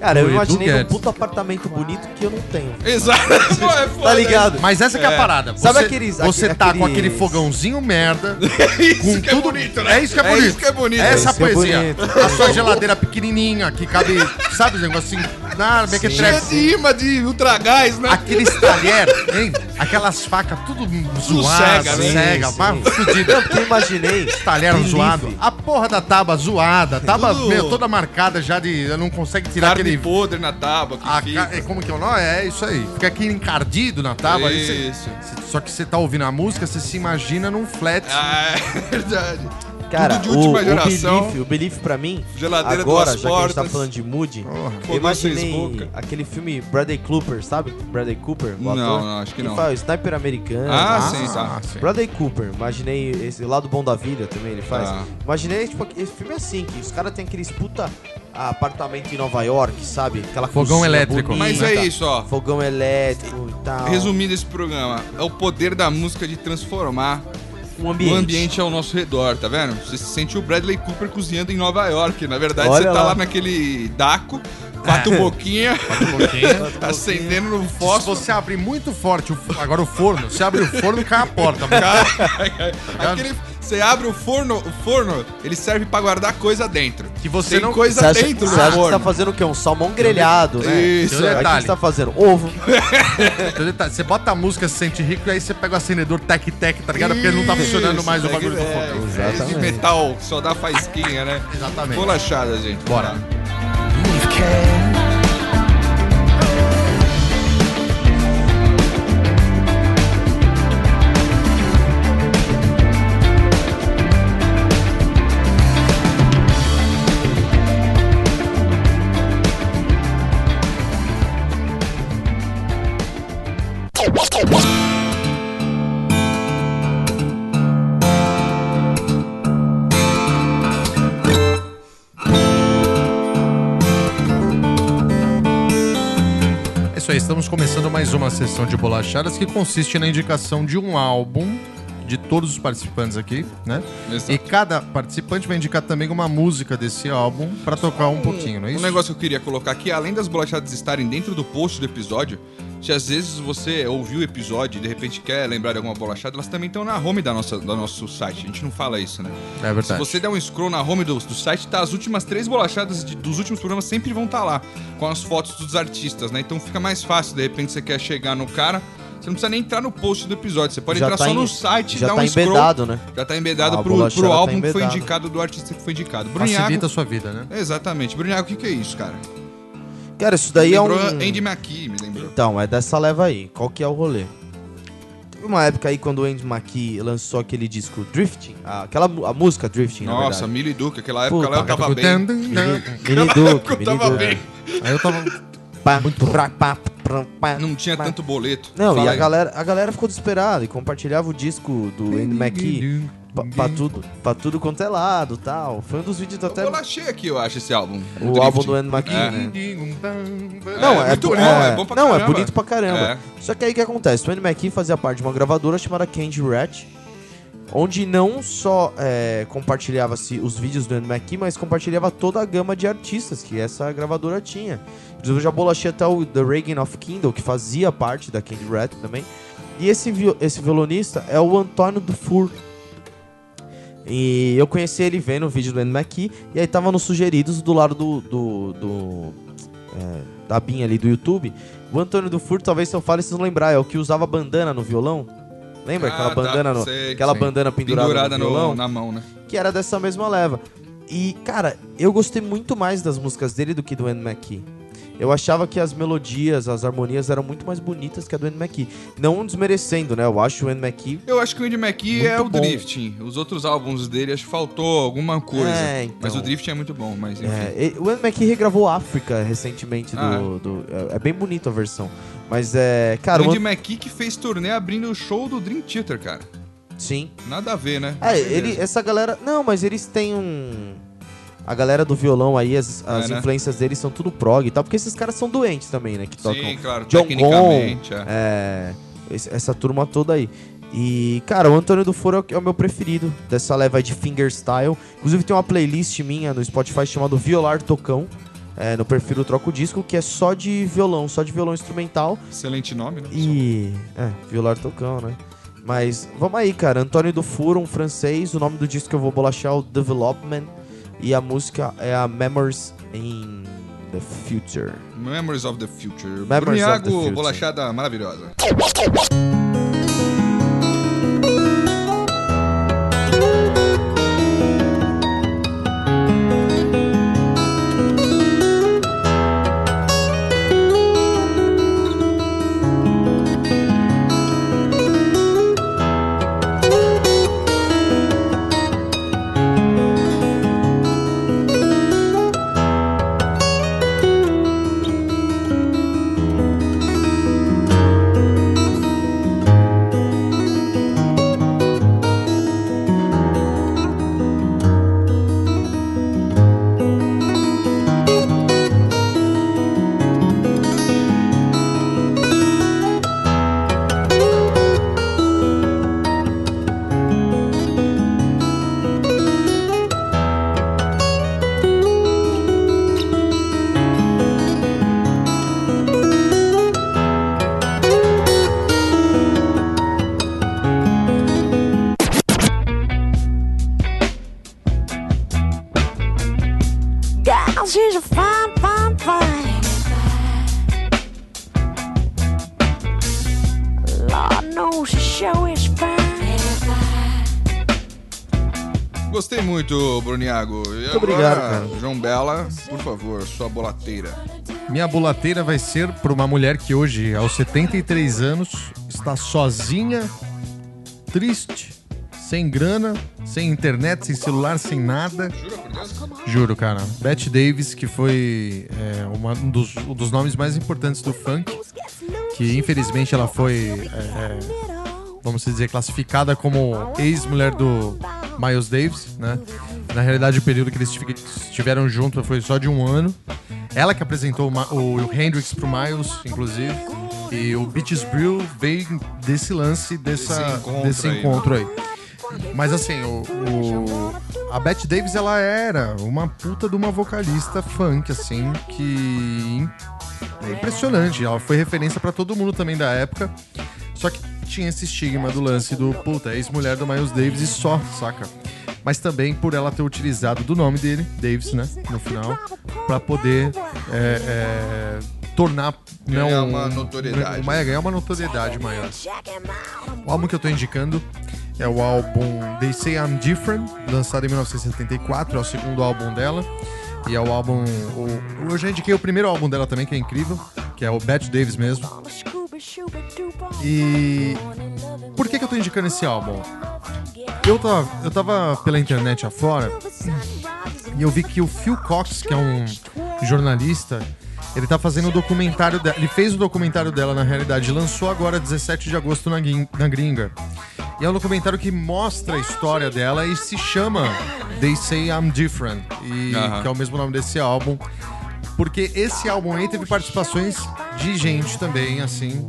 [SPEAKER 2] Cara,
[SPEAKER 1] Do
[SPEAKER 2] eu
[SPEAKER 1] Edu
[SPEAKER 2] imaginei um
[SPEAKER 1] Guedes.
[SPEAKER 2] puta apartamento bonito que eu não tenho.
[SPEAKER 3] Exato. Pô, é foda
[SPEAKER 2] Tá ligado?
[SPEAKER 1] Mas essa que é a parada. Você,
[SPEAKER 2] Sabe aqueles-
[SPEAKER 1] Você
[SPEAKER 2] aque-
[SPEAKER 1] tá com aquele
[SPEAKER 2] aqueles-
[SPEAKER 1] fogãozinho merda.
[SPEAKER 3] <laughs> isso
[SPEAKER 1] com
[SPEAKER 3] que é
[SPEAKER 1] tudo...
[SPEAKER 3] bonito, né?
[SPEAKER 1] É isso que é
[SPEAKER 3] É
[SPEAKER 1] bonito.
[SPEAKER 3] isso que é bonito.
[SPEAKER 1] Essa
[SPEAKER 2] É isso que é
[SPEAKER 1] poesia.
[SPEAKER 2] bonito.
[SPEAKER 1] A sua geladeira pequenininha, que cabe, sabe, os negocinho. Na
[SPEAKER 3] Cheia
[SPEAKER 1] mequetrefe.
[SPEAKER 3] de imã de ultragás, né?
[SPEAKER 1] Aqueles talher, hein? Aquelas facas tudo zoadas, cega,
[SPEAKER 3] cega, né?
[SPEAKER 1] cega,
[SPEAKER 2] Sim,
[SPEAKER 1] mas fudida.
[SPEAKER 2] Eu imaginei.
[SPEAKER 1] Talher
[SPEAKER 2] Believe.
[SPEAKER 1] zoado. A porra da tábua zoada. Tábua,
[SPEAKER 3] Tudo-
[SPEAKER 1] meu, toda marcada já de. Não consegue tirar
[SPEAKER 3] Carne
[SPEAKER 1] aquele.
[SPEAKER 3] podre na tábua que
[SPEAKER 1] a
[SPEAKER 3] fica.
[SPEAKER 1] ca- é, Como que é o nome? É isso aí. Fica aquele encardido na tábua. aí cê-
[SPEAKER 3] Isso.
[SPEAKER 1] cê- só que você tá ouvindo a música, você se imagina num flat.
[SPEAKER 3] Ah, é verdade.
[SPEAKER 2] Cara,
[SPEAKER 3] Tudo de última
[SPEAKER 2] o,
[SPEAKER 3] geração.
[SPEAKER 2] o Belief, o Belief pra mim,
[SPEAKER 3] Geladeira,
[SPEAKER 2] agora,
[SPEAKER 3] duas
[SPEAKER 2] já que a gente tá
[SPEAKER 3] portas.
[SPEAKER 2] falando de mood, eu
[SPEAKER 3] Fogão seis boca.
[SPEAKER 2] imaginei aquele filme Bradley Cooper, sabe? Bradley Cooper, o
[SPEAKER 3] Não,
[SPEAKER 2] ator.
[SPEAKER 3] não, acho que
[SPEAKER 2] Ele
[SPEAKER 3] não.
[SPEAKER 2] faz Sniper americano.
[SPEAKER 3] Ah,
[SPEAKER 2] né?
[SPEAKER 3] sim, tá.
[SPEAKER 1] sim.
[SPEAKER 2] Bradley Cooper, imaginei esse lado bom da vida também, ele faz.
[SPEAKER 3] Tá.
[SPEAKER 2] Imaginei, tipo, esse filme assim, que os caras têm aqueles puta apartamento em Nova York, sabe? Aquela
[SPEAKER 1] Fogão
[SPEAKER 2] cozinha
[SPEAKER 1] elétrico.
[SPEAKER 3] Mas é
[SPEAKER 2] bonita,
[SPEAKER 3] isso, ó.
[SPEAKER 2] Fogão elétrico e tal.
[SPEAKER 3] Resumindo esse programa, é o poder da música de transformar
[SPEAKER 2] um ambiente.
[SPEAKER 3] o ambiente ao nosso redor, tá vendo? Você se sente o Bradley Cooper cozinhando em Nova York. Na verdade,
[SPEAKER 2] Olha
[SPEAKER 3] você tá
[SPEAKER 2] lá.
[SPEAKER 3] lá naquele daco, quatro boquinha, <laughs> acendendo no
[SPEAKER 1] Se
[SPEAKER 3] fósforo.
[SPEAKER 1] você abrir muito forte, o f- agora o forno, você abre o forno e cai a
[SPEAKER 3] <laughs>
[SPEAKER 1] porta.
[SPEAKER 3] Aquele, você abre o forno, o forno, ele serve pra guardar coisa dentro.
[SPEAKER 1] Que você
[SPEAKER 3] Tem
[SPEAKER 1] não-
[SPEAKER 3] coisa
[SPEAKER 2] Você acha,
[SPEAKER 3] dentro do
[SPEAKER 2] você acha que você
[SPEAKER 3] forno.
[SPEAKER 2] tá fazendo o quê? Um salmão grelhado, né?
[SPEAKER 3] Isso, é
[SPEAKER 2] Aí O que
[SPEAKER 1] detalhe.
[SPEAKER 2] você tá fazendo? Ovo.
[SPEAKER 1] Entendeu? Tá, Você bota a música, se sente rico, e aí você pega o acendedor tec-tec, tá ligado? Porque não tá funcionando
[SPEAKER 3] Isso,
[SPEAKER 1] mais o
[SPEAKER 3] pega-
[SPEAKER 1] bagulho do
[SPEAKER 3] é,
[SPEAKER 1] fogão.
[SPEAKER 3] é esse de
[SPEAKER 2] Exatamente.
[SPEAKER 3] metal que só dá faisquinha, né?
[SPEAKER 1] Exatamente.
[SPEAKER 3] Bolachada, gente.
[SPEAKER 1] Bora. É isso aí, estamos começando mais uma sessão de bolachadas que consiste na indicação de um álbum de todos os participantes aqui, né?
[SPEAKER 3] Exato.
[SPEAKER 1] E cada participante vai indicar também uma música desse álbum pra tocar um pouquinho, não é
[SPEAKER 3] Um
[SPEAKER 1] isso?
[SPEAKER 3] negócio que eu queria colocar aqui, além das bolachadas estarem dentro do post do episódio, se às vezes você ouviu o episódio e de repente quer lembrar de alguma bolachada, elas também estão na home da nossa, do nosso site. A gente não fala isso, né?
[SPEAKER 1] É verdade.
[SPEAKER 3] Se você der um scroll na home do, do site, tá, as últimas três bolachadas de- dos últimos programas sempre vão estar lá, com as fotos dos artistas, né? Então fica mais fácil, de repente você quer chegar no cara, você não precisa nem entrar no post do episódio, você pode
[SPEAKER 2] Já
[SPEAKER 3] entrar
[SPEAKER 2] tá
[SPEAKER 3] só
[SPEAKER 2] em-
[SPEAKER 3] no site e
[SPEAKER 2] já
[SPEAKER 3] dar
[SPEAKER 2] tá
[SPEAKER 3] um scroll.
[SPEAKER 2] embedado, né?
[SPEAKER 3] Já tá embedado
[SPEAKER 2] A
[SPEAKER 3] pro,
[SPEAKER 2] bolachada
[SPEAKER 3] pro
[SPEAKER 2] tá
[SPEAKER 3] álbum que foi
[SPEAKER 2] embedado.
[SPEAKER 3] indicado, do artista que foi indicado.
[SPEAKER 1] Facilita
[SPEAKER 3] Brunhago.
[SPEAKER 1] a sua vida, né?
[SPEAKER 3] Exatamente. Brunhago, o que, que é isso, cara?
[SPEAKER 2] Cara, isso daí é um.
[SPEAKER 3] lembrou Andy McKee, me lembrou.
[SPEAKER 2] Então, é dessa leva aí. Qual que é o rolê? Teve uma época aí quando o Andy McKee lançou aquele disco Drifting, ah, aquela mu- a música Drifting,
[SPEAKER 3] Nossa,
[SPEAKER 2] na verdade.
[SPEAKER 3] Millie Duke, aquela época
[SPEAKER 2] Puta,
[SPEAKER 3] lá eu tava bem. <laughs>
[SPEAKER 1] Aí
[SPEAKER 2] Mini, mini Duke,
[SPEAKER 3] Eu
[SPEAKER 2] Mini
[SPEAKER 3] tava
[SPEAKER 2] Duke.
[SPEAKER 3] bem.
[SPEAKER 1] eu tava.
[SPEAKER 2] Pá, pra, pá, pra, pá,
[SPEAKER 3] Não tinha
[SPEAKER 2] pá.
[SPEAKER 3] tanto boleto.
[SPEAKER 2] Não,
[SPEAKER 3] Fala
[SPEAKER 2] e a
[SPEAKER 3] aí.
[SPEAKER 2] galera, a galera ficou desesperada e compartilhava o disco do Andy McKee pra, pra tudo, pra tudo quanto é lado tal. Foi um dos vídeos
[SPEAKER 3] Eu
[SPEAKER 2] até.
[SPEAKER 3] bolachei aqui, eu acho, esse álbum.
[SPEAKER 2] O
[SPEAKER 3] Drift.
[SPEAKER 2] álbum do Andy McKee,
[SPEAKER 3] É.
[SPEAKER 2] né?
[SPEAKER 1] Não,
[SPEAKER 2] Não,
[SPEAKER 3] É,
[SPEAKER 2] é,
[SPEAKER 3] muito
[SPEAKER 2] bo-
[SPEAKER 3] bom, é bom pra
[SPEAKER 2] Não, é
[SPEAKER 3] caramba.
[SPEAKER 2] bonito pra caramba.
[SPEAKER 3] É.
[SPEAKER 2] Só que aí o que acontece? O Andy McKee fazia parte de uma gravadora chamada Candy Rat, onde não só é, compartilhava-se os vídeos do Andy McKee, mas compartilhava toda a gama de artistas que essa gravadora tinha. Inclusive eu já bolachei até o The Reagan of Kindle, que fazia parte da Candy Rat também. E esse, vi- esse violonista é o Antônio Dufour. E eu conheci ele vendo o vídeo do Andy McKee, e aí tava nos sugeridos do lado do, do, do abinha é, ali do YouTube. O Antônio do Furto, talvez se eu fale, vocês vão lembrar, é o que usava bandana no violão. Lembra
[SPEAKER 3] Ah,
[SPEAKER 2] aquela
[SPEAKER 3] tá,
[SPEAKER 2] bandana, no-
[SPEAKER 3] sei,
[SPEAKER 2] aquela
[SPEAKER 3] sei.
[SPEAKER 2] bandana pendurada, no
[SPEAKER 3] no-
[SPEAKER 2] violão?
[SPEAKER 3] na mão, né?
[SPEAKER 2] que era dessa mesma leva. E, cara, eu gostei muito mais das músicas dele do que do Andy McKee. Eu achava que as melodias, as harmonias eram muito mais bonitas que a do Andy McKee. Não desmerecendo, né? Eu acho o Andy McKee...
[SPEAKER 3] Eu acho que o Andy McKee
[SPEAKER 2] Muito
[SPEAKER 3] é o
[SPEAKER 2] bom.
[SPEAKER 3] Drifting. Os outros álbuns dele, acho que faltou alguma coisa.
[SPEAKER 2] É, então.
[SPEAKER 3] Mas o Drifting é muito bom, mas enfim.
[SPEAKER 2] É, e- o Andy McKee regravou África recentemente. Do,
[SPEAKER 3] Ah.
[SPEAKER 2] do- é, é bem bonito a versão. Mas, é... Cara, o
[SPEAKER 3] Andy
[SPEAKER 2] An-
[SPEAKER 3] McKee que fez turnê abrindo o show do Dream Theater, cara.
[SPEAKER 2] Sim.
[SPEAKER 3] Nada a ver, né?
[SPEAKER 2] É, ele, essa galera... Não, mas eles têm um... A galera do violão aí, as, as
[SPEAKER 3] É, né?
[SPEAKER 2] influências deles são tudo prog e tal. Porque esses caras são doentes também, né? Que tocam
[SPEAKER 3] Sim, claro,
[SPEAKER 2] John
[SPEAKER 3] tecnicamente. é.
[SPEAKER 2] é, esse- essa turma toda aí. E, cara, o Antônio do Foro é o que- é o meu preferido dessa leva de fingerstyle. Inclusive tem uma playlist minha no Spotify chamada Violar Tocão. é, no perfil do Troco Disco, que é só de violão, só de violão instrumental.
[SPEAKER 3] Excelente nome, né?
[SPEAKER 2] E. É, Violar Tocão, né? Mas vamos aí, cara. Antônio do Furo, um francês. O nome do disco que eu vou bolachar é o Development. E a música é a Memories in the Future.
[SPEAKER 3] Memories of the Future.
[SPEAKER 2] Memories
[SPEAKER 3] Bruno
[SPEAKER 2] of the
[SPEAKER 3] Iago,
[SPEAKER 2] Future.
[SPEAKER 3] bolachada maravilhosa.
[SPEAKER 6] Girl, she's a fine, fine, fine. Lord knows she sure is fine.
[SPEAKER 3] Gostei muito, Bruniago. E agora,
[SPEAKER 2] obrigado, cara.
[SPEAKER 3] João Bela, por favor, sua bolateira.
[SPEAKER 1] Minha bolateira vai ser para uma mulher que hoje, aos 73 anos, está sozinha, triste, sem grana, sem internet, sem celular, sem nada. Juro, cara. Bette Davis, que foi é, uma- um, dos, um dos nomes mais importantes do funk, que infelizmente ela foi, é, vamos dizer, classificada como ex-mulher do Miles Davis, né? Na realidade, o período que eles tive- estiveram juntos foi só de um ano. Ela que apresentou o, Ma- o Hendrix pro Miles, inclusive. E o Beaches Brew veio desse lance, dessa,
[SPEAKER 3] Desse encontro
[SPEAKER 1] desse
[SPEAKER 3] aí, né?
[SPEAKER 1] encontro aí. Mas assim, o, o- a Bette Davis ela era uma puta de uma vocalista funk, assim, que é impressionante. Ela foi referência pra todo mundo também da época. Só que tinha esse estigma do lance do puta, é ex-mulher do Miles Davis e só, saca? Mas também por ela ter utilizado do nome dele, Davis, né? No final, pra poder é, é, tornar. né,
[SPEAKER 3] Ganhar
[SPEAKER 1] um-
[SPEAKER 3] uma notoriedade.
[SPEAKER 1] Uma, ganhar uma notoriedade maior.
[SPEAKER 6] Check him out.
[SPEAKER 1] O álbum que eu tô indicando é o álbum They Say I'm Different, lançado em 1974, é o segundo álbum dela. E é o álbum. o- eu já indiquei o primeiro álbum dela também, que é incrível, que é o Bette Davis mesmo.
[SPEAKER 6] Scooby, shooby, doobo.
[SPEAKER 1] E por que, que eu tô indicando esse álbum? Eu tava, eu tava pela internet afora e eu vi que o Phil Cox, que é um jornalista, ele tá fazendo um documentário dela. Ele fez o documentário dela, na realidade, e lançou agora 17 de agosto na, guin- na gringa. E é um documentário que mostra a história dela e se chama They Say I'm Different, e,
[SPEAKER 3] Aham.
[SPEAKER 1] que é o mesmo nome desse álbum. Porque esse álbum aí teve participações de gente também, assim,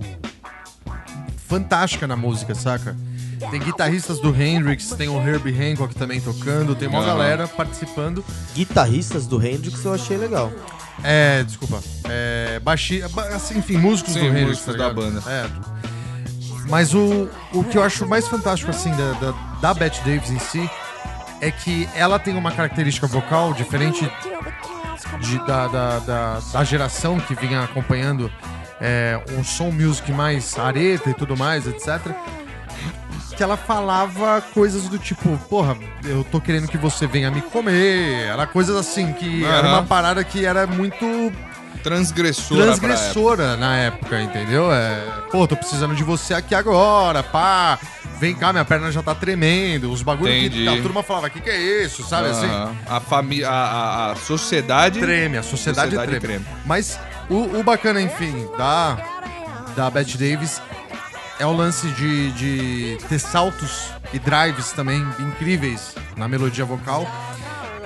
[SPEAKER 1] fantástica na música, saca? Tem guitarristas do Hendrix, tem o Herbie Hancock também tocando, tem uma
[SPEAKER 3] Aham.
[SPEAKER 1] galera participando.
[SPEAKER 2] guitarristas do Hendrix eu achei legal.
[SPEAKER 1] É, desculpa. É, baixi, ba- assim, enfim, músicos
[SPEAKER 3] Sim,
[SPEAKER 1] do Hendrix,
[SPEAKER 3] músicos
[SPEAKER 1] tá
[SPEAKER 3] da
[SPEAKER 1] ligado?
[SPEAKER 3] banda.
[SPEAKER 1] É. Mas o, o que eu acho mais fantástico, assim, da, da, da Bette Davis em si, é que ela tem uma característica vocal diferente de- da, da, da, da geração que vinha acompanhando é, um som music mais areta e tudo mais, etc. Que ela falava coisas do tipo, porra, eu tô querendo que você venha me comer. Era coisas assim, que era
[SPEAKER 3] Aham.
[SPEAKER 1] uma parada que era muito
[SPEAKER 3] Transgressora. pra
[SPEAKER 1] transgressora na época, entendeu? É, pô, tô precisando de você aqui agora, pá. Vem cá, minha perna já tá tremendo. Os bagulhos que
[SPEAKER 3] Entendi.
[SPEAKER 1] a turma falava, que que é isso, sabe
[SPEAKER 3] época.
[SPEAKER 1] assim?
[SPEAKER 3] Aham. A, fami- a, a, a sociedade.
[SPEAKER 1] Treme, a sociedade,
[SPEAKER 3] Sociedade
[SPEAKER 1] treme.
[SPEAKER 3] treme.
[SPEAKER 1] Mas o, o bacana, enfim, da, da Bette Davis é o lance de, de ter saltos e drives também incríveis na melodia vocal.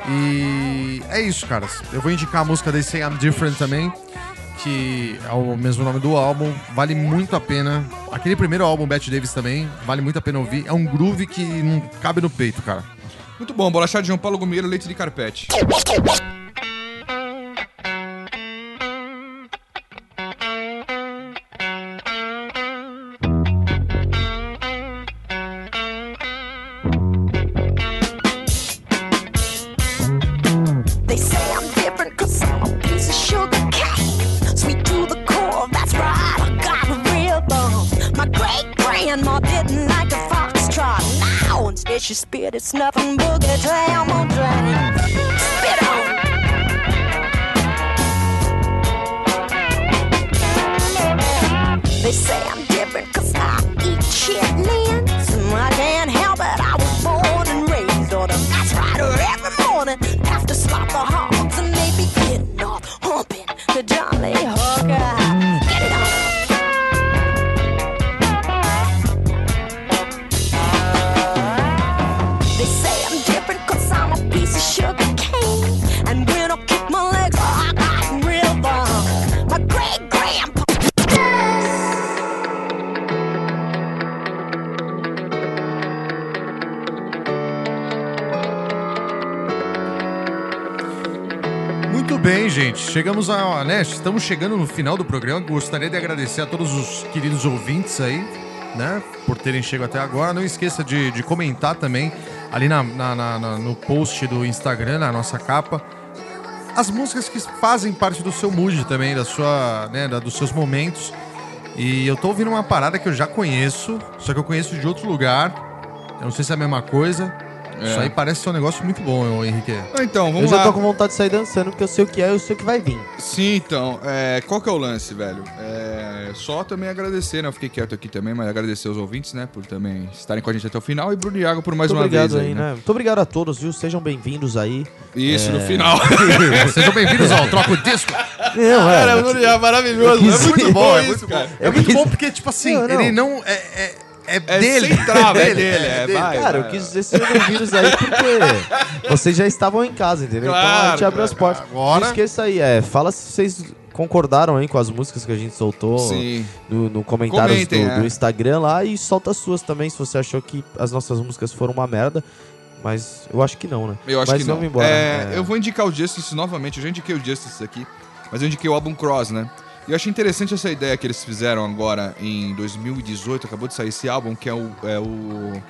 [SPEAKER 1] E é isso, caras. Eu vou indicar a música They Say I'm Different também, que é o mesmo nome do álbum. Vale muito a pena. Aquele primeiro álbum, Bette Davis também, vale muito a pena ouvir. É um groove que não cabe no peito, cara.
[SPEAKER 3] Muito bom, bolachá de João Paulo Gumeiro, leite de carpete.
[SPEAKER 6] They say I'm different cause I'm a piece of sugar cake. Sweet to the core, that's right, I got a real bone. My great grandma didn't like the foxtrot. Now, instead she spit, it's nothing but a jam on drain. Spit on. They say I'm different cause I eat chitlins. I can't help it, I was born and raised on them. That's right, or every morning after slop the hogs and they be getting off, humping the jolly hooker. Get it on. They say I'm different cause I'm a piece of sugar cane. And when I kick my legs, oh, I got real bum. My great grandpa.
[SPEAKER 1] Muito bem, gente. Chegamos a, né, estamos chegando no final do programa. Gostaria de agradecer a todos os queridos ouvintes aí, né, por terem chegado até agora. Não esqueça de, de comentar também ali na- na- na- na- no post do Instagram, na nossa capa, as músicas que fazem parte do seu mood também, da sua, né, da- dos seus momentos. E eu tô ouvindo uma parada que eu já conheço, só que eu conheço de outro lugar. Eu não sei se é a mesma coisa. Isso aí parece ser um negócio muito bom, Henrique.
[SPEAKER 3] Então,
[SPEAKER 2] Eu
[SPEAKER 3] vamos
[SPEAKER 2] já
[SPEAKER 3] lá.
[SPEAKER 2] tô com vontade de sair dançando, porque eu sei o que é e eu sei o que vai vir.
[SPEAKER 3] Sim, então, é, qual que é o lance, velho? É, só também agradecer, né? Eu fiquei quieto aqui também, mas agradecer aos ouvintes, né? Por também estarem com a gente até o final e Bruno Iago por mais
[SPEAKER 2] Muito
[SPEAKER 3] uma
[SPEAKER 2] obrigado
[SPEAKER 3] vez aí,
[SPEAKER 2] aí,
[SPEAKER 3] né?
[SPEAKER 2] né? É. Muito obrigado a todos, viu? Sejam bem-vindos aí.
[SPEAKER 3] Isso, no final.
[SPEAKER 1] <laughs> Sejam bem-vindos ao Troco Disco.
[SPEAKER 2] Não, é,
[SPEAKER 3] Cara, Bruno Iago, maravilhoso. é
[SPEAKER 2] Eu quis-
[SPEAKER 3] isso, cara.
[SPEAKER 1] É muito
[SPEAKER 2] quis-
[SPEAKER 1] bom porque, tipo assim,
[SPEAKER 2] Não, não.
[SPEAKER 1] ele não. É, é, é
[SPEAKER 3] É
[SPEAKER 1] dele.
[SPEAKER 3] sem trava, é dele, é, vai.
[SPEAKER 2] Ah, Cara, eu
[SPEAKER 3] vai.
[SPEAKER 2] quis dizer sejam bem-vindos aí porque vocês já estavam em casa, entendeu? então a gente
[SPEAKER 3] Claro,
[SPEAKER 2] abriu as portas.
[SPEAKER 1] Agora-
[SPEAKER 2] Não esqueça aí, é, fala se vocês concordaram aí com as músicas que a gente soltou
[SPEAKER 3] Sim.
[SPEAKER 2] no, no comentários
[SPEAKER 3] Comentem,
[SPEAKER 2] do,
[SPEAKER 3] é.
[SPEAKER 2] do Instagram lá e solta as suas também se você achou que as nossas músicas foram uma merda. Mas eu acho que não, né?
[SPEAKER 3] Eu acho
[SPEAKER 2] mas
[SPEAKER 3] que não.
[SPEAKER 2] vamos embora.
[SPEAKER 3] É,
[SPEAKER 2] né?
[SPEAKER 3] Eu vou indicar o Justice novamente. Eu já indiquei o Justice aqui, mas eu indiquei o álbum Cross, né? E eu achei interessante essa ideia que eles fizeram agora em 2018. Acabou de sair esse álbum, que é o. É o...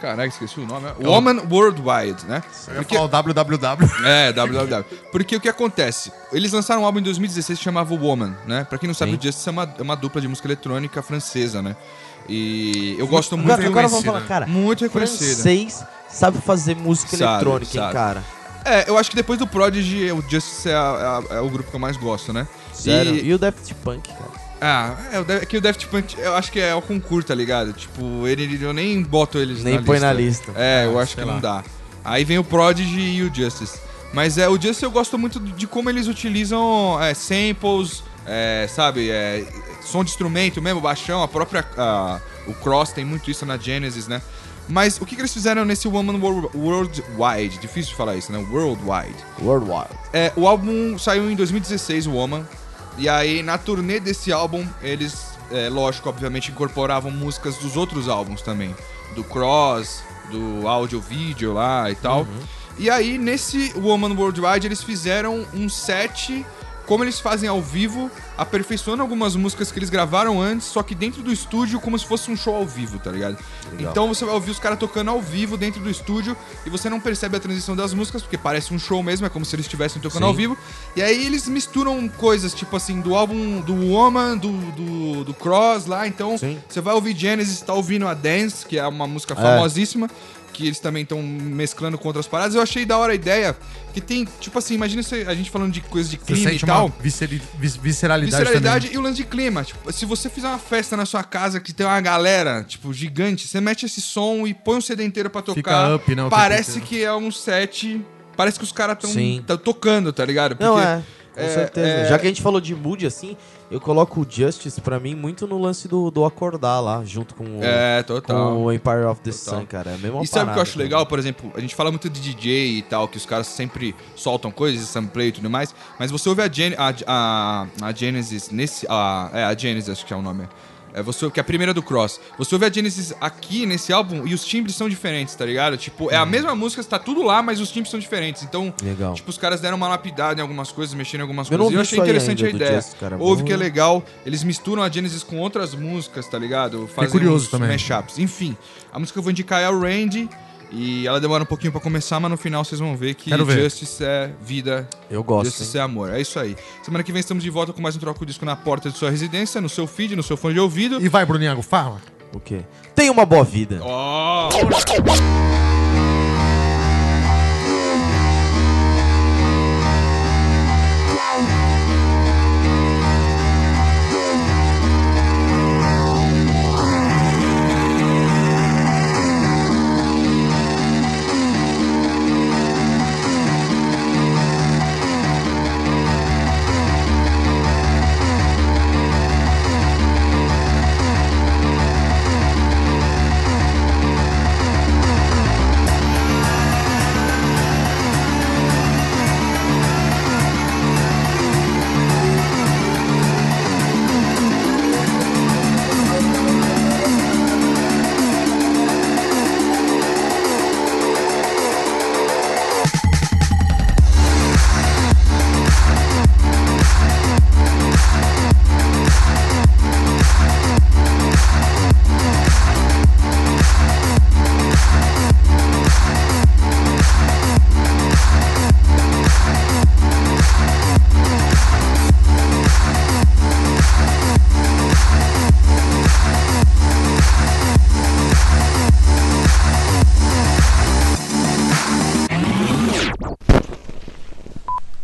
[SPEAKER 3] Caraca, esqueci o nome. é Woman Worldwide, né?
[SPEAKER 2] é
[SPEAKER 1] Eu ia falar o www.
[SPEAKER 3] É, www. Porque o que acontece? Eles lançaram um álbum em 2016 que chamava Woman, né? Pra quem não sabe, o Justice é uma, é uma dupla de música eletrônica francesa, né? E eu gosto muito.
[SPEAKER 2] Agora, agora vamos
[SPEAKER 1] reconhecida.
[SPEAKER 2] falar, cara.
[SPEAKER 3] Muito reconhecida.
[SPEAKER 2] francês sabe fazer música
[SPEAKER 3] né? Sabe,
[SPEAKER 2] eletrônica,
[SPEAKER 3] sabe.
[SPEAKER 2] hein, cara?
[SPEAKER 3] É, eu acho que depois do Prodigy, o Justice é, a- a- é o grupo que eu mais gosto, né?
[SPEAKER 2] Sério.
[SPEAKER 3] E-
[SPEAKER 2] E, o Daft Punk, cara?
[SPEAKER 3] Ah, é, o Def- é que o Daft Punk, eu acho que é o concurso, tá ligado? Tipo, ele, ele- eu nem boto eles
[SPEAKER 2] Nem
[SPEAKER 3] na
[SPEAKER 2] põe
[SPEAKER 3] lista.
[SPEAKER 2] na lista. Ah,
[SPEAKER 3] É, eu acho
[SPEAKER 1] sei
[SPEAKER 3] que
[SPEAKER 1] lá.
[SPEAKER 3] não dá. Aí vem o Prodigy e o Justice. Mas é, o Justice eu gosto muito de como eles utilizam é, samples, é, sabe, é, som de instrumento mesmo, baixão, a própria... a- o Cross tem muito isso na Genesis, né? Mas o que, que eles fizeram nesse Woman Wor- Worldwide? Difícil de falar isso, né? Worldwide.
[SPEAKER 2] Worldwide.
[SPEAKER 3] É, o álbum saiu em 2016, o Woman. E aí, na turnê desse álbum, eles, é, lógico, obviamente, incorporavam músicas dos outros álbuns também. Do Cross, do Audio Video lá e tal. E aí, nesse Woman Worldwide, eles fizeram um set como eles fazem ao vivo, aperfeiçoando algumas músicas que eles gravaram antes, só que dentro do estúdio, como se fosse um show ao vivo, tá ligado? Então você vai ouvir os caras tocando ao vivo dentro do estúdio e você não percebe a transição das músicas, porque parece um show mesmo, é como se eles estivessem tocando ao vivo. E aí eles misturam coisas, tipo assim, do álbum do Woman, do, do, do Cross lá. Então
[SPEAKER 2] Sim.
[SPEAKER 3] você vai ouvir Genesis, tá ouvindo a Dance, que é uma música famosíssima que eles também estão mesclando com outras paradas. Eu achei da hora a ideia, que tem, tipo assim, imagina se a gente falando de coisa de
[SPEAKER 1] Você
[SPEAKER 3] crime e
[SPEAKER 1] sente uma
[SPEAKER 3] tal.
[SPEAKER 1] visceri- vis- visceralidade,
[SPEAKER 3] Visceralidade
[SPEAKER 1] também.
[SPEAKER 3] e o lance de clima. Tipo, se você fizer uma festa na sua casa que tem uma galera, tipo, gigante, você mete esse som e põe um CD inteiro pra
[SPEAKER 1] Fica
[SPEAKER 3] tocar.
[SPEAKER 1] up, né, o tempo
[SPEAKER 3] parece
[SPEAKER 1] inteiro.
[SPEAKER 3] que é um set. Parece que os caras estão
[SPEAKER 2] Sim.
[SPEAKER 3] tocando, tá ligado? Porque
[SPEAKER 2] Não, é. Com
[SPEAKER 3] é,
[SPEAKER 2] certeza.
[SPEAKER 3] é-
[SPEAKER 2] Já que a gente falou de mood, assim, eu coloco o Justice pra mim muito no lance do, do acordar lá, junto com o,
[SPEAKER 3] É,
[SPEAKER 2] com
[SPEAKER 3] total.
[SPEAKER 2] o Empire of the
[SPEAKER 3] Total.
[SPEAKER 2] Sun, cara. É a mesma
[SPEAKER 3] E sabe o que eu
[SPEAKER 2] parada,
[SPEAKER 3] acho
[SPEAKER 2] cara.
[SPEAKER 3] legal, por exemplo, a gente fala muito de DJ e tal, que os caras sempre soltam coisas, samplay e tudo mais, mas você ouve a, Gen a, a, a Genesis nesse. A, é, a Genesis, acho que é o nome. É você, que é a primeira do Cross. Você ouve a Genesis aqui nesse álbum e os timbres são diferentes, tá ligado? Tipo, é a mesma música, tá tudo lá, mas os timbres são diferentes. Então,
[SPEAKER 2] Uhum. Legal.
[SPEAKER 3] tipo, os caras deram uma lapidada em algumas coisas, mexeram em algumas
[SPEAKER 2] Eu não
[SPEAKER 3] coisas. E eu
[SPEAKER 2] vi
[SPEAKER 3] achei
[SPEAKER 2] isso aí
[SPEAKER 3] interessante a
[SPEAKER 2] ainda do
[SPEAKER 3] ideia.
[SPEAKER 2] Justice, cara.
[SPEAKER 3] Ouve que é
[SPEAKER 2] Boa.
[SPEAKER 3] legal. Eles misturam a Genesis com outras músicas, tá ligado? Fazem
[SPEAKER 1] É curioso
[SPEAKER 3] uns
[SPEAKER 1] também.
[SPEAKER 3] mashups. Enfim, a música que eu vou indicar é o Randy. E ela demora um pouquinho pra começar, mas no final vocês vão ver que
[SPEAKER 1] Quero ver.
[SPEAKER 3] Justice é vida,
[SPEAKER 2] Eu gosto.
[SPEAKER 3] Justice é amor. É isso aí. Semana que vem estamos de volta com mais um Troco Disco na porta de sua residência, no seu feed, no seu fone de ouvido.
[SPEAKER 1] E vai, Bruniago, fala.
[SPEAKER 2] hein? O quê? Tem uma boa vida.
[SPEAKER 3] Ó!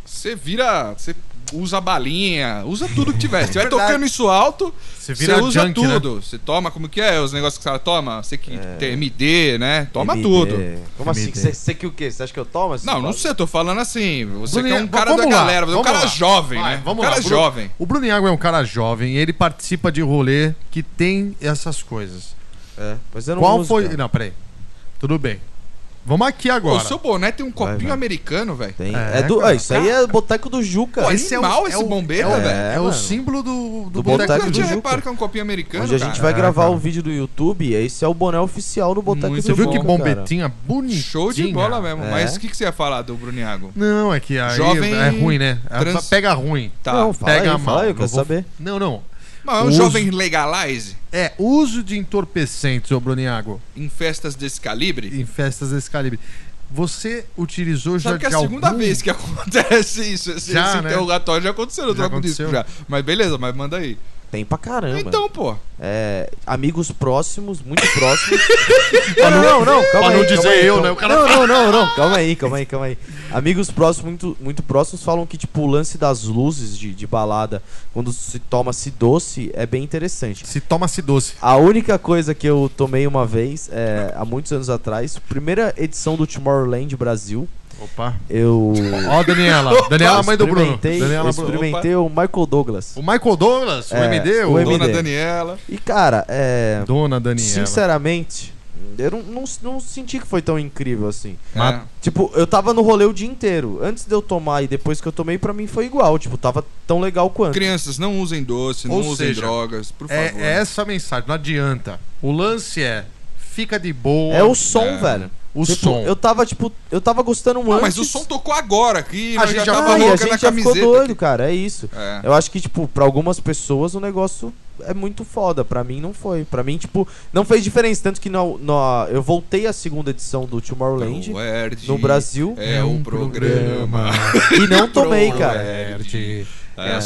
[SPEAKER 3] Você vira. Você usa a balinha, usa tudo que
[SPEAKER 1] <laughs>
[SPEAKER 3] tiver. Você vai tocando isso alto, você
[SPEAKER 1] É vira
[SPEAKER 3] usa
[SPEAKER 1] junk, né? É.
[SPEAKER 3] tudo. Você toma, como que é? Os negócios que o cara toma? Você que tem MD, né? Toma
[SPEAKER 2] MD.
[SPEAKER 3] tudo.
[SPEAKER 2] Como assim?
[SPEAKER 1] MD.
[SPEAKER 2] Você você que o quê? Você acha que eu tomo? assim?
[SPEAKER 3] Não, não sei, eu tô falando assim. Você que é um
[SPEAKER 1] Bruninho,
[SPEAKER 3] cara da
[SPEAKER 1] vamos lá,
[SPEAKER 3] galera, você é um
[SPEAKER 1] vamos
[SPEAKER 3] cara
[SPEAKER 1] lá.
[SPEAKER 3] jovem,
[SPEAKER 1] Vai,
[SPEAKER 3] né?
[SPEAKER 1] Vamos
[SPEAKER 3] um cara
[SPEAKER 1] lá. Bru-
[SPEAKER 3] jovem.
[SPEAKER 1] O Bruniago é um cara jovem, ele participa de rolê que tem essas coisas.
[SPEAKER 2] É, mas eu não
[SPEAKER 1] Qual
[SPEAKER 2] uso,
[SPEAKER 1] foi.
[SPEAKER 2] cara.
[SPEAKER 1] Não, peraí. Tudo bem. Vamos aqui
[SPEAKER 3] Pô, o
[SPEAKER 1] agora.
[SPEAKER 3] seu boné tem um copinho
[SPEAKER 2] vai.
[SPEAKER 3] americano, velho.
[SPEAKER 2] Tem.
[SPEAKER 1] É,
[SPEAKER 2] É, do...
[SPEAKER 1] cara.
[SPEAKER 2] ah, isso aí é o boteco do Juca.
[SPEAKER 3] Pô,
[SPEAKER 1] Esse é o-
[SPEAKER 3] animal
[SPEAKER 1] é
[SPEAKER 3] esse
[SPEAKER 1] o-
[SPEAKER 3] bombeiro,
[SPEAKER 2] é o-
[SPEAKER 3] velho.
[SPEAKER 1] É o
[SPEAKER 2] mano.
[SPEAKER 1] símbolo do, do,
[SPEAKER 2] Do
[SPEAKER 1] boteco
[SPEAKER 2] boteco
[SPEAKER 1] do
[SPEAKER 3] Eu
[SPEAKER 2] do
[SPEAKER 3] tinha
[SPEAKER 1] Juca.
[SPEAKER 2] Juca.
[SPEAKER 3] reparo que é um copinho americano,
[SPEAKER 2] Onde a gente vai
[SPEAKER 1] É,
[SPEAKER 2] gravar
[SPEAKER 1] cara.
[SPEAKER 2] o vídeo do YouTube, e esse é o boné oficial do Boteco
[SPEAKER 3] Muito
[SPEAKER 1] Você
[SPEAKER 2] do
[SPEAKER 1] viu
[SPEAKER 2] Juca,
[SPEAKER 1] que
[SPEAKER 3] bom,
[SPEAKER 2] cara.
[SPEAKER 1] bombetinha bonitinha?
[SPEAKER 3] Show de bola mesmo.
[SPEAKER 2] É.
[SPEAKER 3] Mas o que, que você ia falar do Bruniago?
[SPEAKER 1] Não, é que aí
[SPEAKER 3] Jovem
[SPEAKER 1] é ruim, né?
[SPEAKER 3] trans-
[SPEAKER 1] Pega ruim.
[SPEAKER 3] Tá.
[SPEAKER 2] Não, fala
[SPEAKER 1] Pega
[SPEAKER 2] aí,
[SPEAKER 1] mal.
[SPEAKER 2] fala aí, eu quero
[SPEAKER 1] vou-
[SPEAKER 2] saber.
[SPEAKER 1] Não, não.
[SPEAKER 3] Mas é um
[SPEAKER 1] Uso.
[SPEAKER 3] jovem legalize
[SPEAKER 1] É uso de entorpecentes, ô Bruniago,
[SPEAKER 3] em festas desse calibre?
[SPEAKER 1] em festas desse calibre. Você utilizou já
[SPEAKER 3] Sabe que é a
[SPEAKER 1] de
[SPEAKER 3] segunda
[SPEAKER 1] algum-
[SPEAKER 3] vez que <laughs> acontece isso. Esse,
[SPEAKER 1] Já,
[SPEAKER 3] esse
[SPEAKER 1] né?
[SPEAKER 3] interrogatório já aconteceu no
[SPEAKER 1] Já
[SPEAKER 3] Troco Disco já.
[SPEAKER 1] aconteceu.
[SPEAKER 3] Mas beleza, mas manda aí.
[SPEAKER 2] Tem pra caramba.
[SPEAKER 3] Então, pô.
[SPEAKER 2] É, amigos próximos, muito próximos. <laughs> Ah, não, não, não, calma
[SPEAKER 1] Pra não
[SPEAKER 2] aí, calma
[SPEAKER 1] dizer
[SPEAKER 2] aí,
[SPEAKER 1] eu,
[SPEAKER 2] calma-
[SPEAKER 1] né? O cara-
[SPEAKER 2] Não, não, não, não, calma aí, calma aí, calma aí. Amigos próximos, muito, muito próximos, falam que, tipo, o lance das luzes de, de balada, quando se toma-se doce, é bem interessante.
[SPEAKER 1] Se toma-se doce.
[SPEAKER 2] A única coisa que eu tomei uma vez, é, há muitos anos atrás, primeira edição do Tomorrowland Brasil,
[SPEAKER 1] Opa.
[SPEAKER 2] eu...
[SPEAKER 1] Ó, a
[SPEAKER 3] <laughs>
[SPEAKER 1] Daniela. Daniela, mãe do Bruno.
[SPEAKER 2] experimentei-
[SPEAKER 1] Daniela, Bruno.
[SPEAKER 2] experimentei o Michael Douglas.
[SPEAKER 1] O Michael Douglas, o
[SPEAKER 2] É,
[SPEAKER 1] MD,
[SPEAKER 2] o
[SPEAKER 1] o
[SPEAKER 2] MD.
[SPEAKER 3] Dona Daniela.
[SPEAKER 2] E, cara, é...
[SPEAKER 1] Dona
[SPEAKER 3] né?
[SPEAKER 1] Daniela.
[SPEAKER 2] Sinceramente, eu não, não, não senti que foi tão incrível assim.
[SPEAKER 1] Mas-
[SPEAKER 3] É.
[SPEAKER 2] Tipo, eu tava no rolê o dia inteiro. Antes de eu tomar e depois que eu tomei, pra mim foi igual. Tipo, tava tão legal quanto.
[SPEAKER 3] Crianças, não usem doce, não
[SPEAKER 1] Ou
[SPEAKER 3] usem
[SPEAKER 1] seja,
[SPEAKER 3] drogas, por favor.
[SPEAKER 1] É, é essa a mensagem, não adianta. O lance é, fica de boa.
[SPEAKER 2] É o som,
[SPEAKER 3] É.
[SPEAKER 2] velho.
[SPEAKER 1] O
[SPEAKER 2] Tipo,
[SPEAKER 1] som.
[SPEAKER 2] Eu tava, tipo, eu tava gostando muito.
[SPEAKER 3] Não, Ah, mas o som tocou agora aqui.
[SPEAKER 1] A
[SPEAKER 3] nós
[SPEAKER 1] gente
[SPEAKER 3] já
[SPEAKER 1] já tá
[SPEAKER 3] tava
[SPEAKER 1] foi,
[SPEAKER 2] e a
[SPEAKER 3] louca na
[SPEAKER 2] gente já ficou
[SPEAKER 3] camiseta.
[SPEAKER 2] doido, cara. É isso.
[SPEAKER 3] É.
[SPEAKER 2] Eu acho que, tipo, pra algumas pessoas o negócio é muito foda. Pra mim não foi. Pra mim, tipo, não fez diferença. Tanto que na, na- eu voltei à segunda edição do Tomorrowland
[SPEAKER 3] O Erd
[SPEAKER 2] no Brasil
[SPEAKER 3] É um <laughs> programa.
[SPEAKER 2] e não tomei, cara.
[SPEAKER 1] Verde
[SPEAKER 3] É a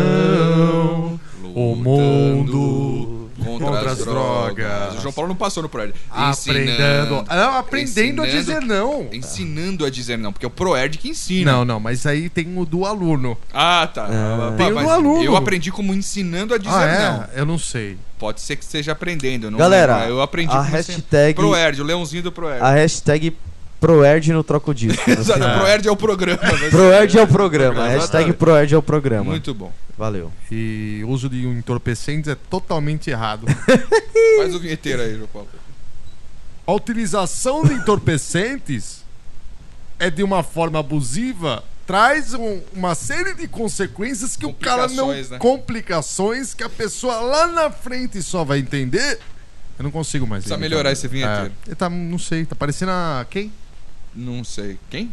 [SPEAKER 1] solução. O mundo
[SPEAKER 3] Contra,
[SPEAKER 1] contra
[SPEAKER 3] as
[SPEAKER 1] as
[SPEAKER 3] drogas.
[SPEAKER 1] drogas.
[SPEAKER 3] O João Paulo não passou no Proerd.
[SPEAKER 1] Aprendendo. Ah, Não, aprendendo a dizer não.
[SPEAKER 3] Ensinando a dizer não, porque é o Proerd que ensina.
[SPEAKER 1] Não, não, mas aí tem o do aluno.
[SPEAKER 3] Ah, tá.
[SPEAKER 2] É.
[SPEAKER 3] Ah,
[SPEAKER 2] um
[SPEAKER 1] Tem o do aluno.
[SPEAKER 3] Eu aprendi como ensinando a dizer
[SPEAKER 1] Ah, é?
[SPEAKER 3] não.
[SPEAKER 1] Eu não sei.
[SPEAKER 3] Pode ser que esteja aprendendo. eu Não
[SPEAKER 2] Galera,
[SPEAKER 3] lembro. eu aprendi
[SPEAKER 2] a
[SPEAKER 3] como
[SPEAKER 2] hashtag-
[SPEAKER 3] Proerd, o leãozinho do Proerd.
[SPEAKER 2] A hashtag Proerd no troco disco.
[SPEAKER 3] <laughs> Exato, o Proerd é o programa. vai ser-
[SPEAKER 2] Proerd é o programa. A hashtag
[SPEAKER 3] Exatamente.
[SPEAKER 2] Proerd é o programa.
[SPEAKER 3] Muito bom.
[SPEAKER 2] Valeu.
[SPEAKER 1] E uso de entorpecentes é totalmente errado.
[SPEAKER 3] Faz o vinheteiro aí, João Paulo.
[SPEAKER 1] A utilização de entorpecentes é de uma forma abusiva, traz um- uma série de consequências que o cara não.
[SPEAKER 3] Complicações, né?
[SPEAKER 1] Complicações que a pessoa lá na frente só vai entender. Eu não consigo mais.
[SPEAKER 3] Precisa
[SPEAKER 1] imitar.
[SPEAKER 3] melhorar esse vinheteiro.
[SPEAKER 1] É, ele tá, não sei, tá parecendo a. Quem?
[SPEAKER 3] Não sei. Quem?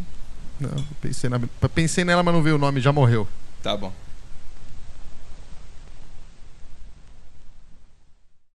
[SPEAKER 1] Não, eu pensei, na- pensei nela, mas não veio o nome, já morreu.
[SPEAKER 3] Tá bom.